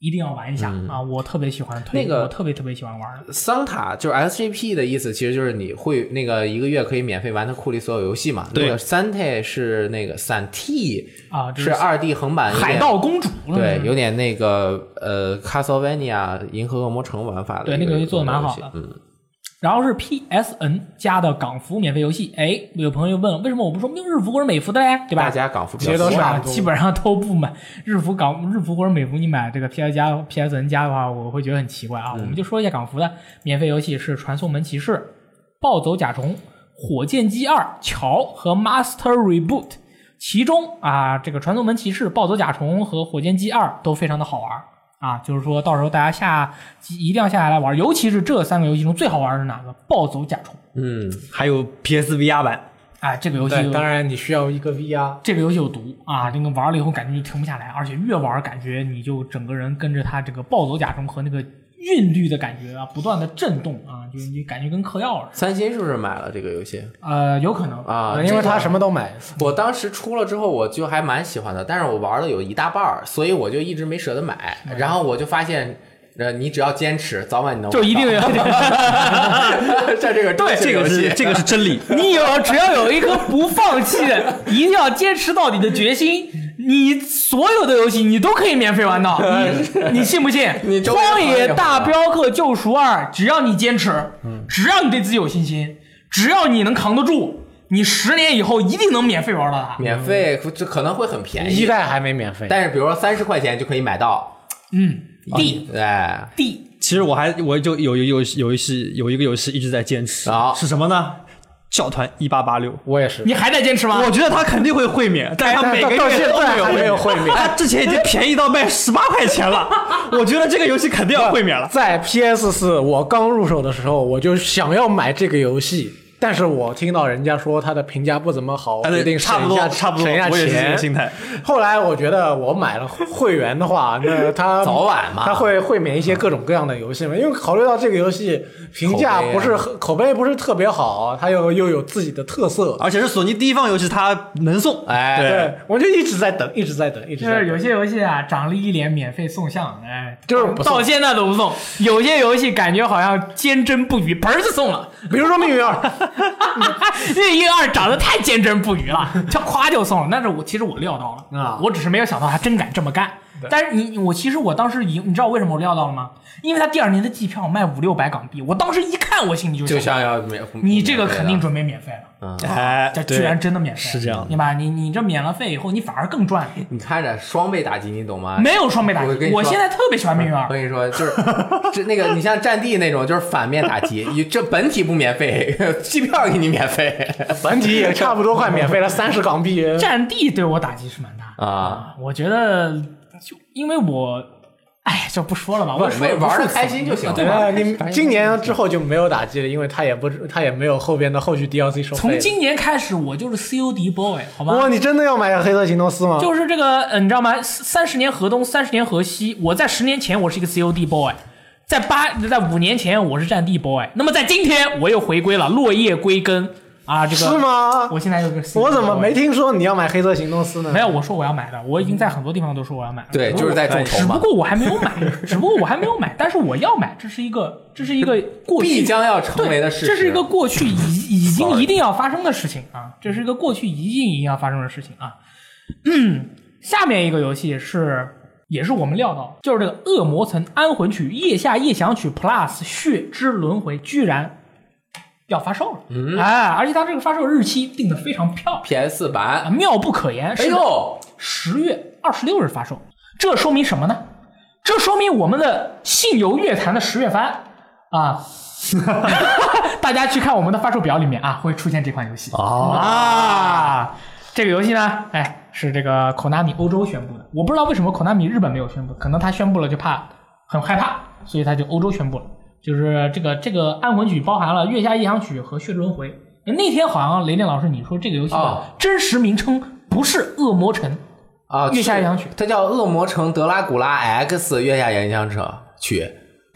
Speaker 1: 一定要玩一下、啊！我特别喜欢推，
Speaker 2: 嗯那个
Speaker 1: 我特别特别喜欢玩的。
Speaker 2: 桑塔就是 SGP 的意思，其实就是你会那个一个月可以免费玩它库里所有游戏嘛。
Speaker 3: 对
Speaker 2: 那个三 T 是那个散 T
Speaker 1: 啊这是
Speaker 2: 是二 D 横版有点
Speaker 1: 海盗嗯公主了
Speaker 2: 对，有点那个呃 Castlevania 银河恶魔城玩法的
Speaker 1: 对
Speaker 2: 一
Speaker 1: 那个游戏
Speaker 2: 游
Speaker 1: 做得蛮好的
Speaker 2: 戏嗯，
Speaker 1: 然后是 PSN 加的港服免费游戏，哎，有朋友问了，为什么我不说日服或者美服的嘞？对
Speaker 2: 大
Speaker 1: 吧？
Speaker 2: 家港服比
Speaker 4: 其
Speaker 1: 基
Speaker 2: 较
Speaker 4: 实都
Speaker 1: 本
Speaker 4: 是
Speaker 2: 多
Speaker 1: 上基本上都不买日服港日服或者美服，你买这个 PS 加 PSN 加的话，我会觉得很奇怪啊。我
Speaker 4: 嗯
Speaker 1: 们就说一下港服的免费游戏是《传送门骑士》《暴走甲虫》《火箭机二》《乔》和《Master Reboot》。其中啊，这个《传送门骑士》《暴走甲虫》和《火箭机二》都非常的好玩啊，就是说到时候大家下一定要下下来玩，尤其是这三个游戏中最好玩的是哪个？暴走甲虫，
Speaker 2: 嗯，
Speaker 3: 还有 PSVR 版，
Speaker 1: 哎，这个游戏
Speaker 4: 对，当然你需要一个 VR，
Speaker 1: 这个游戏有毒啊！那个玩了以后感觉就停不下来，而且越玩感觉你就整个人跟着它这个暴走甲虫和那个韵律的感觉啊，不断的震动啊，就你感觉跟嗑药似
Speaker 2: 三星是不是买了这个游戏
Speaker 1: 的。呃，有可能
Speaker 2: 啊？
Speaker 4: 因为它什么都买。
Speaker 2: 我当时出了之后，我就还蛮喜欢的，但是我玩了有一大半儿，所以我就一直没舍得买。
Speaker 1: 嗯
Speaker 2: 然后我就发现，呃，你只要坚持，早晚你能玩
Speaker 1: 就一定有。
Speaker 2: 在这个
Speaker 1: 对
Speaker 3: 这个
Speaker 2: 游戏
Speaker 3: 是这个是真 理。
Speaker 1: 你有只要有一颗不放弃的、一定要坚持到底的决心，你所有的游戏你都可以免费玩到，你你信不信？
Speaker 2: 你
Speaker 1: 《
Speaker 2: 周围
Speaker 1: 荒野大
Speaker 2: 朋友
Speaker 1: 镖客：救赎二》，只要你坚持，只要你对自己有信心，只要你能扛得住，你十年以后一定能免费玩到它。
Speaker 2: 免费这可能会很
Speaker 1: 哎
Speaker 2: 便
Speaker 4: 一
Speaker 2: 宜，
Speaker 4: 代还没免费，
Speaker 2: 但是比如说三十块钱就可以买到。
Speaker 1: 嗯
Speaker 2: 地哎，
Speaker 1: ，D
Speaker 3: 其实我还我就有有有有一戏有一个游戏一直在坚持
Speaker 2: 好
Speaker 3: 是什么呢？教团一八八六。
Speaker 4: 我也是，
Speaker 1: 你还在坚持吗？
Speaker 3: 我觉得他肯定会会免，但是他
Speaker 4: 但
Speaker 3: 每个月
Speaker 4: 到现
Speaker 3: 都
Speaker 4: 在还没有会免
Speaker 3: 他之前已经便宜到卖十八块钱了，我觉得这个游戏肯定要会免了。
Speaker 4: 在 PS 四我刚入手的时候，我就想要买这个游戏，但是我听到人家说它的评价不怎么好，
Speaker 3: 哎对
Speaker 4: 决定
Speaker 3: 差不
Speaker 4: 省
Speaker 3: 多
Speaker 4: 一下
Speaker 3: 差不多
Speaker 4: 省一下
Speaker 3: 我也是这个
Speaker 4: 钱
Speaker 3: 心态。
Speaker 4: 后来我觉得我买了会员的话，那它
Speaker 2: 早晚嘛
Speaker 4: 它会会免一些各种各样的游戏嘛，因为考虑到这个游戏评价
Speaker 2: 口碑啊
Speaker 4: 不是很口碑不是特别好，它又又有自己的特色，
Speaker 3: 而且是索尼第一方游戏，它能送。
Speaker 2: 哎
Speaker 3: 啊对，
Speaker 4: 对，我就一直在等，一直在等，一直
Speaker 1: 就是
Speaker 4: 在等。
Speaker 1: 有些游戏啊，长了一脸免费送项，哎，
Speaker 4: 就是不送
Speaker 1: 到现在都不送。有些游戏感觉好像坚贞不渝，嘣儿就送了。
Speaker 4: 比如说《命运二》，
Speaker 1: 那一二长得太坚贞不渝了，就夸就送了。但是我其实我料到了
Speaker 4: 啊
Speaker 1: 我只是没有想到他真敢这么干。但是你我其实我当时已经你知道为什么我料到了吗？因为他第二年的机票卖五六百港币，我当时一看我心里就
Speaker 2: 就
Speaker 1: 想，
Speaker 2: 像要免，
Speaker 1: 你这个肯定
Speaker 2: 免费嗯
Speaker 1: 准备免费了。啊
Speaker 3: 哎
Speaker 1: 这，居
Speaker 3: 对
Speaker 1: 然真的免费，
Speaker 3: 是这样的
Speaker 1: 对吧？你你这免了费以后，你反而更赚。
Speaker 2: 的你看着双倍打击，你懂吗？
Speaker 1: 没有双倍打
Speaker 2: 我跟
Speaker 1: 击，
Speaker 2: 你说
Speaker 1: 我
Speaker 2: 嗯
Speaker 1: 现在特别喜欢命运二
Speaker 2: 我。跟你说，就是这那个，你像战地那种，就是反面打击，你这本体不免费，机票给你免费
Speaker 4: 本体也差不多快免费了，三十港币。
Speaker 1: 战地对我打击是蛮大的
Speaker 2: 啊。，
Speaker 1: 我觉得就因为我，哎，就不说了吧，我说啊
Speaker 2: 没
Speaker 1: 了无数
Speaker 2: 玩的
Speaker 1: 次
Speaker 2: 开心就行了，
Speaker 4: 对吧？哎你今年之后就没有打击了，因为它也不它也没有后边的后续 DLC 收费。
Speaker 1: 从今年开始，我就是 COD boy，好
Speaker 4: 哇，
Speaker 1: 吗？
Speaker 4: 你真的要买黑色行动四吗？
Speaker 1: 就是这个，呃你知道吗？三十年河东，三十年河西。我在十年前，我是一个 COD boy，在八，在五年前，我是战地 boy。那么在今天，我又回归了，落叶归根啊！这个
Speaker 4: 是？吗？
Speaker 1: 我现在又是 COD
Speaker 4: 我怎么
Speaker 1: boy
Speaker 4: 没听说你要买黑色行动四呢？
Speaker 1: 没有，我说我要买的，我已经在很多地方都说我要买了。
Speaker 2: 对，
Speaker 1: 只不
Speaker 2: 就
Speaker 1: 过
Speaker 2: 是在众筹
Speaker 1: 只不
Speaker 2: 嘛，
Speaker 1: 过我还没有买，只不过我还没有买，但是我要买，这是一个，这是一个过去
Speaker 2: 必将要成为的事实。
Speaker 1: 对这是一个过去 已已经
Speaker 2: Sorry
Speaker 1: 一定要发生的事情啊，这是一个过去一定一定要发生的事情啊。嗯，下面一个游戏是也是我们料到，就是这个《恶魔城安魂曲》《夜下夜想曲 Plus》《血之轮回》居然要发售了，嗯、哎，而且它这个发售日期定的非常漂亮。
Speaker 2: PS 四版
Speaker 1: 啊，妙不可言，
Speaker 2: 哎
Speaker 1: 是
Speaker 2: 呦，
Speaker 1: 十月二十六日发售。这说明什么呢？这说明我们的信游乐坛的十月番啊， 大家去看我们的发售表里面啊，会出现这款游戏
Speaker 2: 哦
Speaker 1: 啊。这个游戏呢，哎，是这个 Konami 欧洲宣布的。我不知道为什么 Konami 日本没有宣布，可能他宣布了就怕很害怕，所以他就欧洲宣布了。就是这个这个安魂曲包含了《月下夜想曲》和《血之轮回》。哎那天好像雷电老师你说这个游戏
Speaker 2: 哦
Speaker 1: 的真实名称不是《恶魔城》，
Speaker 2: 啊，
Speaker 1: 月下
Speaker 2: 是
Speaker 1: 洋曲
Speaker 2: 它叫《恶魔城德拉古拉 X 月下演讲者曲》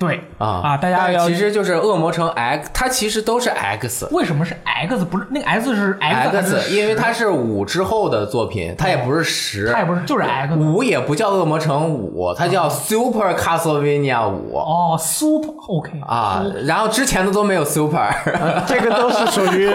Speaker 1: 对
Speaker 2: 啊
Speaker 1: 啊，大家
Speaker 2: 但
Speaker 1: 要
Speaker 2: 其实就是《恶魔城 X》，它其实都是 X。
Speaker 1: 为什么是 X 不是那个 S 是 X，, 还是
Speaker 2: X，因为它是五之后的作品，它也不是十，
Speaker 1: 它也不是就是 X
Speaker 2: 五也不叫《恶魔城五》，它
Speaker 1: 嗯
Speaker 2: 叫 Super Castlevania 五
Speaker 1: 哦，Super OK
Speaker 2: 啊。
Speaker 1: 嗯
Speaker 2: 然后之前的都没有 Super，
Speaker 4: 这个都是属 于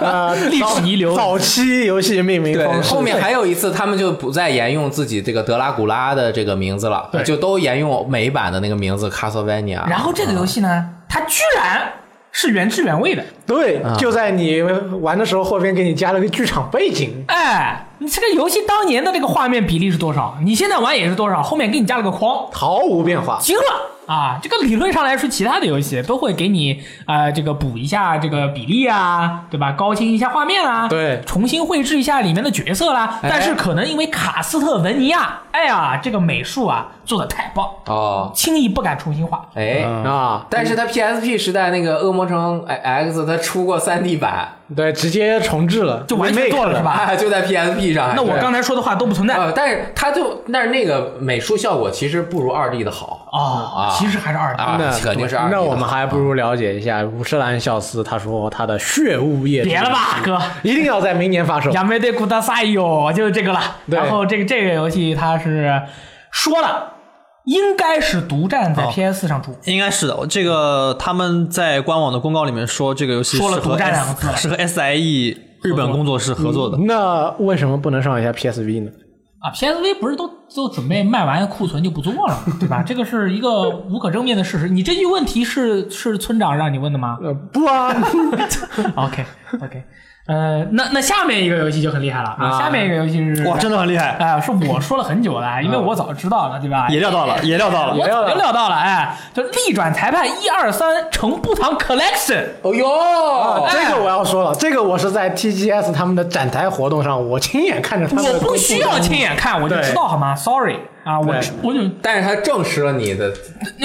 Speaker 4: 呃
Speaker 1: 历史遗留
Speaker 4: 早期游戏命名方
Speaker 2: 对，
Speaker 4: 式。
Speaker 2: 后面还有一次，他们就不再沿用自己这个德拉古拉的这个名字了，
Speaker 1: 对
Speaker 2: 就都沿用美版的那个名字 Castlevania。
Speaker 1: 然后这个游戏呢，它居然是原汁原味的，
Speaker 4: 对，
Speaker 1: 啊
Speaker 4: 就在你玩的时候，后边给你加了个剧场背景。
Speaker 1: 哎，你这个游戏当年的这个画面比例是多少？你现在玩也是多少？后面给你加了个框，
Speaker 4: 毫无变化，
Speaker 1: 惊了啊！这个理论上来说，其他的游戏都会给你呃这个补一下这个比例啊，对吧？高清一下画面啊，
Speaker 4: 对
Speaker 1: 重新绘制一下里面的角色
Speaker 2: 哎
Speaker 1: 啦。但是可能因为卡斯特文尼亚，哎呀，这个美术啊做的太棒，
Speaker 2: 哦，
Speaker 1: 轻易不敢重新画。
Speaker 2: 哎啊！但是它 PSP 时代那个《恶魔城 X》，它出过 3D 版，
Speaker 4: 对，直接重置了，
Speaker 1: 就完全
Speaker 4: remake
Speaker 1: 做了是吧
Speaker 2: 啊，就在 PSP 上。
Speaker 1: 那我
Speaker 2: 对
Speaker 1: 刚才说的话都不存在啊、
Speaker 2: 呃，但是它就但是那个美术效果其实不如二 D 的好啊
Speaker 1: 哦其实还是二 D，、
Speaker 2: 啊
Speaker 4: 那，
Speaker 2: 肯定是二 D 的
Speaker 4: 那
Speaker 2: 好。
Speaker 4: 我们还不如了解一下五十岚孝司，他说他的《血雾夜》
Speaker 1: 别了，吧，哥。
Speaker 4: 一定要在明年发售。
Speaker 1: 亚美得古大赛哟，就是这个了。
Speaker 4: 对
Speaker 1: 然后这个这个游戏它是说了，应该是独占在
Speaker 3: 哦
Speaker 1: PS 上出，
Speaker 3: 应该是的，这个他们在官网的公告里面说，这个游戏
Speaker 1: 说了
Speaker 3: 是和
Speaker 1: 独占两
Speaker 3: S,
Speaker 1: 个字了
Speaker 3: 是和 SIE 日本工作室合作的。
Speaker 4: 那为什么不能上一下 PSV 呢？
Speaker 1: 啊，PSV 不是都都准备卖完库存就不做了， 对吧？这个是一个无可争辩的事实。你这句问题是是村长让你问的吗
Speaker 4: 呃，不啊，
Speaker 1: ？OK OK，呃，那那下面一个游戏就很厉害了啊，下面一个游戏是
Speaker 3: 哇，真的很厉害，
Speaker 1: 哎、是我说了很久了，因为我早知道了，对吧？
Speaker 3: 也料到了，也料到
Speaker 1: 我
Speaker 3: 了。
Speaker 1: 早就料到了，哎，就逆转裁判一二三成步堂 collection，
Speaker 2: 哦呦，
Speaker 4: 这个我要说了，这个我是在 TGS 他们的展台活动上，我亲眼看着他们的
Speaker 1: 我
Speaker 4: 公
Speaker 1: 不
Speaker 4: 布
Speaker 1: 需要
Speaker 4: 人物
Speaker 1: 亲眼看，我就知道好吗？Sorry 啊，我
Speaker 4: 对
Speaker 1: 我就
Speaker 2: 但是它证实了你的，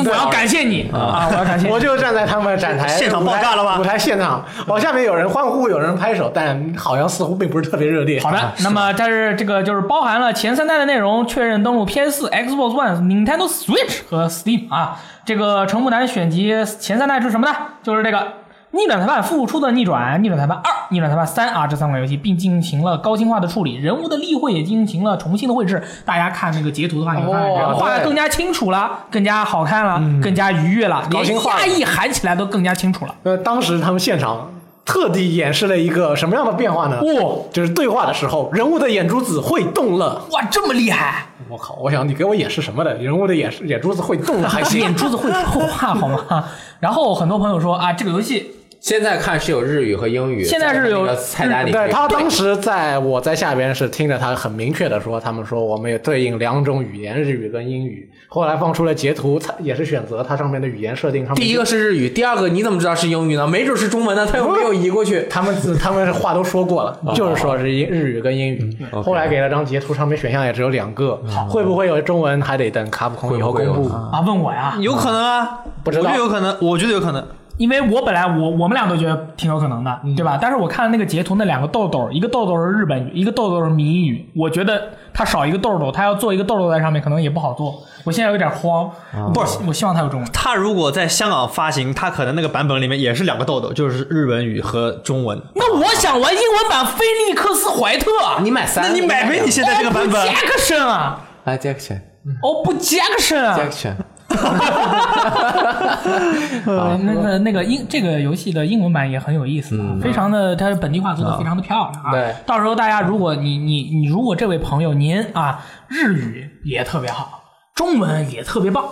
Speaker 1: 我要感谢你啊，我要感谢你。
Speaker 4: 我就站在他们展台
Speaker 3: 现场
Speaker 4: 舞台
Speaker 3: 爆炸了吧
Speaker 4: 舞台现场，哦，下面有人欢呼，有人拍手，但好像似乎并不啊是特别热烈。
Speaker 1: 好的，那么但是这个就是包含了前三代的内容，确认登陆 PS4、Xbox One、Nintendo Switch 和 Steam 啊。这个程木南选集前三代是什么呢？就是这个。逆转裁判复出的逆转、逆转裁判二、逆转裁判三啊，这三款游戏并进行了高清化的处理，人物的立绘也进行了重新的绘制。大家看那个截图的话，你会发现
Speaker 2: 哦
Speaker 1: 人画的
Speaker 2: 对
Speaker 1: 更加清楚了，更加好看了，更加愉悦了，
Speaker 4: 嗯高
Speaker 1: 连
Speaker 4: 清化
Speaker 1: 压抑喊起来都更加清楚了。
Speaker 4: 呃，当时他们现场特地演示了一个什么样的变化呢？
Speaker 1: 哦，
Speaker 4: 就是对话的时候，人物的眼珠子会动了。
Speaker 1: 哇，这么厉害！
Speaker 4: 我靠！我想你给我演示什么的？人物的眼眼珠子会动了还行
Speaker 1: 眼？珠子会 说话好吗？然后很多朋友说啊，这个游戏
Speaker 2: 现在看是有日语和英语，
Speaker 1: 现在是有
Speaker 2: 那个菜单里面
Speaker 4: 对他当时在我在下边是听着他很明确的说，他们说我们也对应两种语言，日语跟英语。后来放出了截图，他也是选择它上面的语言设定。他们
Speaker 2: 第一个是日语，第二个你怎么知道是英语呢？没准是中文呢，他又没有移过去。
Speaker 4: 他们自他们话都说过了，就是说是英日语跟英语。后来给了张截图，上面选项也只有两个，会不会有中文还得等卡普空以后公
Speaker 2: 会不
Speaker 4: 布
Speaker 2: 会有？
Speaker 1: 啊，问我呀，
Speaker 3: 有可能啊，
Speaker 4: 不知道
Speaker 3: 我觉得有可能，我觉得有可能。
Speaker 1: 因为我本来我我们俩都觉得挺有可能的，
Speaker 2: 嗯
Speaker 1: 对吧？但是我看那个截图，那两个豆豆，一个豆豆是日本语，一个豆豆是谜语，我觉得他少一个豆豆，他要做一个豆豆在上面，可能也不好做。我现在有点慌，
Speaker 2: 啊
Speaker 1: 不是，我希望他有中文。
Speaker 3: 他如果在香港发行，他可能那个版本里面也是两个豆豆，就是日文语和中文。
Speaker 1: 那我想玩英文版菲利克斯怀特，
Speaker 2: 你买三
Speaker 3: 那
Speaker 2: 个，哦
Speaker 3: 你买没你现在这个版本？
Speaker 1: Jackson 啊，
Speaker 2: 啊，Jackson，Jackson，
Speaker 1: 哦不 Jackson 啊，对，呃那个那个英这个游戏的英文版也很有意思啊，非常的它本地化做的非常的漂亮啊。
Speaker 2: 对，
Speaker 1: 到时候大家如果你你你如果这位朋友您啊日语也特别好，中文也特别棒。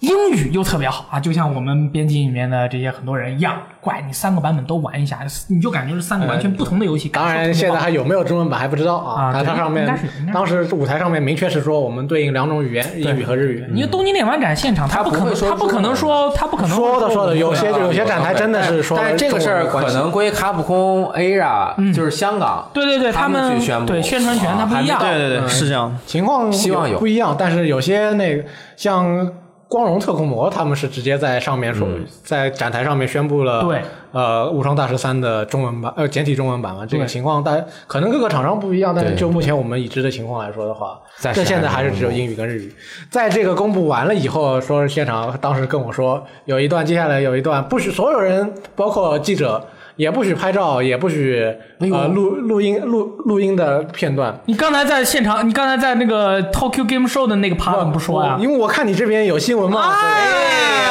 Speaker 1: 英语又特别好啊，就像我们编辑里面的这些很多人一样，怪你三个版本都玩一下，你就感觉是三个完全不同的游戏。
Speaker 4: 呃当然，现在还有没有中文版还不知道
Speaker 1: 啊
Speaker 4: 啊。它
Speaker 1: 对
Speaker 4: 它上
Speaker 1: 应
Speaker 4: 面
Speaker 1: 该是有应该是有
Speaker 4: 当时舞台上面明确是说我们对应两种语言，英语和日语。
Speaker 1: 你东京电玩展现场，他
Speaker 2: 他
Speaker 1: 不可
Speaker 2: 不
Speaker 1: 能，
Speaker 2: 会说
Speaker 1: 他不可能说，他不可能
Speaker 4: 说的说的有
Speaker 1: 我们会
Speaker 4: 些有些展台真的是说
Speaker 2: 但是这个事儿可能归卡普空 ARA，就是香港，
Speaker 1: 嗯对对对，
Speaker 2: 他
Speaker 1: 们
Speaker 2: 去宣布，啊
Speaker 1: 对宣传权他不一样，
Speaker 3: 对对对，是这样。
Speaker 4: 情况
Speaker 2: 希望有
Speaker 4: 不一样，但是有些那个像光荣特库摩，他们是直接在上面说，
Speaker 2: 嗯
Speaker 4: 在展台上面宣布了
Speaker 1: 对
Speaker 4: 呃《无双大师三》的中文版呃简体中文版嘛。这个
Speaker 1: 对
Speaker 4: 情况大可能各个厂商不一样，但是
Speaker 2: 对
Speaker 4: 就目前我们已知的情况来说的话，
Speaker 2: 暂时
Speaker 4: 这现在
Speaker 2: 还
Speaker 4: 还
Speaker 2: 没
Speaker 4: 是只有英语跟日语。在这个公布完了以后，说是现场当时跟我说有一段，接下来有一段不许所有人，包括记者。也不许拍照，也不许
Speaker 2: 哎
Speaker 4: 呃录录音录录音的片段，
Speaker 1: 你刚才在现场，你刚才在那个 Tokyo Game Show 的那个 part 怎么不说呀、
Speaker 4: 哦
Speaker 1: 啊哎
Speaker 4: 因为我看你这边有新闻嘛。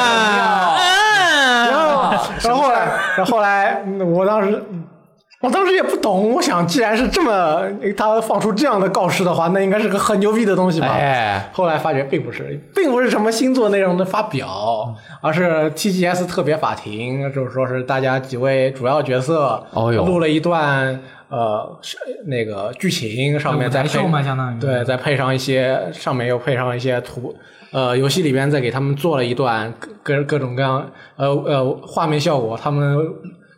Speaker 4: 对然后，然后后来，然后后来，嗯我当时，我当时也不懂。我想，既然是这么他放出这样的告示的话，那应该是个很牛逼的东西吧？
Speaker 2: 哎，
Speaker 4: 后来发觉并不是，并不是什么星座内容的发表，而是 TGS 特别法庭，就是说是大家几位主要角色
Speaker 2: 哦哟
Speaker 4: 录了一段、呃是那个剧情，上面再
Speaker 1: 舞台
Speaker 4: 配
Speaker 1: 秀嘛相当于
Speaker 4: 对，再配上一些上面又配上一些图，呃，游戏里边再给他们做了一段各各各种各样呃呃画面效果，他们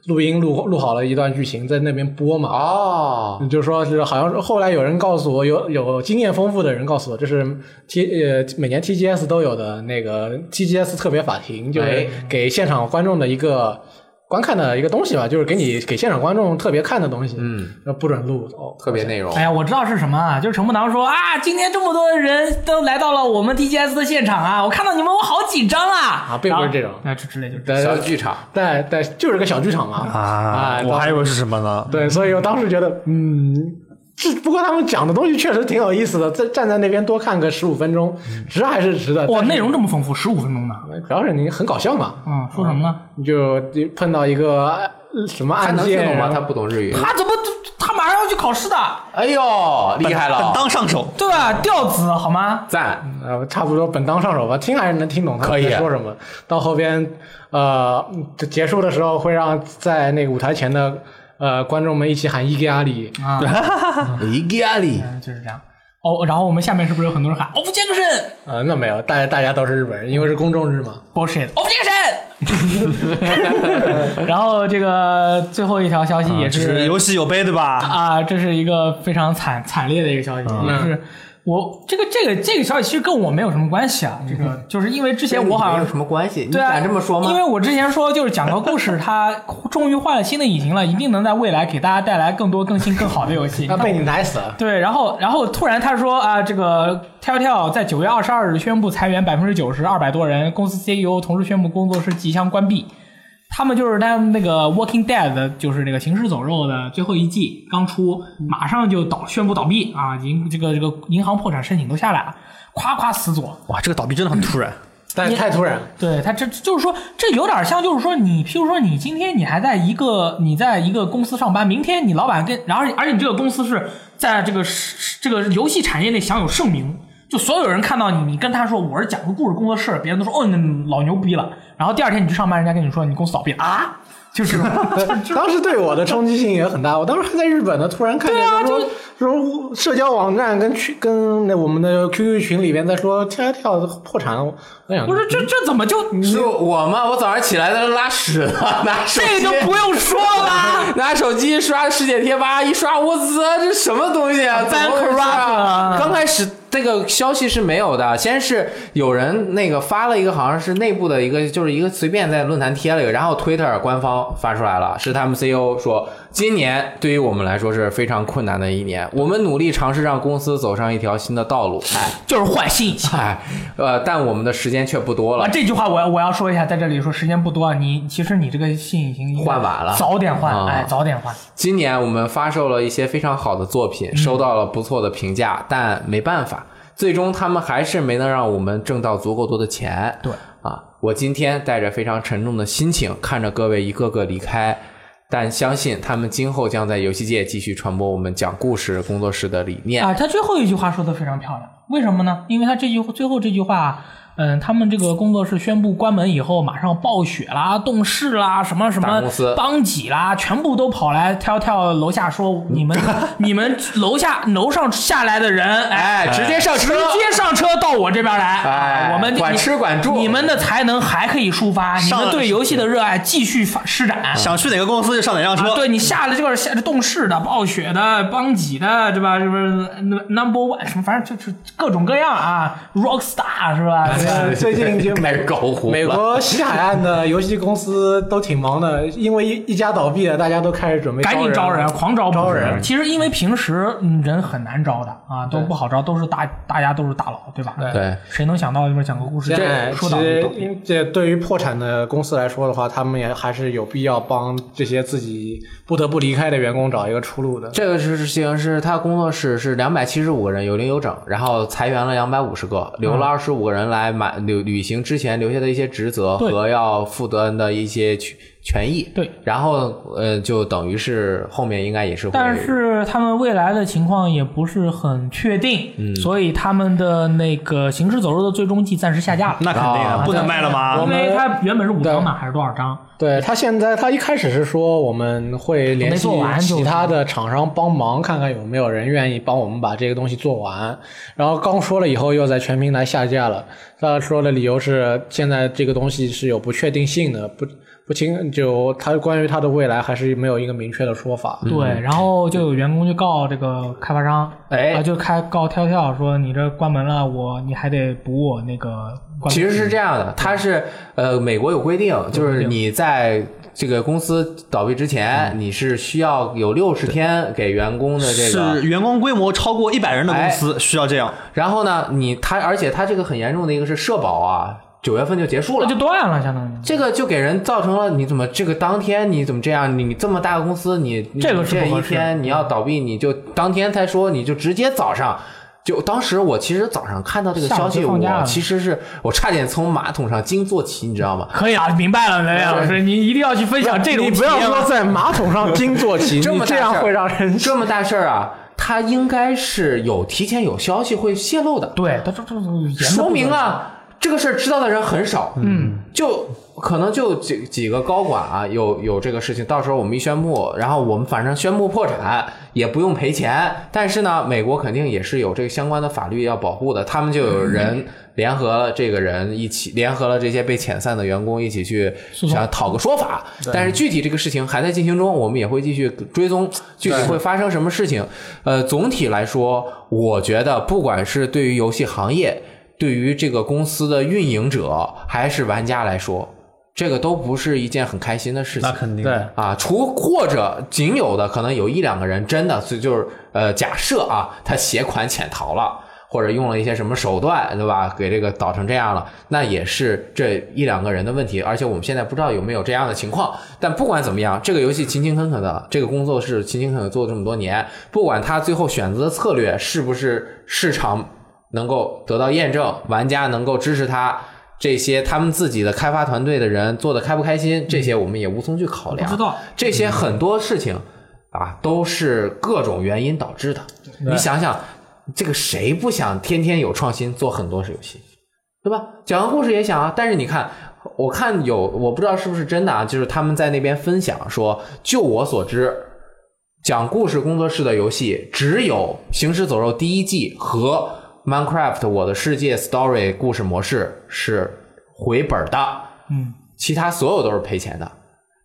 Speaker 4: 录音录录好了一段剧情在那边播嘛，
Speaker 2: 哦，
Speaker 4: 啊就说是好像是后来有人告诉我，有有经验丰富的人告诉我，这是 T 呃每年 TGS 都有的那个 TGS 特别法庭，就是
Speaker 2: 哎
Speaker 4: 给现场观众的一个观看的一个东西吧，就是给你给现场观众特别看的东西，
Speaker 2: 嗯，
Speaker 4: 不准录哦，
Speaker 2: 特别内容
Speaker 1: 哎，呀，我知道是什么啊，就是陈木堂说啊，今天这么多人都来到了我们 TGS 的现场啊，我看到你们我好紧张啊！
Speaker 4: 啊并不是这种
Speaker 1: 啊，之之类就是。
Speaker 4: 但
Speaker 2: 小剧场。
Speaker 4: 但但就是个小剧场嘛
Speaker 3: 啊，
Speaker 4: 哎
Speaker 3: 我还以为是什么呢？
Speaker 4: 对，所以我当时觉得，嗯，这不过他们讲的东西确实挺有意思的，在站在那边多看个十五分钟，值还是值的。
Speaker 1: 哇，
Speaker 4: 但是
Speaker 1: 内容这么丰富，十五分钟呢。
Speaker 4: 主要是你很搞笑嘛，
Speaker 1: 嗯，说什么呢？
Speaker 4: 你就碰到一个呃什么
Speaker 2: 他
Speaker 4: 案
Speaker 2: 能听
Speaker 4: 件
Speaker 2: 懂吗？
Speaker 4: 然后
Speaker 2: 他不懂日语。
Speaker 1: 他怎么他妈马上要去考试的，
Speaker 2: 哎呦，厉害
Speaker 3: 本
Speaker 2: 了，
Speaker 3: 当上手，
Speaker 1: 对吧？调子好吗？
Speaker 2: 赞，
Speaker 4: 呃，差不多本当上手吧，听还是能听懂他
Speaker 2: 可
Speaker 4: 们
Speaker 2: 以
Speaker 4: 在说什么。到后边，呃，就结束的时候会让在那个舞台前的呃观众们一起喊伊格阿里，
Speaker 1: 啊，
Speaker 3: 哎
Speaker 2: 伊加里，
Speaker 1: 嗯就是这样。哦，然后我们下面是不是有很多人喊 “objection
Speaker 4: 呃，那没有，大家大家都是日本人，因为是公众日嘛。
Speaker 1: bullshit objection”？然后这个最后一条消息也
Speaker 3: 就是是有喜有悲，对吧？
Speaker 1: 啊，这是一个非常惨惨烈的一个消息，
Speaker 2: 嗯
Speaker 1: 也是我这个这个这个消息其实跟我没有什么关系啊，这个就是因为之前我好
Speaker 2: 嗯跟你
Speaker 1: 像
Speaker 2: 没有什么关系，你
Speaker 1: 对啊，
Speaker 2: 敢这么说
Speaker 1: 因
Speaker 2: 吗
Speaker 1: 为？我之前说，就是讲个故事，它终于换了新的引擎了，一定能在未来给大家带来更多、更新、更好的游 戏。
Speaker 4: 那被你奶死了。
Speaker 1: 对，然后然后突然他说啊，这个跳跳在九月二十二日宣布裁员百分之九十，二百多人，公司 CEO 同时宣布工作室即将关闭。他们就是他们那个《Walking Dead》就是那个《行尸走肉》的最后一季刚出，马上就倒宣布倒闭啊！银这个这个银行破产申请都下来了，夸夸死左，
Speaker 3: 哇，这个倒闭真的很突然，
Speaker 4: 但是太突然，
Speaker 1: 对他这就是说，这有点像，就是说你，譬如说你今天你还在一个你在一个公司上班，明天你老板跟，然后而且你这个公司是在这个是这个游戏产业内享有盛名，就所有人看到你，你跟他说我是讲个故事工作室，别人都说哦你老牛逼了，然后第二天你去上班，人家跟你说你公司倒闭了啊，就是这种
Speaker 4: 当时对我的冲击性也很大。我当时还在日本呢，突然看见他说说社交网站跟群跟那我们的 QQ 群里边在说跳跳破产，我想
Speaker 1: 不是这这怎么就是
Speaker 2: 我吗？我早上起来在那拉屎了， 拿手
Speaker 1: 这
Speaker 2: 机
Speaker 1: 就不用说了。
Speaker 2: 拿手机刷世界贴吧，一刷，我操，这什么东西 啊
Speaker 1: Bankrupt
Speaker 2: 怎么回事啊
Speaker 1: 啊
Speaker 2: 刚开始这个消息是没有的，先是有人那个发了一个，好像是内部的一个，就是一个随便在论坛贴了一个，然后 Twitter 官方发出来了，是他们 CEO 说，今年对于我们来说是非常困难的一年，我们努力尝试让公司走上一条新的道路，哎
Speaker 1: 就是换新一期
Speaker 2: 哎，呃，但我们的时间却不多了
Speaker 1: 啊，。这句话我要我要说一下，在这里说时间不多啊，你其实你这个信已经
Speaker 2: 换晚了
Speaker 1: 早点换，
Speaker 2: 啊
Speaker 1: 哎，早点换。
Speaker 2: 今年我们发售了一些非常好的作
Speaker 4: 嗯
Speaker 2: 品，收到了不错的评价，但没办法，最终他们还是没能让我们挣到足够多的钱。
Speaker 1: 对
Speaker 2: 啊，我今天带着非常沉重的心情看着各位一个个离开，但相信他们今后将在游戏界继续传播我们讲故事工作室的理念。
Speaker 1: 啊，他最后一句话说的非常漂亮，为什么呢？因为他这句最后这句话，嗯，他们这个工作室宣布关门以后，马上暴雪啦、动视啦、什么什
Speaker 2: 大
Speaker 1: 么
Speaker 2: 公司
Speaker 1: 邦几啦，全部都跑来跳跳楼下说，你 们你们楼下楼上下来的人，
Speaker 2: 哎，
Speaker 1: 哎。
Speaker 2: 直接上车
Speaker 1: 直，接上车到我这边来，啊
Speaker 2: 哎
Speaker 1: 我们
Speaker 2: 管吃管住
Speaker 1: 你们的才能还可以抒发，你
Speaker 3: 上
Speaker 1: 们
Speaker 3: 了
Speaker 1: 对游戏的热爱继续发施展。
Speaker 3: 想去哪个公司就上哪辆
Speaker 1: 啊，
Speaker 3: 车。
Speaker 1: 对你下了这个下了动视的、暴雪的、邦几的，对吧？是不是 number one 什么，反正就是各种各样啊，Rockstar 是 吧？这个
Speaker 4: 呃最近就
Speaker 2: 开始搞糊了
Speaker 4: 美国西海岸的游戏公司都挺忙的，因为一一家倒闭了，大家都开始准备
Speaker 1: 赶紧招
Speaker 4: 招
Speaker 1: 人，
Speaker 4: 了
Speaker 1: 狂招
Speaker 4: 招
Speaker 1: 不是
Speaker 4: 人
Speaker 1: 其实因为平时嗯人很难招的啊，都不好招，都是大大家都是大佬，对吧？
Speaker 2: 对，
Speaker 1: 谁能想到就是讲个故事
Speaker 4: 现在
Speaker 1: 说
Speaker 4: 其
Speaker 1: 到就
Speaker 4: 实
Speaker 1: 倒闭，
Speaker 4: 因这对于破产的公司来说的话，他们也还是有必要帮这些自己不得不离开的员工找一个出路的。
Speaker 2: 这个事情是他工作室是两百七十五个人有零有整，然后裁员了两百五十个，留
Speaker 1: 嗯
Speaker 2: 了二十五个人来满履履行之前留下的一些职责
Speaker 1: 对
Speaker 2: 和要负责的一些权权益。
Speaker 1: 对，
Speaker 2: 然后呃，就等于是后面应该也是会，
Speaker 1: 但是他们未来的情况也不是很确定，
Speaker 4: 嗯
Speaker 1: 所以他们的那个《行尸走肉》的最终季暂时下架了。
Speaker 3: 那肯定
Speaker 2: 啊
Speaker 3: 啊，不能卖了吗
Speaker 4: 嗯
Speaker 1: 因？为它原本是五张嘛，还是多少张？
Speaker 4: 对他现在，他一开始是说我们会联系
Speaker 1: 没做完就
Speaker 4: 其他的厂商帮忙，看看有没有人愿意帮我们把这个东西做完。然后刚说了以后，又在全平台下架了。他说的理由是，现在这个东西是有不确定性的，不不清就他关于他的未来还是没有一个明确的说法。
Speaker 1: 对，然后就有员工就告这个开发商，
Speaker 2: 哎
Speaker 1: 啊，就开告跳跳说你这关门了，我你还得补我那个关门。
Speaker 2: 其实是这
Speaker 1: 嗯
Speaker 2: 样的，它是呃，美国有规定，就是你在。这个公司倒闭
Speaker 1: 嗯
Speaker 2: 之前，你是需要有六十天给员工的这个
Speaker 3: 是员工规模超过一百人的公司需要这样，
Speaker 2: 然后呢，你他而且他这个很严重的一个是社保啊，九月份就结束
Speaker 1: 那
Speaker 2: 了
Speaker 1: 啊就。断了，相当于。
Speaker 2: 这个就给人造成了你怎么这个当天你怎么这样？你这么大个公司，你你
Speaker 1: 这个是
Speaker 2: 这
Speaker 1: 不合
Speaker 2: 一
Speaker 1: 适
Speaker 2: 天你要倒闭，你就当天才说，你就直接早上就当时我其实早上看到这个消息，
Speaker 1: 下午就放假
Speaker 2: 我
Speaker 1: 了
Speaker 2: 其实是我差点从马桶上惊坐起，你知 道吗？
Speaker 1: 可以啊，明白了，雷雷老师，你一定要去分享这种
Speaker 4: 你
Speaker 1: 体
Speaker 4: 不要
Speaker 1: 验啊
Speaker 4: 说
Speaker 1: 吗。
Speaker 4: 在马桶上惊坐 起，
Speaker 2: 这
Speaker 4: 你
Speaker 2: 么大
Speaker 4: 这样
Speaker 2: 事儿
Speaker 4: 会让人
Speaker 2: 这么大事儿啊，它应该是有提前有消息会泄露的，
Speaker 1: 对，他这这这
Speaker 2: 说明，啊，这个事儿知道的人很少。嗯，就可能就几几个高管啊，有有这个事情，到时候我们一宣布，然后我们反正宣布破产也不用赔钱，但是呢，美国肯定也是有这个相关的法律要保护的，他们就有人联合了这个人一起，联合了这些被遣散的员工一起去想讨个说法，但是具体这个事情还在进行中，我们也会继续追踪具体会发生什么事情。呃，总体来说，我觉得不管是对于游戏行业。对于这个公司的运营者还是玩家来说，这个都不是一件很开心的事情。
Speaker 3: 那肯定
Speaker 4: 对
Speaker 2: 啊，除或者仅有的可能有一两个人真的是就是呃，假设啊，他携款潜逃了，或者用了一些什么手段，对吧？给这个导成这样了，那也是这一两个人的问题。而且我们现在不知道有没有这样的情况。但不管怎么样，这个游戏勤勤恳恳的，这个工作室勤勤恳恳做了这么多年，不管他最后选择的策略是不是市场能够得到验证，玩家能够支持他。这些他们自己的开发团队的人做的开不开心，这些我们也无从去考量。
Speaker 1: 不知道
Speaker 2: 啊这些很多事情啊，都是各种原因导致的。你想想，这个谁不想天天有创新，做很多游戏，对吧？讲个故事也想啊。但是你看，我看有，我不知道是不是真的啊，就是他们在那边分享说，就我所知，讲故事工作室的游戏只有《行尸走肉》第一季和《Minecraft》我的世界 Story 故事模式是回本的，
Speaker 1: 嗯，
Speaker 2: 其他所有都是赔钱的。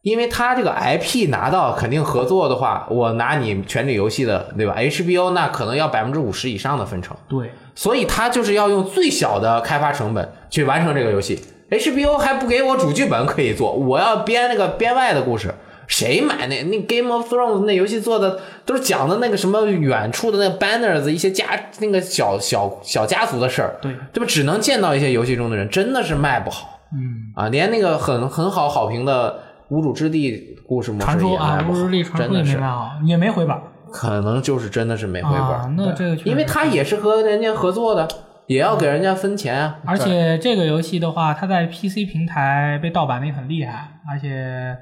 Speaker 2: 因为他这个 IP 拿到肯定合作的话，我拿你权力游戏的对吧？HBO 那可能要百分之五十以上的分成，
Speaker 1: 对，
Speaker 2: 所以他就是要用最小的开发成本去完成这个游戏。HBO 还不给我主剧本可以做，我要编那个编外的故事，谁买那那 Game of Thrones 那游戏做的都是讲的那个什么远处的那个 banners 一些家那个小小小家族的事儿，
Speaker 1: 对
Speaker 2: 对吧？只能见到一些游戏中的人，真的是卖不好，嗯啊，连那个很很好好评的无主之地故事模
Speaker 1: 传
Speaker 2: 式也
Speaker 1: 说啊
Speaker 2: 卖，不
Speaker 1: 乌
Speaker 2: 好
Speaker 1: 日，丽传
Speaker 2: 真
Speaker 1: 说也
Speaker 2: 的
Speaker 1: 没
Speaker 2: 是
Speaker 1: 卖好，也没回本儿
Speaker 2: 可能就是真的是没回本儿
Speaker 1: 啊。，那这个确实
Speaker 2: 因为他也是和人家合作的，也要给人家分钱啊。
Speaker 1: 而且这个游戏的话，它在 PC 平台被盗版的也很厉害，而且，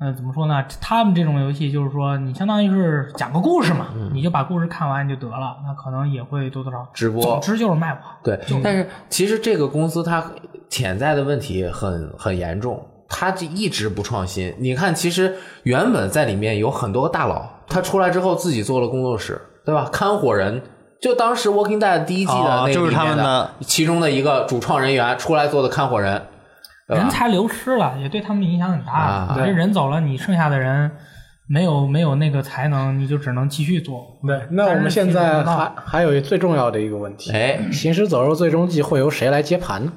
Speaker 1: 呃，怎么说呢？他们这种游戏就是说，你相当于是讲个故事嘛，你就把故事看完就得了，那可能也会多多少少。
Speaker 2: 直播
Speaker 1: 总之就是卖不好。
Speaker 2: 对，但是其实这个公司它潜在的问题很很严重，它就一直不创新。你看，其实原本在里面有很多大佬，他出来之后自己做了工作室，对吧？看火人。就当时《Walking Dead》第一季的那
Speaker 3: 哦
Speaker 2: 个
Speaker 3: 就是
Speaker 2: 里
Speaker 3: 他
Speaker 2: 面的
Speaker 3: 们的
Speaker 2: 其中的一个主创人员出来做的看火人，对吧
Speaker 1: 人才流失了，也对他们影响很大。
Speaker 2: 啊
Speaker 1: 你这人走了，你剩下的人没有没有那个才能，你就只能继续做。
Speaker 4: 对，那我们现在还还有一最重要的一个问题，
Speaker 2: 哎，
Speaker 4: 《行尸走肉》最终季会由谁来接盘呢？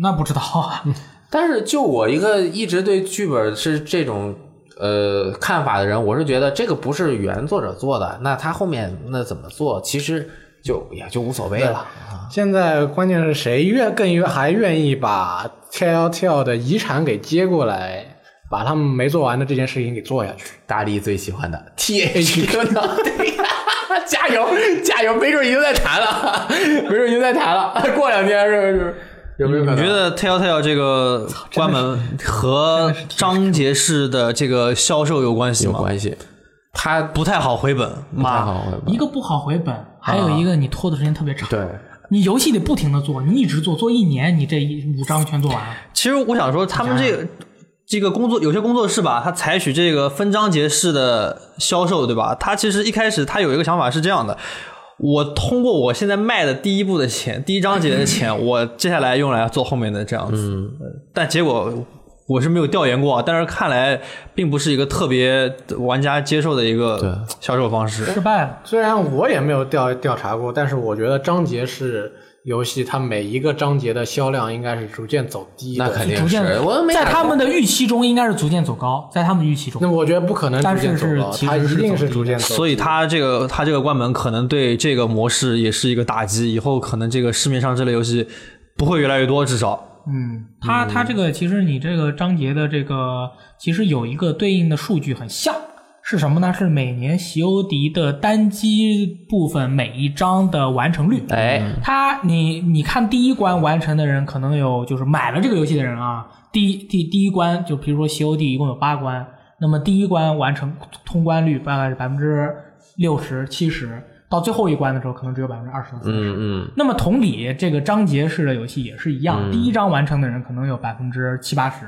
Speaker 1: 那不知道啊，
Speaker 2: 但是就我一个一直对剧本是这种呃看法的人，我是觉得这个不是原作者做的，那他后面那怎么做，其实就也就无所谓了。
Speaker 4: 现在关键是谁愿更愿还愿意把 Telltale 的遗产给接过来，把他们没做完的这件事情给做下去？
Speaker 2: 大力最喜欢的 T H Q 呢？对呀加油加油，没准已经在谈了， 没准已经在谈了。过两天是不是有没有可
Speaker 3: 你觉
Speaker 2: 能？
Speaker 3: 得 Telltale 这个关门和章节式的这个销售有关系吗？
Speaker 2: 系，他
Speaker 3: 不太好回本，妈，
Speaker 2: 好
Speaker 1: 一个不好回本，还有一个你拖的时间特别长。
Speaker 2: 对。
Speaker 1: 你游戏得不停的做，你一直做，做一年，你这一五章全做完了。
Speaker 3: 其实我想说，他们这个这个工作有些工作室吧，它采取这个分章节式的销售，对吧？它其实一开始它有一个想法是这样的。我通过我现在卖的第一步的钱，第一章节的 钱，我接下来用来做后面的这样子。但结果我是没有调研过啊，但是看来并不是一个特别玩家接受的一个销售方式。
Speaker 1: 失败了，
Speaker 4: 虽然我也没有调调查过，但是我觉得章节是游戏，它每一个章节的销量应该是逐渐走低的。
Speaker 2: 那肯定
Speaker 1: 逐渐
Speaker 2: 是，我都没
Speaker 1: 在
Speaker 2: 打
Speaker 1: 他
Speaker 2: 过
Speaker 1: 们的预期中应该是逐渐走高，在他们的预期中
Speaker 4: 那，我觉得不可能逐渐走高，
Speaker 1: 但是是
Speaker 4: 它一定
Speaker 1: 其实是走低
Speaker 4: 是
Speaker 1: 的
Speaker 4: 逐渐走低。
Speaker 3: 所以它这个它这个关门可能对这个模式也是一个打击，以后可能这个市面上这类游戏不会越来越多，至少。
Speaker 1: 嗯，他他这个其实你这个章节的这个其实有一个对应的数据很像，是什么呢？是每年席欧迪的单机部分每一章的完成率。
Speaker 2: 哎，
Speaker 1: 他你你看第一关完成的人，可能有就是买了这个游戏的人啊，第一第第一关就比如说《西游记》一共有八关，那么第一关完成通关率大概是百分之六十七十，到最后一关的时候可能只有百分之二十到三十。
Speaker 2: 嗯
Speaker 1: 那么同理，这个章节式的游戏也是一样，第一章完成的人可能有百分之七八十。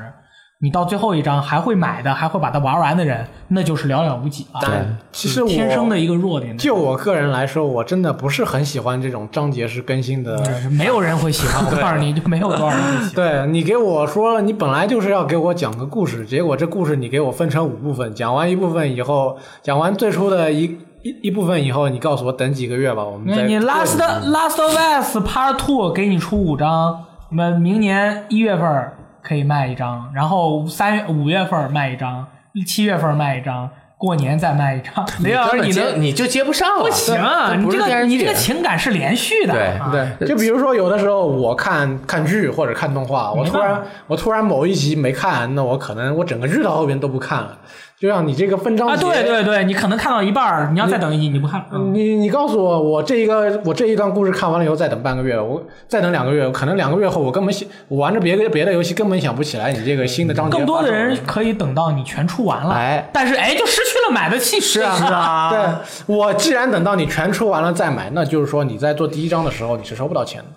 Speaker 1: 你到最后一章还会买的，还会把它玩完的人，那就是寥寥无几了。
Speaker 4: 但其实我
Speaker 1: 天生的一个弱点，
Speaker 4: 就我个人来说，我真的不是很喜欢这种章节式更新的。
Speaker 1: 是没有人会喜欢。我告诉你，就没有多少人会喜欢。
Speaker 4: 对你给我说，你本来就是要给我讲个故事，结果这故事你给我分成五部分，讲完一部分以后，讲完最初的一一一部分以后，你告诉我等几个月吧，我们
Speaker 1: 那
Speaker 4: 再
Speaker 1: 你 Last Last of Us Part Two 给你出五张，我们明年一月份儿可以卖一张，然后三月五月份儿卖一张，七月份儿卖一张，过年再卖一张。雷老师，
Speaker 2: 根本
Speaker 1: 你
Speaker 2: 接
Speaker 1: 能
Speaker 2: 你就接不上了，
Speaker 1: 不行啊？
Speaker 2: 这
Speaker 1: 你
Speaker 2: 不
Speaker 1: 这
Speaker 2: 是
Speaker 1: 个
Speaker 2: 电视剧
Speaker 1: 你这个情感是连续的，
Speaker 2: 对
Speaker 1: 啊
Speaker 4: 对，就比如说有的时候我看看剧或者看动画，我
Speaker 1: 没
Speaker 4: 突
Speaker 1: 办法
Speaker 4: 然我突然某一集没看，那我可能我整个剧到后边都不看了。就像你这个分章
Speaker 1: 啊，
Speaker 4: 节
Speaker 1: 对对对，你可能看到一半儿，你要再等一集，你不看了。嗯
Speaker 4: 你你告诉我，我这一个我这一段故事看完了以后，再等半个月，我再等两个月，可能两个月后我根本想我玩着别的别的游戏根本想不起来你这个新的章节。
Speaker 1: 更多的人可以等到你全出完了，
Speaker 2: 哎
Speaker 1: 但是哎，就失去了买的气势
Speaker 3: 是啊，
Speaker 4: 对我既然等到你全出完了再买，那就是说你在做第一章的时候你是收不到钱的。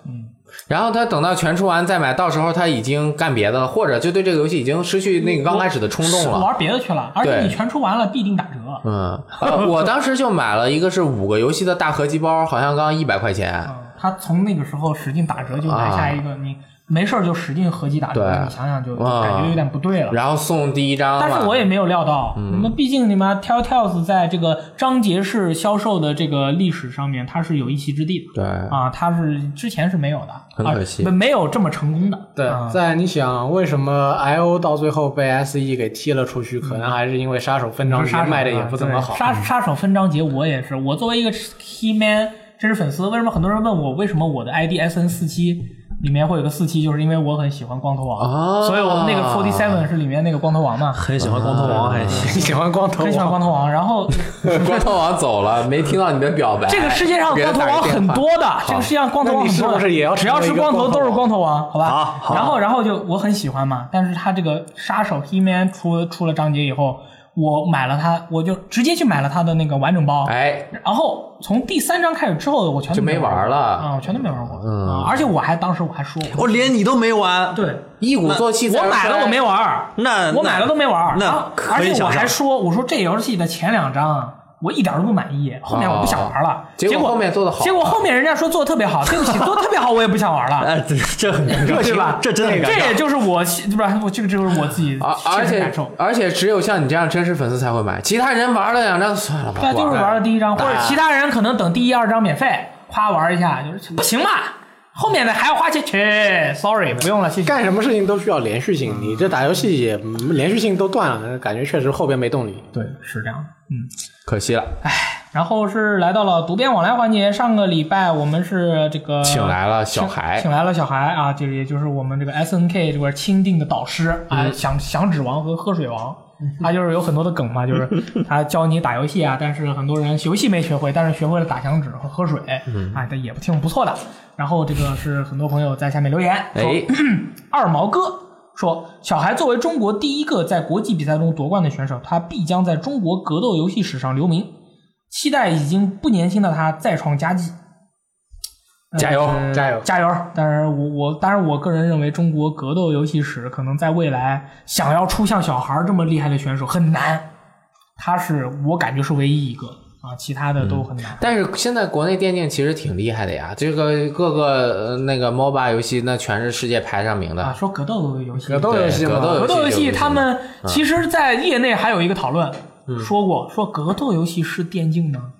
Speaker 2: 然后他等到全出完再买，到时候他已经干别的了，或者就对这个游戏已经失去那个刚开始的冲动 了。
Speaker 1: 玩别的去了，而且
Speaker 2: 对
Speaker 1: 你全出完了必定打折。
Speaker 2: 嗯，呃，我当时就买了一个是五个游戏的大合集包，好像刚一百块钱。
Speaker 1: 嗯，他从那个时候使劲打折就埋下一个，你没事儿就使劲合击打折，
Speaker 2: 啊对
Speaker 1: 你想想就就
Speaker 2: 啊
Speaker 1: 感觉有点不对了。
Speaker 2: 然后嗯送第一张嘛，
Speaker 1: 但是我也没有料到，那么毕竟你们 Telltales 在这个章节式销售的这个历史上面，它是有一席之地的
Speaker 2: 对，
Speaker 3: 嗯
Speaker 1: 啊，它是之前是没有的，
Speaker 2: 很可惜
Speaker 1: 啊没没有这么成功的。
Speaker 4: 对
Speaker 1: 啊，
Speaker 4: 在你想为什么 I O 到最后被 S E 给踢了出去，可能还是因为杀手分章节
Speaker 1: 杀手
Speaker 4: 嗯
Speaker 1: 啊
Speaker 4: 卖的也不怎么好嗯
Speaker 1: 对。杀杀手分章节我也是，我作为一个 He Man 真实粉丝，为什么很多人问我为什么我的 ID S N 四七里面会有个四七，就是因为我很喜欢光头王，
Speaker 2: 啊
Speaker 1: 所以我们那个 Forty Seven 是里面那个光头王嘛，
Speaker 3: 很喜欢光头王，还行。
Speaker 4: 你喜欢光头
Speaker 1: 很喜欢
Speaker 4: 王？
Speaker 1: 光头王。然后
Speaker 2: 光头王走了，没听到你的表白。
Speaker 1: 这个世界上
Speaker 2: 给他
Speaker 1: 光头
Speaker 2: 哎打
Speaker 1: 王
Speaker 2: 个电
Speaker 1: 很
Speaker 2: 话。
Speaker 1: 多的，这个世界上光头王很多
Speaker 4: 那你是不
Speaker 1: 的，
Speaker 4: 是也要
Speaker 1: 只要是光头都是光头王，好吧？
Speaker 3: 好好
Speaker 1: 然后然后就我很喜欢嘛，但是他这个杀手 He Man 出出了章节以后，我买了他，我就直接去买了他的那个完整包，
Speaker 2: 哎，
Speaker 1: 然后从第三章开始之后的，我全都
Speaker 2: 就没
Speaker 1: 玩
Speaker 2: 玩了
Speaker 1: 啊，我全都没玩过。嗯，而且我还当时我还说，
Speaker 3: 我连你都没玩，
Speaker 1: 对
Speaker 2: 一鼓作气，
Speaker 1: 我买了我没
Speaker 2: 有。
Speaker 1: 玩儿，
Speaker 3: 那
Speaker 1: 我买了都没玩儿。
Speaker 3: 那
Speaker 1: 然后
Speaker 3: 可
Speaker 1: 而
Speaker 3: 以
Speaker 1: 且我
Speaker 3: 想象
Speaker 1: 还说，我说这游戏的前两章我一点都不满意，后面我不想玩了。
Speaker 2: 结
Speaker 1: 结
Speaker 2: 果后面做得好
Speaker 1: 结果后面人家说做的特别好，对不起， 做的特别好，我也不想玩了。
Speaker 3: 哎，这这很尴 尬，
Speaker 1: 对吧？
Speaker 3: 这真的很尴
Speaker 1: 这也
Speaker 3: 尬。
Speaker 1: 就是我，不是我这个就是我自己
Speaker 2: 而啊而
Speaker 1: 切身
Speaker 2: 且
Speaker 1: 感受。
Speaker 2: 而且只有像你这样真实粉丝才会买，其他人玩了两张算了吧。
Speaker 1: 对，啊就是玩了第一
Speaker 2: 哎
Speaker 1: 章，或者其他人可能等第一、二章免费，夸玩一下，就是不行嘛，后面的还要花钱，去，sorry，不 用了，谢谢。
Speaker 4: 干什么事情都需要连续
Speaker 1: 嗯
Speaker 4: 性，你这打游戏也嗯连续性都断了，感觉确实后边没动力。
Speaker 1: 对，是这样。嗯，
Speaker 2: 可惜了，
Speaker 1: 然后是来到了读编往来环节。上个礼拜我们是这个
Speaker 2: 请来了小
Speaker 1: 请
Speaker 2: 孩
Speaker 1: 请来了小孩啊，就是也就是我们这个 S N K 这块钦定的导师
Speaker 2: 嗯
Speaker 1: 啊，响响指王和喝水 王。他就是有很多的梗嘛，就是他教你打游戏啊，但是很多人游戏没学会，但是学会了打响指和喝水，
Speaker 2: 嗯
Speaker 1: 哎，但也不挺不错的。然后这个是很多朋友在下面留言说，
Speaker 2: 哎，
Speaker 1: 二毛哥说：“小孩作为中国第一个在国际比赛中夺冠的选手，他必将在中国格斗游戏史上留名。期待已经不年轻的他再创佳绩。但是
Speaker 2: 加油
Speaker 4: 加油
Speaker 1: 加油！但是我我当然我个人认为，中国格斗游戏史可能在未来想要出像小孩这么厉害的选手很难，他是我感觉是唯一一个啊，其他的都很难。
Speaker 4: 嗯
Speaker 2: 但是现在国内电竞其实挺厉害的呀，这个各个呃那个 MOBA 游戏那全是世界排上名的。
Speaker 1: 啊，说格斗游戏，
Speaker 4: 格斗游戏
Speaker 2: 对
Speaker 4: 嘛，
Speaker 2: 格斗游
Speaker 1: 格斗游
Speaker 2: 戏
Speaker 1: 戏，
Speaker 2: 有
Speaker 1: 他们其实，在业内还有一个讨论，说过说格斗游戏是电竞吗？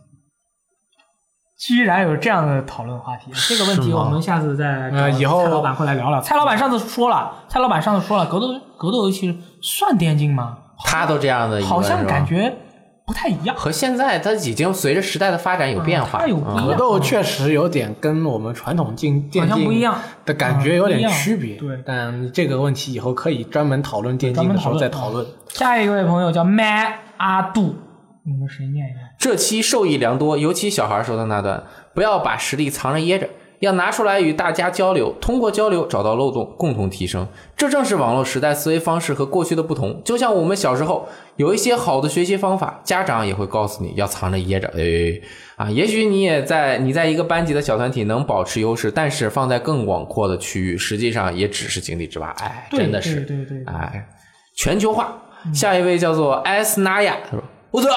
Speaker 1: 居然有这样的讨论话题，这个问题
Speaker 3: 是吗
Speaker 1: 我们下次再
Speaker 4: 呃
Speaker 1: 找
Speaker 4: 以后
Speaker 1: 蔡老板会来聊聊。蔡老板上次说了，蔡老板上次说了，格斗格斗游戏算电竞吗？
Speaker 2: 他都这样的疑问，
Speaker 1: 好像
Speaker 2: 是吧
Speaker 1: 感觉不太一样，
Speaker 2: 和现在它已经随着时代的发展有变
Speaker 1: 嗯
Speaker 2: 化，嗯
Speaker 1: 它有不一
Speaker 4: 格
Speaker 1: 样，
Speaker 4: 斗确实有点跟我们传统竞电
Speaker 1: 好像
Speaker 4: 竞
Speaker 1: 不一样
Speaker 4: 的感觉
Speaker 1: 嗯
Speaker 4: 有
Speaker 1: 不一
Speaker 4: 点
Speaker 1: 样
Speaker 4: 区别。
Speaker 1: 对
Speaker 4: 但这个问题以后可以专门讨论电
Speaker 1: 专
Speaker 4: 竞
Speaker 1: 门
Speaker 4: 的时
Speaker 1: 讨嗯
Speaker 4: 候
Speaker 1: 论
Speaker 4: 再讨论。
Speaker 1: 下一位朋友叫麦阿杜，你们谁念一下？
Speaker 2: 这期受益良多，尤其小孩收藏大段，不要把实力藏着掖着，要拿出来与大家交流，通过交流找到漏洞，共同提升。这正是网络时代思维方式和过去的不同。就像我们小时候有一些好的学习方法，家长也会告诉你要藏着掖着，哎。啊，也许你也在你在一个班级的小团体能保持优势，但是放在更广阔的区域，实际上也只是井底之蛙。哎，
Speaker 1: 对
Speaker 2: 真的是，
Speaker 1: 对对对对
Speaker 2: 哎，全球化。下一位叫做埃斯纳亚，他说：“我操，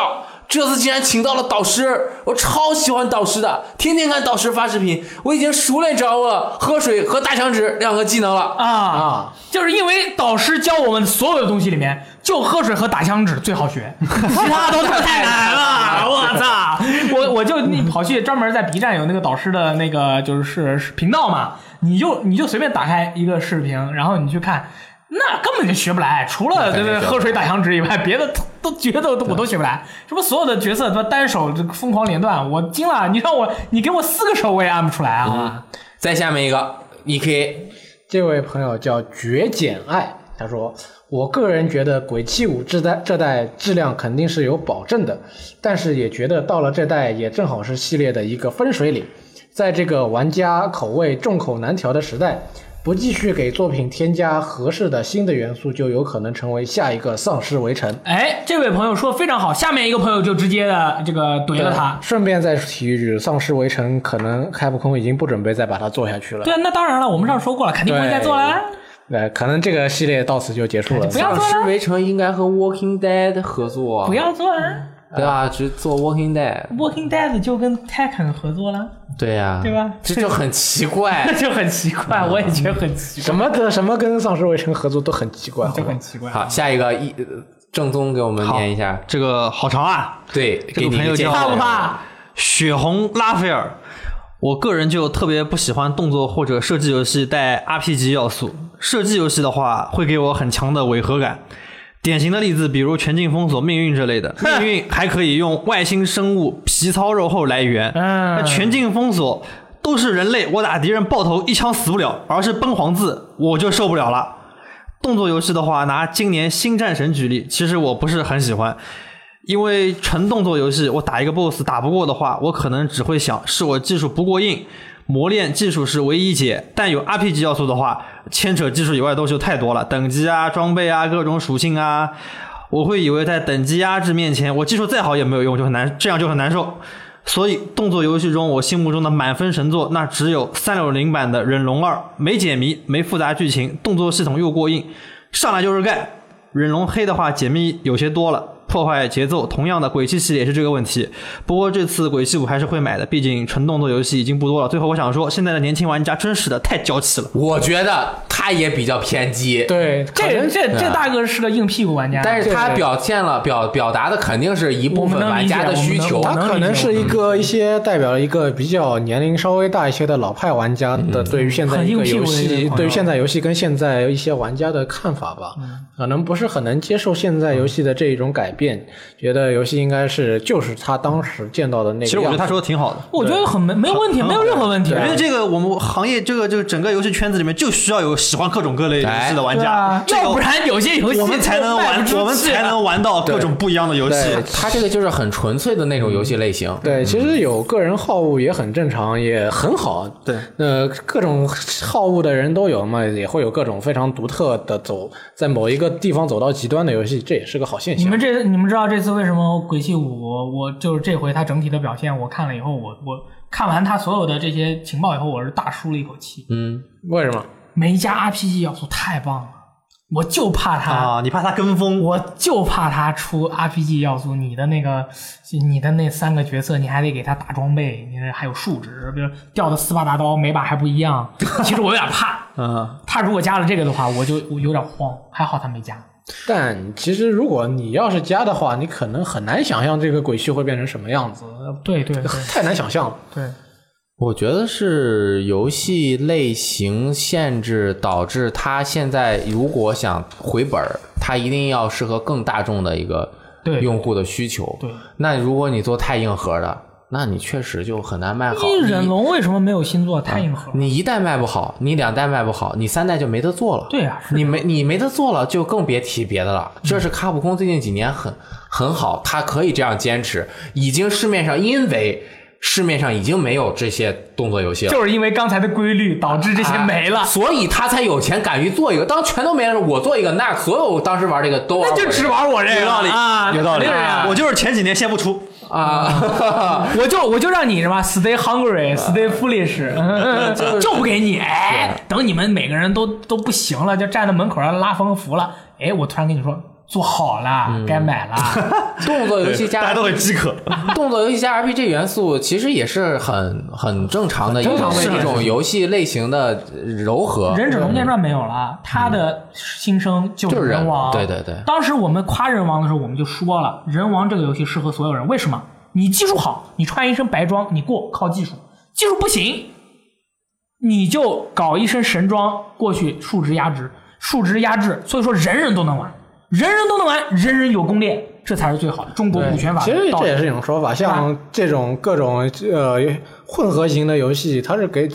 Speaker 2: 这次竟然请到了导师，我超喜欢导师的，天天看导师发视频，我已经熟练掌握了喝水和大响指两个技能了。
Speaker 1: 啊，
Speaker 4: 啊，
Speaker 1: 就是因为导师教我们所有的东西里面，就喝水和打响指最好学，其他都太难 了。我操！我我就你跑去专门在 B 站有那个导师的那个就是是频道嘛，你就你就随便打开一个视频，然后你去看。那根本就学不来，除了对
Speaker 2: 肯定
Speaker 1: 对
Speaker 2: 学不来
Speaker 1: 喝水打响指以外，别的都都觉得我都学不来。什么所有的角色他妈单手这个疯狂连段，我惊了！你让我你给我四个手我也按不出来啊！
Speaker 2: 啊，再下面一个 E K
Speaker 4: 这位朋友叫绝简爱，他说：“我个人觉得《鬼泣五》这代这代质量肯定是有保证的，但是也觉得到了这代也正好是系列的一个分水岭。在这个玩家口味众口难调的时代，不继续给作品添加合适的新的元素，就有可能成为下一个丧尸围城。”
Speaker 1: 哎，这位朋友说得非常好，下面一个朋友就直接的这个怼了他。
Speaker 4: 呃顺便再提一句，《丧尸围城》可能开普空已经不准备再把它做下去了。
Speaker 1: 对，那当然了，我们上次说过了，肯定不会再做了。
Speaker 4: 呃，可能这个系列到此就结束了。
Speaker 1: 哎不要做
Speaker 2: 尸
Speaker 1: 啊了，
Speaker 2: 围城应该和 Walking Dead 合作，
Speaker 1: 不要做啊了。
Speaker 2: 对吧？只做 Walking Dead，
Speaker 1: Walking Dead 就跟 Tekken 合作了，
Speaker 2: 对呀、
Speaker 1: 对吧
Speaker 2: 这就很奇怪
Speaker 1: 那。 就很奇怪，我也觉得很奇
Speaker 4: 什么的什么跟《丧尸围城》合作都很奇怪，
Speaker 1: 怪，就
Speaker 4: 好吧
Speaker 1: 很奇 怪。
Speaker 2: 好，下一个一呃正宗给我们念一下，
Speaker 3: 这个好长啊，
Speaker 2: 对，
Speaker 3: 这
Speaker 2: 给
Speaker 3: 个
Speaker 2: 你一
Speaker 3: 朋友
Speaker 2: 个建
Speaker 3: 叫
Speaker 2: 议
Speaker 1: 怕不怕？
Speaker 3: 血红拉斐尔。我个人就特别不喜欢动作或者射击游戏带 RPG 要素。射击游戏的话，会给我很强的违和感。典型的例子，比如《全境封锁》《命运》这类的，《命运》还可以用外星生物皮糙肉厚来源，
Speaker 1: 嗯
Speaker 3: 那《全境封锁》都是人类，我打敌人爆头一枪死不了，而是崩黄字，我就受不了了。动作游戏的话，拿今年《新战神》举例，其实我不是很喜欢，因为纯动作游戏，我打一个 BOSS 打不过的话，我可能只会想是我技术不过硬，磨练技术是唯一解。但有 RPG 要素的话，牵扯技术以外的东西就太多了，等级啊、装备啊、各种属性啊，我会以为在等级压制面前，我技术再好也没有用，就很难，这样就很难受。所以，动作游戏中我心目中的满分神作，那只有三六零版的《忍龙二》，没解谜，没复杂剧情，动作系统又过硬，上来就是干。忍龙黑的话，解密有些多了，破坏节奏。同样的，鬼泣系列也是这个问题。不过这次鬼泣五还是会买的，毕竟纯动作游戏已经不多了。最后我想说，现在的年轻玩家真是的太娇气了。
Speaker 2: 我觉得他也比较偏激，
Speaker 4: 对，可
Speaker 1: 这
Speaker 4: 能
Speaker 1: 这
Speaker 3: 啊
Speaker 1: 这大哥是个硬屁股玩家，
Speaker 2: 但是他
Speaker 4: 对
Speaker 2: 表现了表表达的肯定是一部分玩家的需求
Speaker 1: 我。
Speaker 4: 他
Speaker 1: 能
Speaker 4: 可能是一个一些代表了一个比较年龄稍微大一些的老派玩家的对于现在
Speaker 1: 很
Speaker 4: 一
Speaker 1: 硬
Speaker 4: 个
Speaker 1: 气
Speaker 4: 游
Speaker 1: 我觉得
Speaker 4: 戏，
Speaker 1: 朋
Speaker 4: 对于
Speaker 1: 友
Speaker 4: 现在游戏跟现在一些玩家的看法吧，可能不是很能接受现在游戏的这一种改变，觉得游戏应该是就是他当时见到的那个样子。
Speaker 3: 其实我觉得他说的挺好的。
Speaker 1: 我觉得很没没有问题，
Speaker 3: 很
Speaker 1: 没有任何问题
Speaker 3: 我。觉得这个我们行业这个这个整个游戏圈子里面就需要有喜欢各种各类游戏的玩
Speaker 1: 对
Speaker 3: 家
Speaker 1: 啊，，
Speaker 3: 这个
Speaker 1: 要不然有些游戏
Speaker 3: 我们才 能
Speaker 1: 卖
Speaker 3: 玩
Speaker 1: 不，出
Speaker 3: 我们
Speaker 1: 去啊
Speaker 3: 才能玩到各种不一样的游戏。
Speaker 4: 对
Speaker 2: 他这个就是很纯粹的那种游戏类
Speaker 1: 嗯
Speaker 2: 型。
Speaker 4: 对，其实有个人好恶也很正常，也很好。
Speaker 3: 对，
Speaker 4: 呃，各种好恶的人都有嘛，也会有各种非常独特的走在某一个地方走到极端的游戏，这也是个好现
Speaker 1: 你
Speaker 4: 象。
Speaker 1: 们这你们知道这次为什么《鬼泣五》我就是这回它整体的表现，我看了以后，我我看完它所有的这些情报以后，我是大舒了一口气。
Speaker 2: 嗯，
Speaker 4: 为什么？
Speaker 1: 没加 RPG 要素太棒了，我就怕它，
Speaker 3: 啊，你怕他跟风？
Speaker 1: 我就怕它出 RPG 要素。你的那个你的那三个角色，你还得给它打装备，你还有数值，比如掉的斯巴达刀每把还不一样。 其实我有点怕，
Speaker 3: 嗯，
Speaker 1: 他如果加了这个的话，我就我有点慌。还好他没加。
Speaker 4: 但其实如果你要是加的话，你可能很难想象这个鬼畜会变成什么样子，
Speaker 1: 对对对
Speaker 4: 太难想象了。
Speaker 1: 对。
Speaker 2: 我觉得是游戏类型限制导致他现在如果想回本儿，他一定要适合更大众的一个
Speaker 1: 对
Speaker 2: 用户的需求。
Speaker 1: 对，
Speaker 2: 那如果你做太硬核的，那你确实就很难卖好。
Speaker 1: 一忍龙为什么没有新作？太硬
Speaker 3: 啊
Speaker 1: 核了。
Speaker 2: 你一代卖不好，你两代卖不好，你三代就没得做了。
Speaker 1: 对呀是的
Speaker 2: 你没你没得做了，就更别提别的了。这是卡普空最近几年很很好，它可以这样坚持。已经市面上因为市面上已经没有这些动作游戏了。
Speaker 1: 就是因为刚才的规律导致这些没了，
Speaker 3: 啊
Speaker 2: 哎所以他才有钱敢于做一个。当全都没了，我做一个，那所有当时玩这个都玩
Speaker 1: 那就
Speaker 2: 我
Speaker 1: 只玩我这个
Speaker 3: 有道理
Speaker 1: 啊，
Speaker 3: 有道理
Speaker 1: 肯定是啊。
Speaker 3: 我就是前几年先不出，
Speaker 2: 啊，
Speaker 1: 我就我就让你什么 stay hungry, stay foolish，嗯 就不给你。哎，等你们每个人都都不行了，就站在门口上拉横幅了。哎，我突然跟你说，做好了，该买了。
Speaker 2: 动作游戏
Speaker 3: 大家
Speaker 2: 加
Speaker 3: 都很饥渴。
Speaker 2: 动作游戏加 RPG 元素，其实也是很很正常的一
Speaker 4: 正
Speaker 2: 种
Speaker 4: 常的一种
Speaker 2: 一种游戏类型的柔和。
Speaker 1: 忍者龙剑传没有了，他的新生就
Speaker 2: 就是是
Speaker 1: 人
Speaker 2: 人
Speaker 1: 王。
Speaker 2: 对对对
Speaker 1: 当时我们夸人王的时候，我们就说了，人王这个游戏适合所有人。为什么？你技术好，你穿一身白装，你过靠技术；技术不行，你就搞一身神装过去数值压制，数值压制。所以说，人人都能玩，人人都能玩，人人有攻略，这才是最好的中国
Speaker 4: 对
Speaker 1: 古拳法
Speaker 4: 其
Speaker 1: 的
Speaker 4: 实
Speaker 1: 道
Speaker 4: 这也
Speaker 1: 理。
Speaker 4: 是一种说法，像这种各种呃混合型的游戏，它是给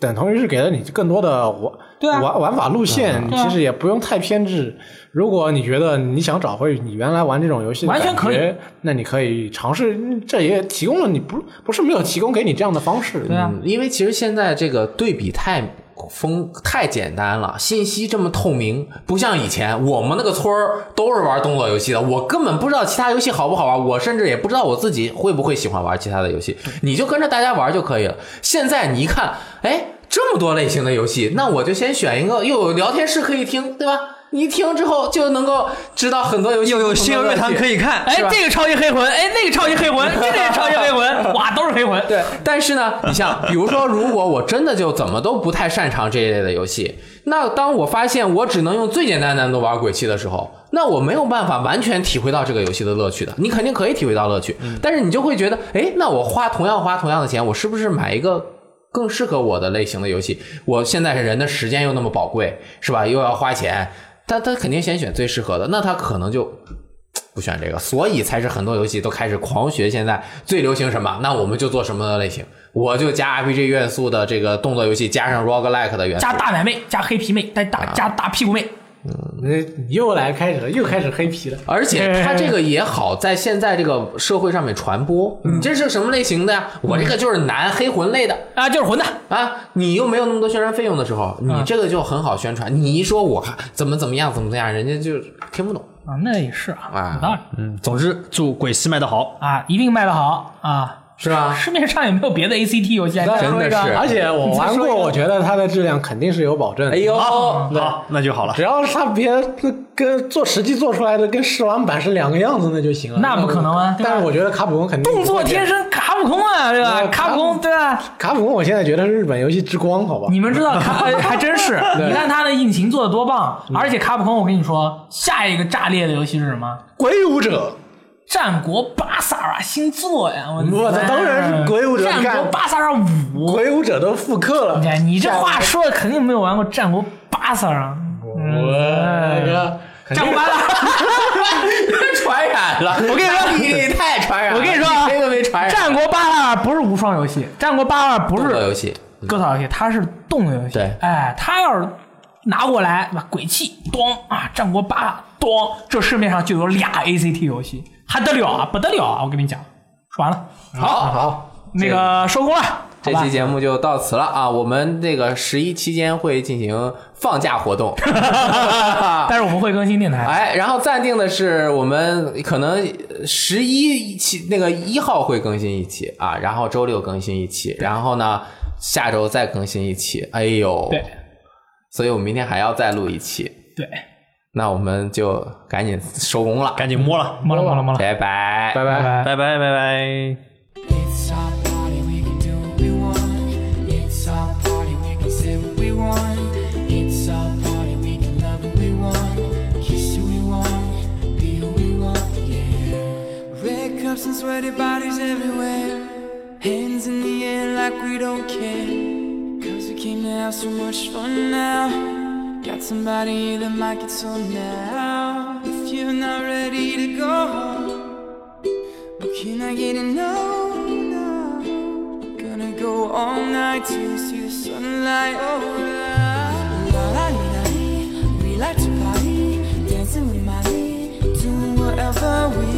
Speaker 4: 等同于是给了你更多的玩
Speaker 1: 对啊
Speaker 4: 玩玩法路线，
Speaker 1: 对啊
Speaker 4: 其实也不用太偏执。如果你觉得你想找回你原来玩这种游戏的
Speaker 1: 完全可以
Speaker 4: 感觉，那你可以尝试，这也提供了你不不是没有提供给你这样的方式。
Speaker 1: 对啊，
Speaker 2: 嗯，因为其实现在这个对比太丰太简单了，信息这么透明，不像以前我们那个村儿都是玩动作游戏的，我根本不知道其他游戏好不好玩，我甚至也不知道我自己会不会喜欢玩其他的游戏，
Speaker 3: 嗯
Speaker 2: 你就跟着大家玩就可以了。现在你一看，哎，这么多类型的游戏，那我就先选一个，又有聊天室可以听，对吧？你一听之后就能够知道很多游戏，
Speaker 3: 又有新游乐坛可
Speaker 2: 以。
Speaker 3: 以看，
Speaker 1: 哎，这个超级黑魂，哎，那个超级黑魂，这个也超级黑魂，哇，都是黑魂。对。
Speaker 2: 对，但是呢，你像比如说，如果我真的就怎么都不太擅长这一类的游戏，那当我发现我只能用最简单的难度玩鬼泣的时候，那我没有办法完全体会到这个游戏的乐趣的。你肯定可以体会到乐趣，但是你就会觉得，哎，那我花同样花同样的钱，我是不是买一个？更适合我的类型的游戏，我现在人的时间又那么宝贵，是吧？又要花钱，他他肯定先选最适合的，那他可能就不选这个，所以才是很多游戏都开始狂学。现在最流行什么，那我们就做什么的类型，我就加 RPG 元素的这个动作游戏，加上 roguelike 的元素
Speaker 1: 加。大奶妹，加黑皮妹，再大加大屁股妹，
Speaker 4: 你你又来开始了，又开始黑皮了。
Speaker 2: 而且它这
Speaker 1: 哎
Speaker 2: 个也好在现在这个社会上面传播。
Speaker 1: 嗯
Speaker 2: 你这是什么类型的呀？我这个就是男黑魂类的
Speaker 1: 啊，就是混蛋。
Speaker 2: 啊！你又没有那么多宣传费用的时候，你
Speaker 1: 嗯
Speaker 2: 这个就很好宣传。你一说我怎么怎么样怎么怎么样，人家就听不懂。
Speaker 1: 啊，那也是啊，
Speaker 2: 啊
Speaker 1: 有道理
Speaker 3: 嗯，总之祝鬼泣卖得好。
Speaker 1: 啊，一定卖得好啊！
Speaker 2: 是吧？
Speaker 1: 市面上也没有别的 ACT 游戏啊，
Speaker 4: 再
Speaker 1: 再
Speaker 2: 真
Speaker 1: 说
Speaker 2: 的
Speaker 1: 一个
Speaker 2: 是
Speaker 4: 而且我玩过，我觉得它的质量肯定是有保证的。
Speaker 2: 哎呦，
Speaker 3: 好，那就好了
Speaker 4: 只。要是它别跟跟做实际做出来的跟试玩版是两个样子，那就行了。
Speaker 1: 那不可能啊对吧
Speaker 4: 但是我觉得卡普空肯定
Speaker 1: 动作天生卡普空啊，对吧？
Speaker 4: 嗯
Speaker 1: 卡普空对 吧？
Speaker 4: 卡普空，我现在觉得是日本游戏之光，好吧？
Speaker 1: 你们知道卡，哎还真是。你看他的引擎做的多棒，而且卡普空，我跟你说，下一个炸裂的游戏是什么？
Speaker 4: 鬼舞者，
Speaker 1: 战国巴萨尔啊，新作呀！我啊
Speaker 4: 我操当然是鬼武者
Speaker 1: 战
Speaker 4: 干
Speaker 1: 国巴萨尔五，
Speaker 4: 鬼舞者都复刻了
Speaker 1: 你。看你这话说的肯定没有玩过战国巴萨啊！嗯
Speaker 4: 我
Speaker 1: 战国巴萨，
Speaker 2: 传染了！
Speaker 1: 我跟你说
Speaker 2: 你太传染了！
Speaker 1: 我跟你说啊
Speaker 2: 谁都没传染。
Speaker 1: 战国巴萨尔不是无双游戏，战国巴萨尔不
Speaker 2: 动作游
Speaker 1: 是
Speaker 2: 戏，嗯
Speaker 1: 割草游戏，它是动作游戏。
Speaker 2: 对
Speaker 1: 哎，它要是拿过来，把鬼泣咣啊，战国巴萨咣，这市面上就有俩 ACT 游戏，还得了啊，不得了啊！我跟你讲，说完了，
Speaker 2: 好好，
Speaker 1: 那个收工了，
Speaker 2: 这
Speaker 1: 好吧
Speaker 2: 期节目就到此了啊！我们那个十一期间会进行放假活 动，
Speaker 1: 但是我们会更新电台。
Speaker 2: 哎，然后暂定的是我们可能十一期那个一号会更新一期啊，然后周六更新一期，然后呢下周再更新一期。哎呦，
Speaker 1: 对，
Speaker 2: 所以我们明天还要再录一期，
Speaker 1: 对，
Speaker 2: 那我们就赶紧收工了，
Speaker 3: 赶紧摸了，
Speaker 1: 摸了摸了摸了，
Speaker 2: 拜拜，
Speaker 4: 拜拜。
Speaker 1: 拜。
Speaker 3: 拜拜拜拜。
Speaker 5: It's our party, we can do what we want. It's our party, we can say what we want. It's our party, we can love what we want. Kiss who we want, be who we want, yeah. Red cups and sweaty bodies everywhere. Hands in the air like we don't care. Cause we came to have so much fun now. Got somebody that might get some now. If you're not ready to go home. But can I get a no, no? all night till you see the sunlight. Oh, yeah. La la la la, we like to party, dancing with Molly, doing whatever we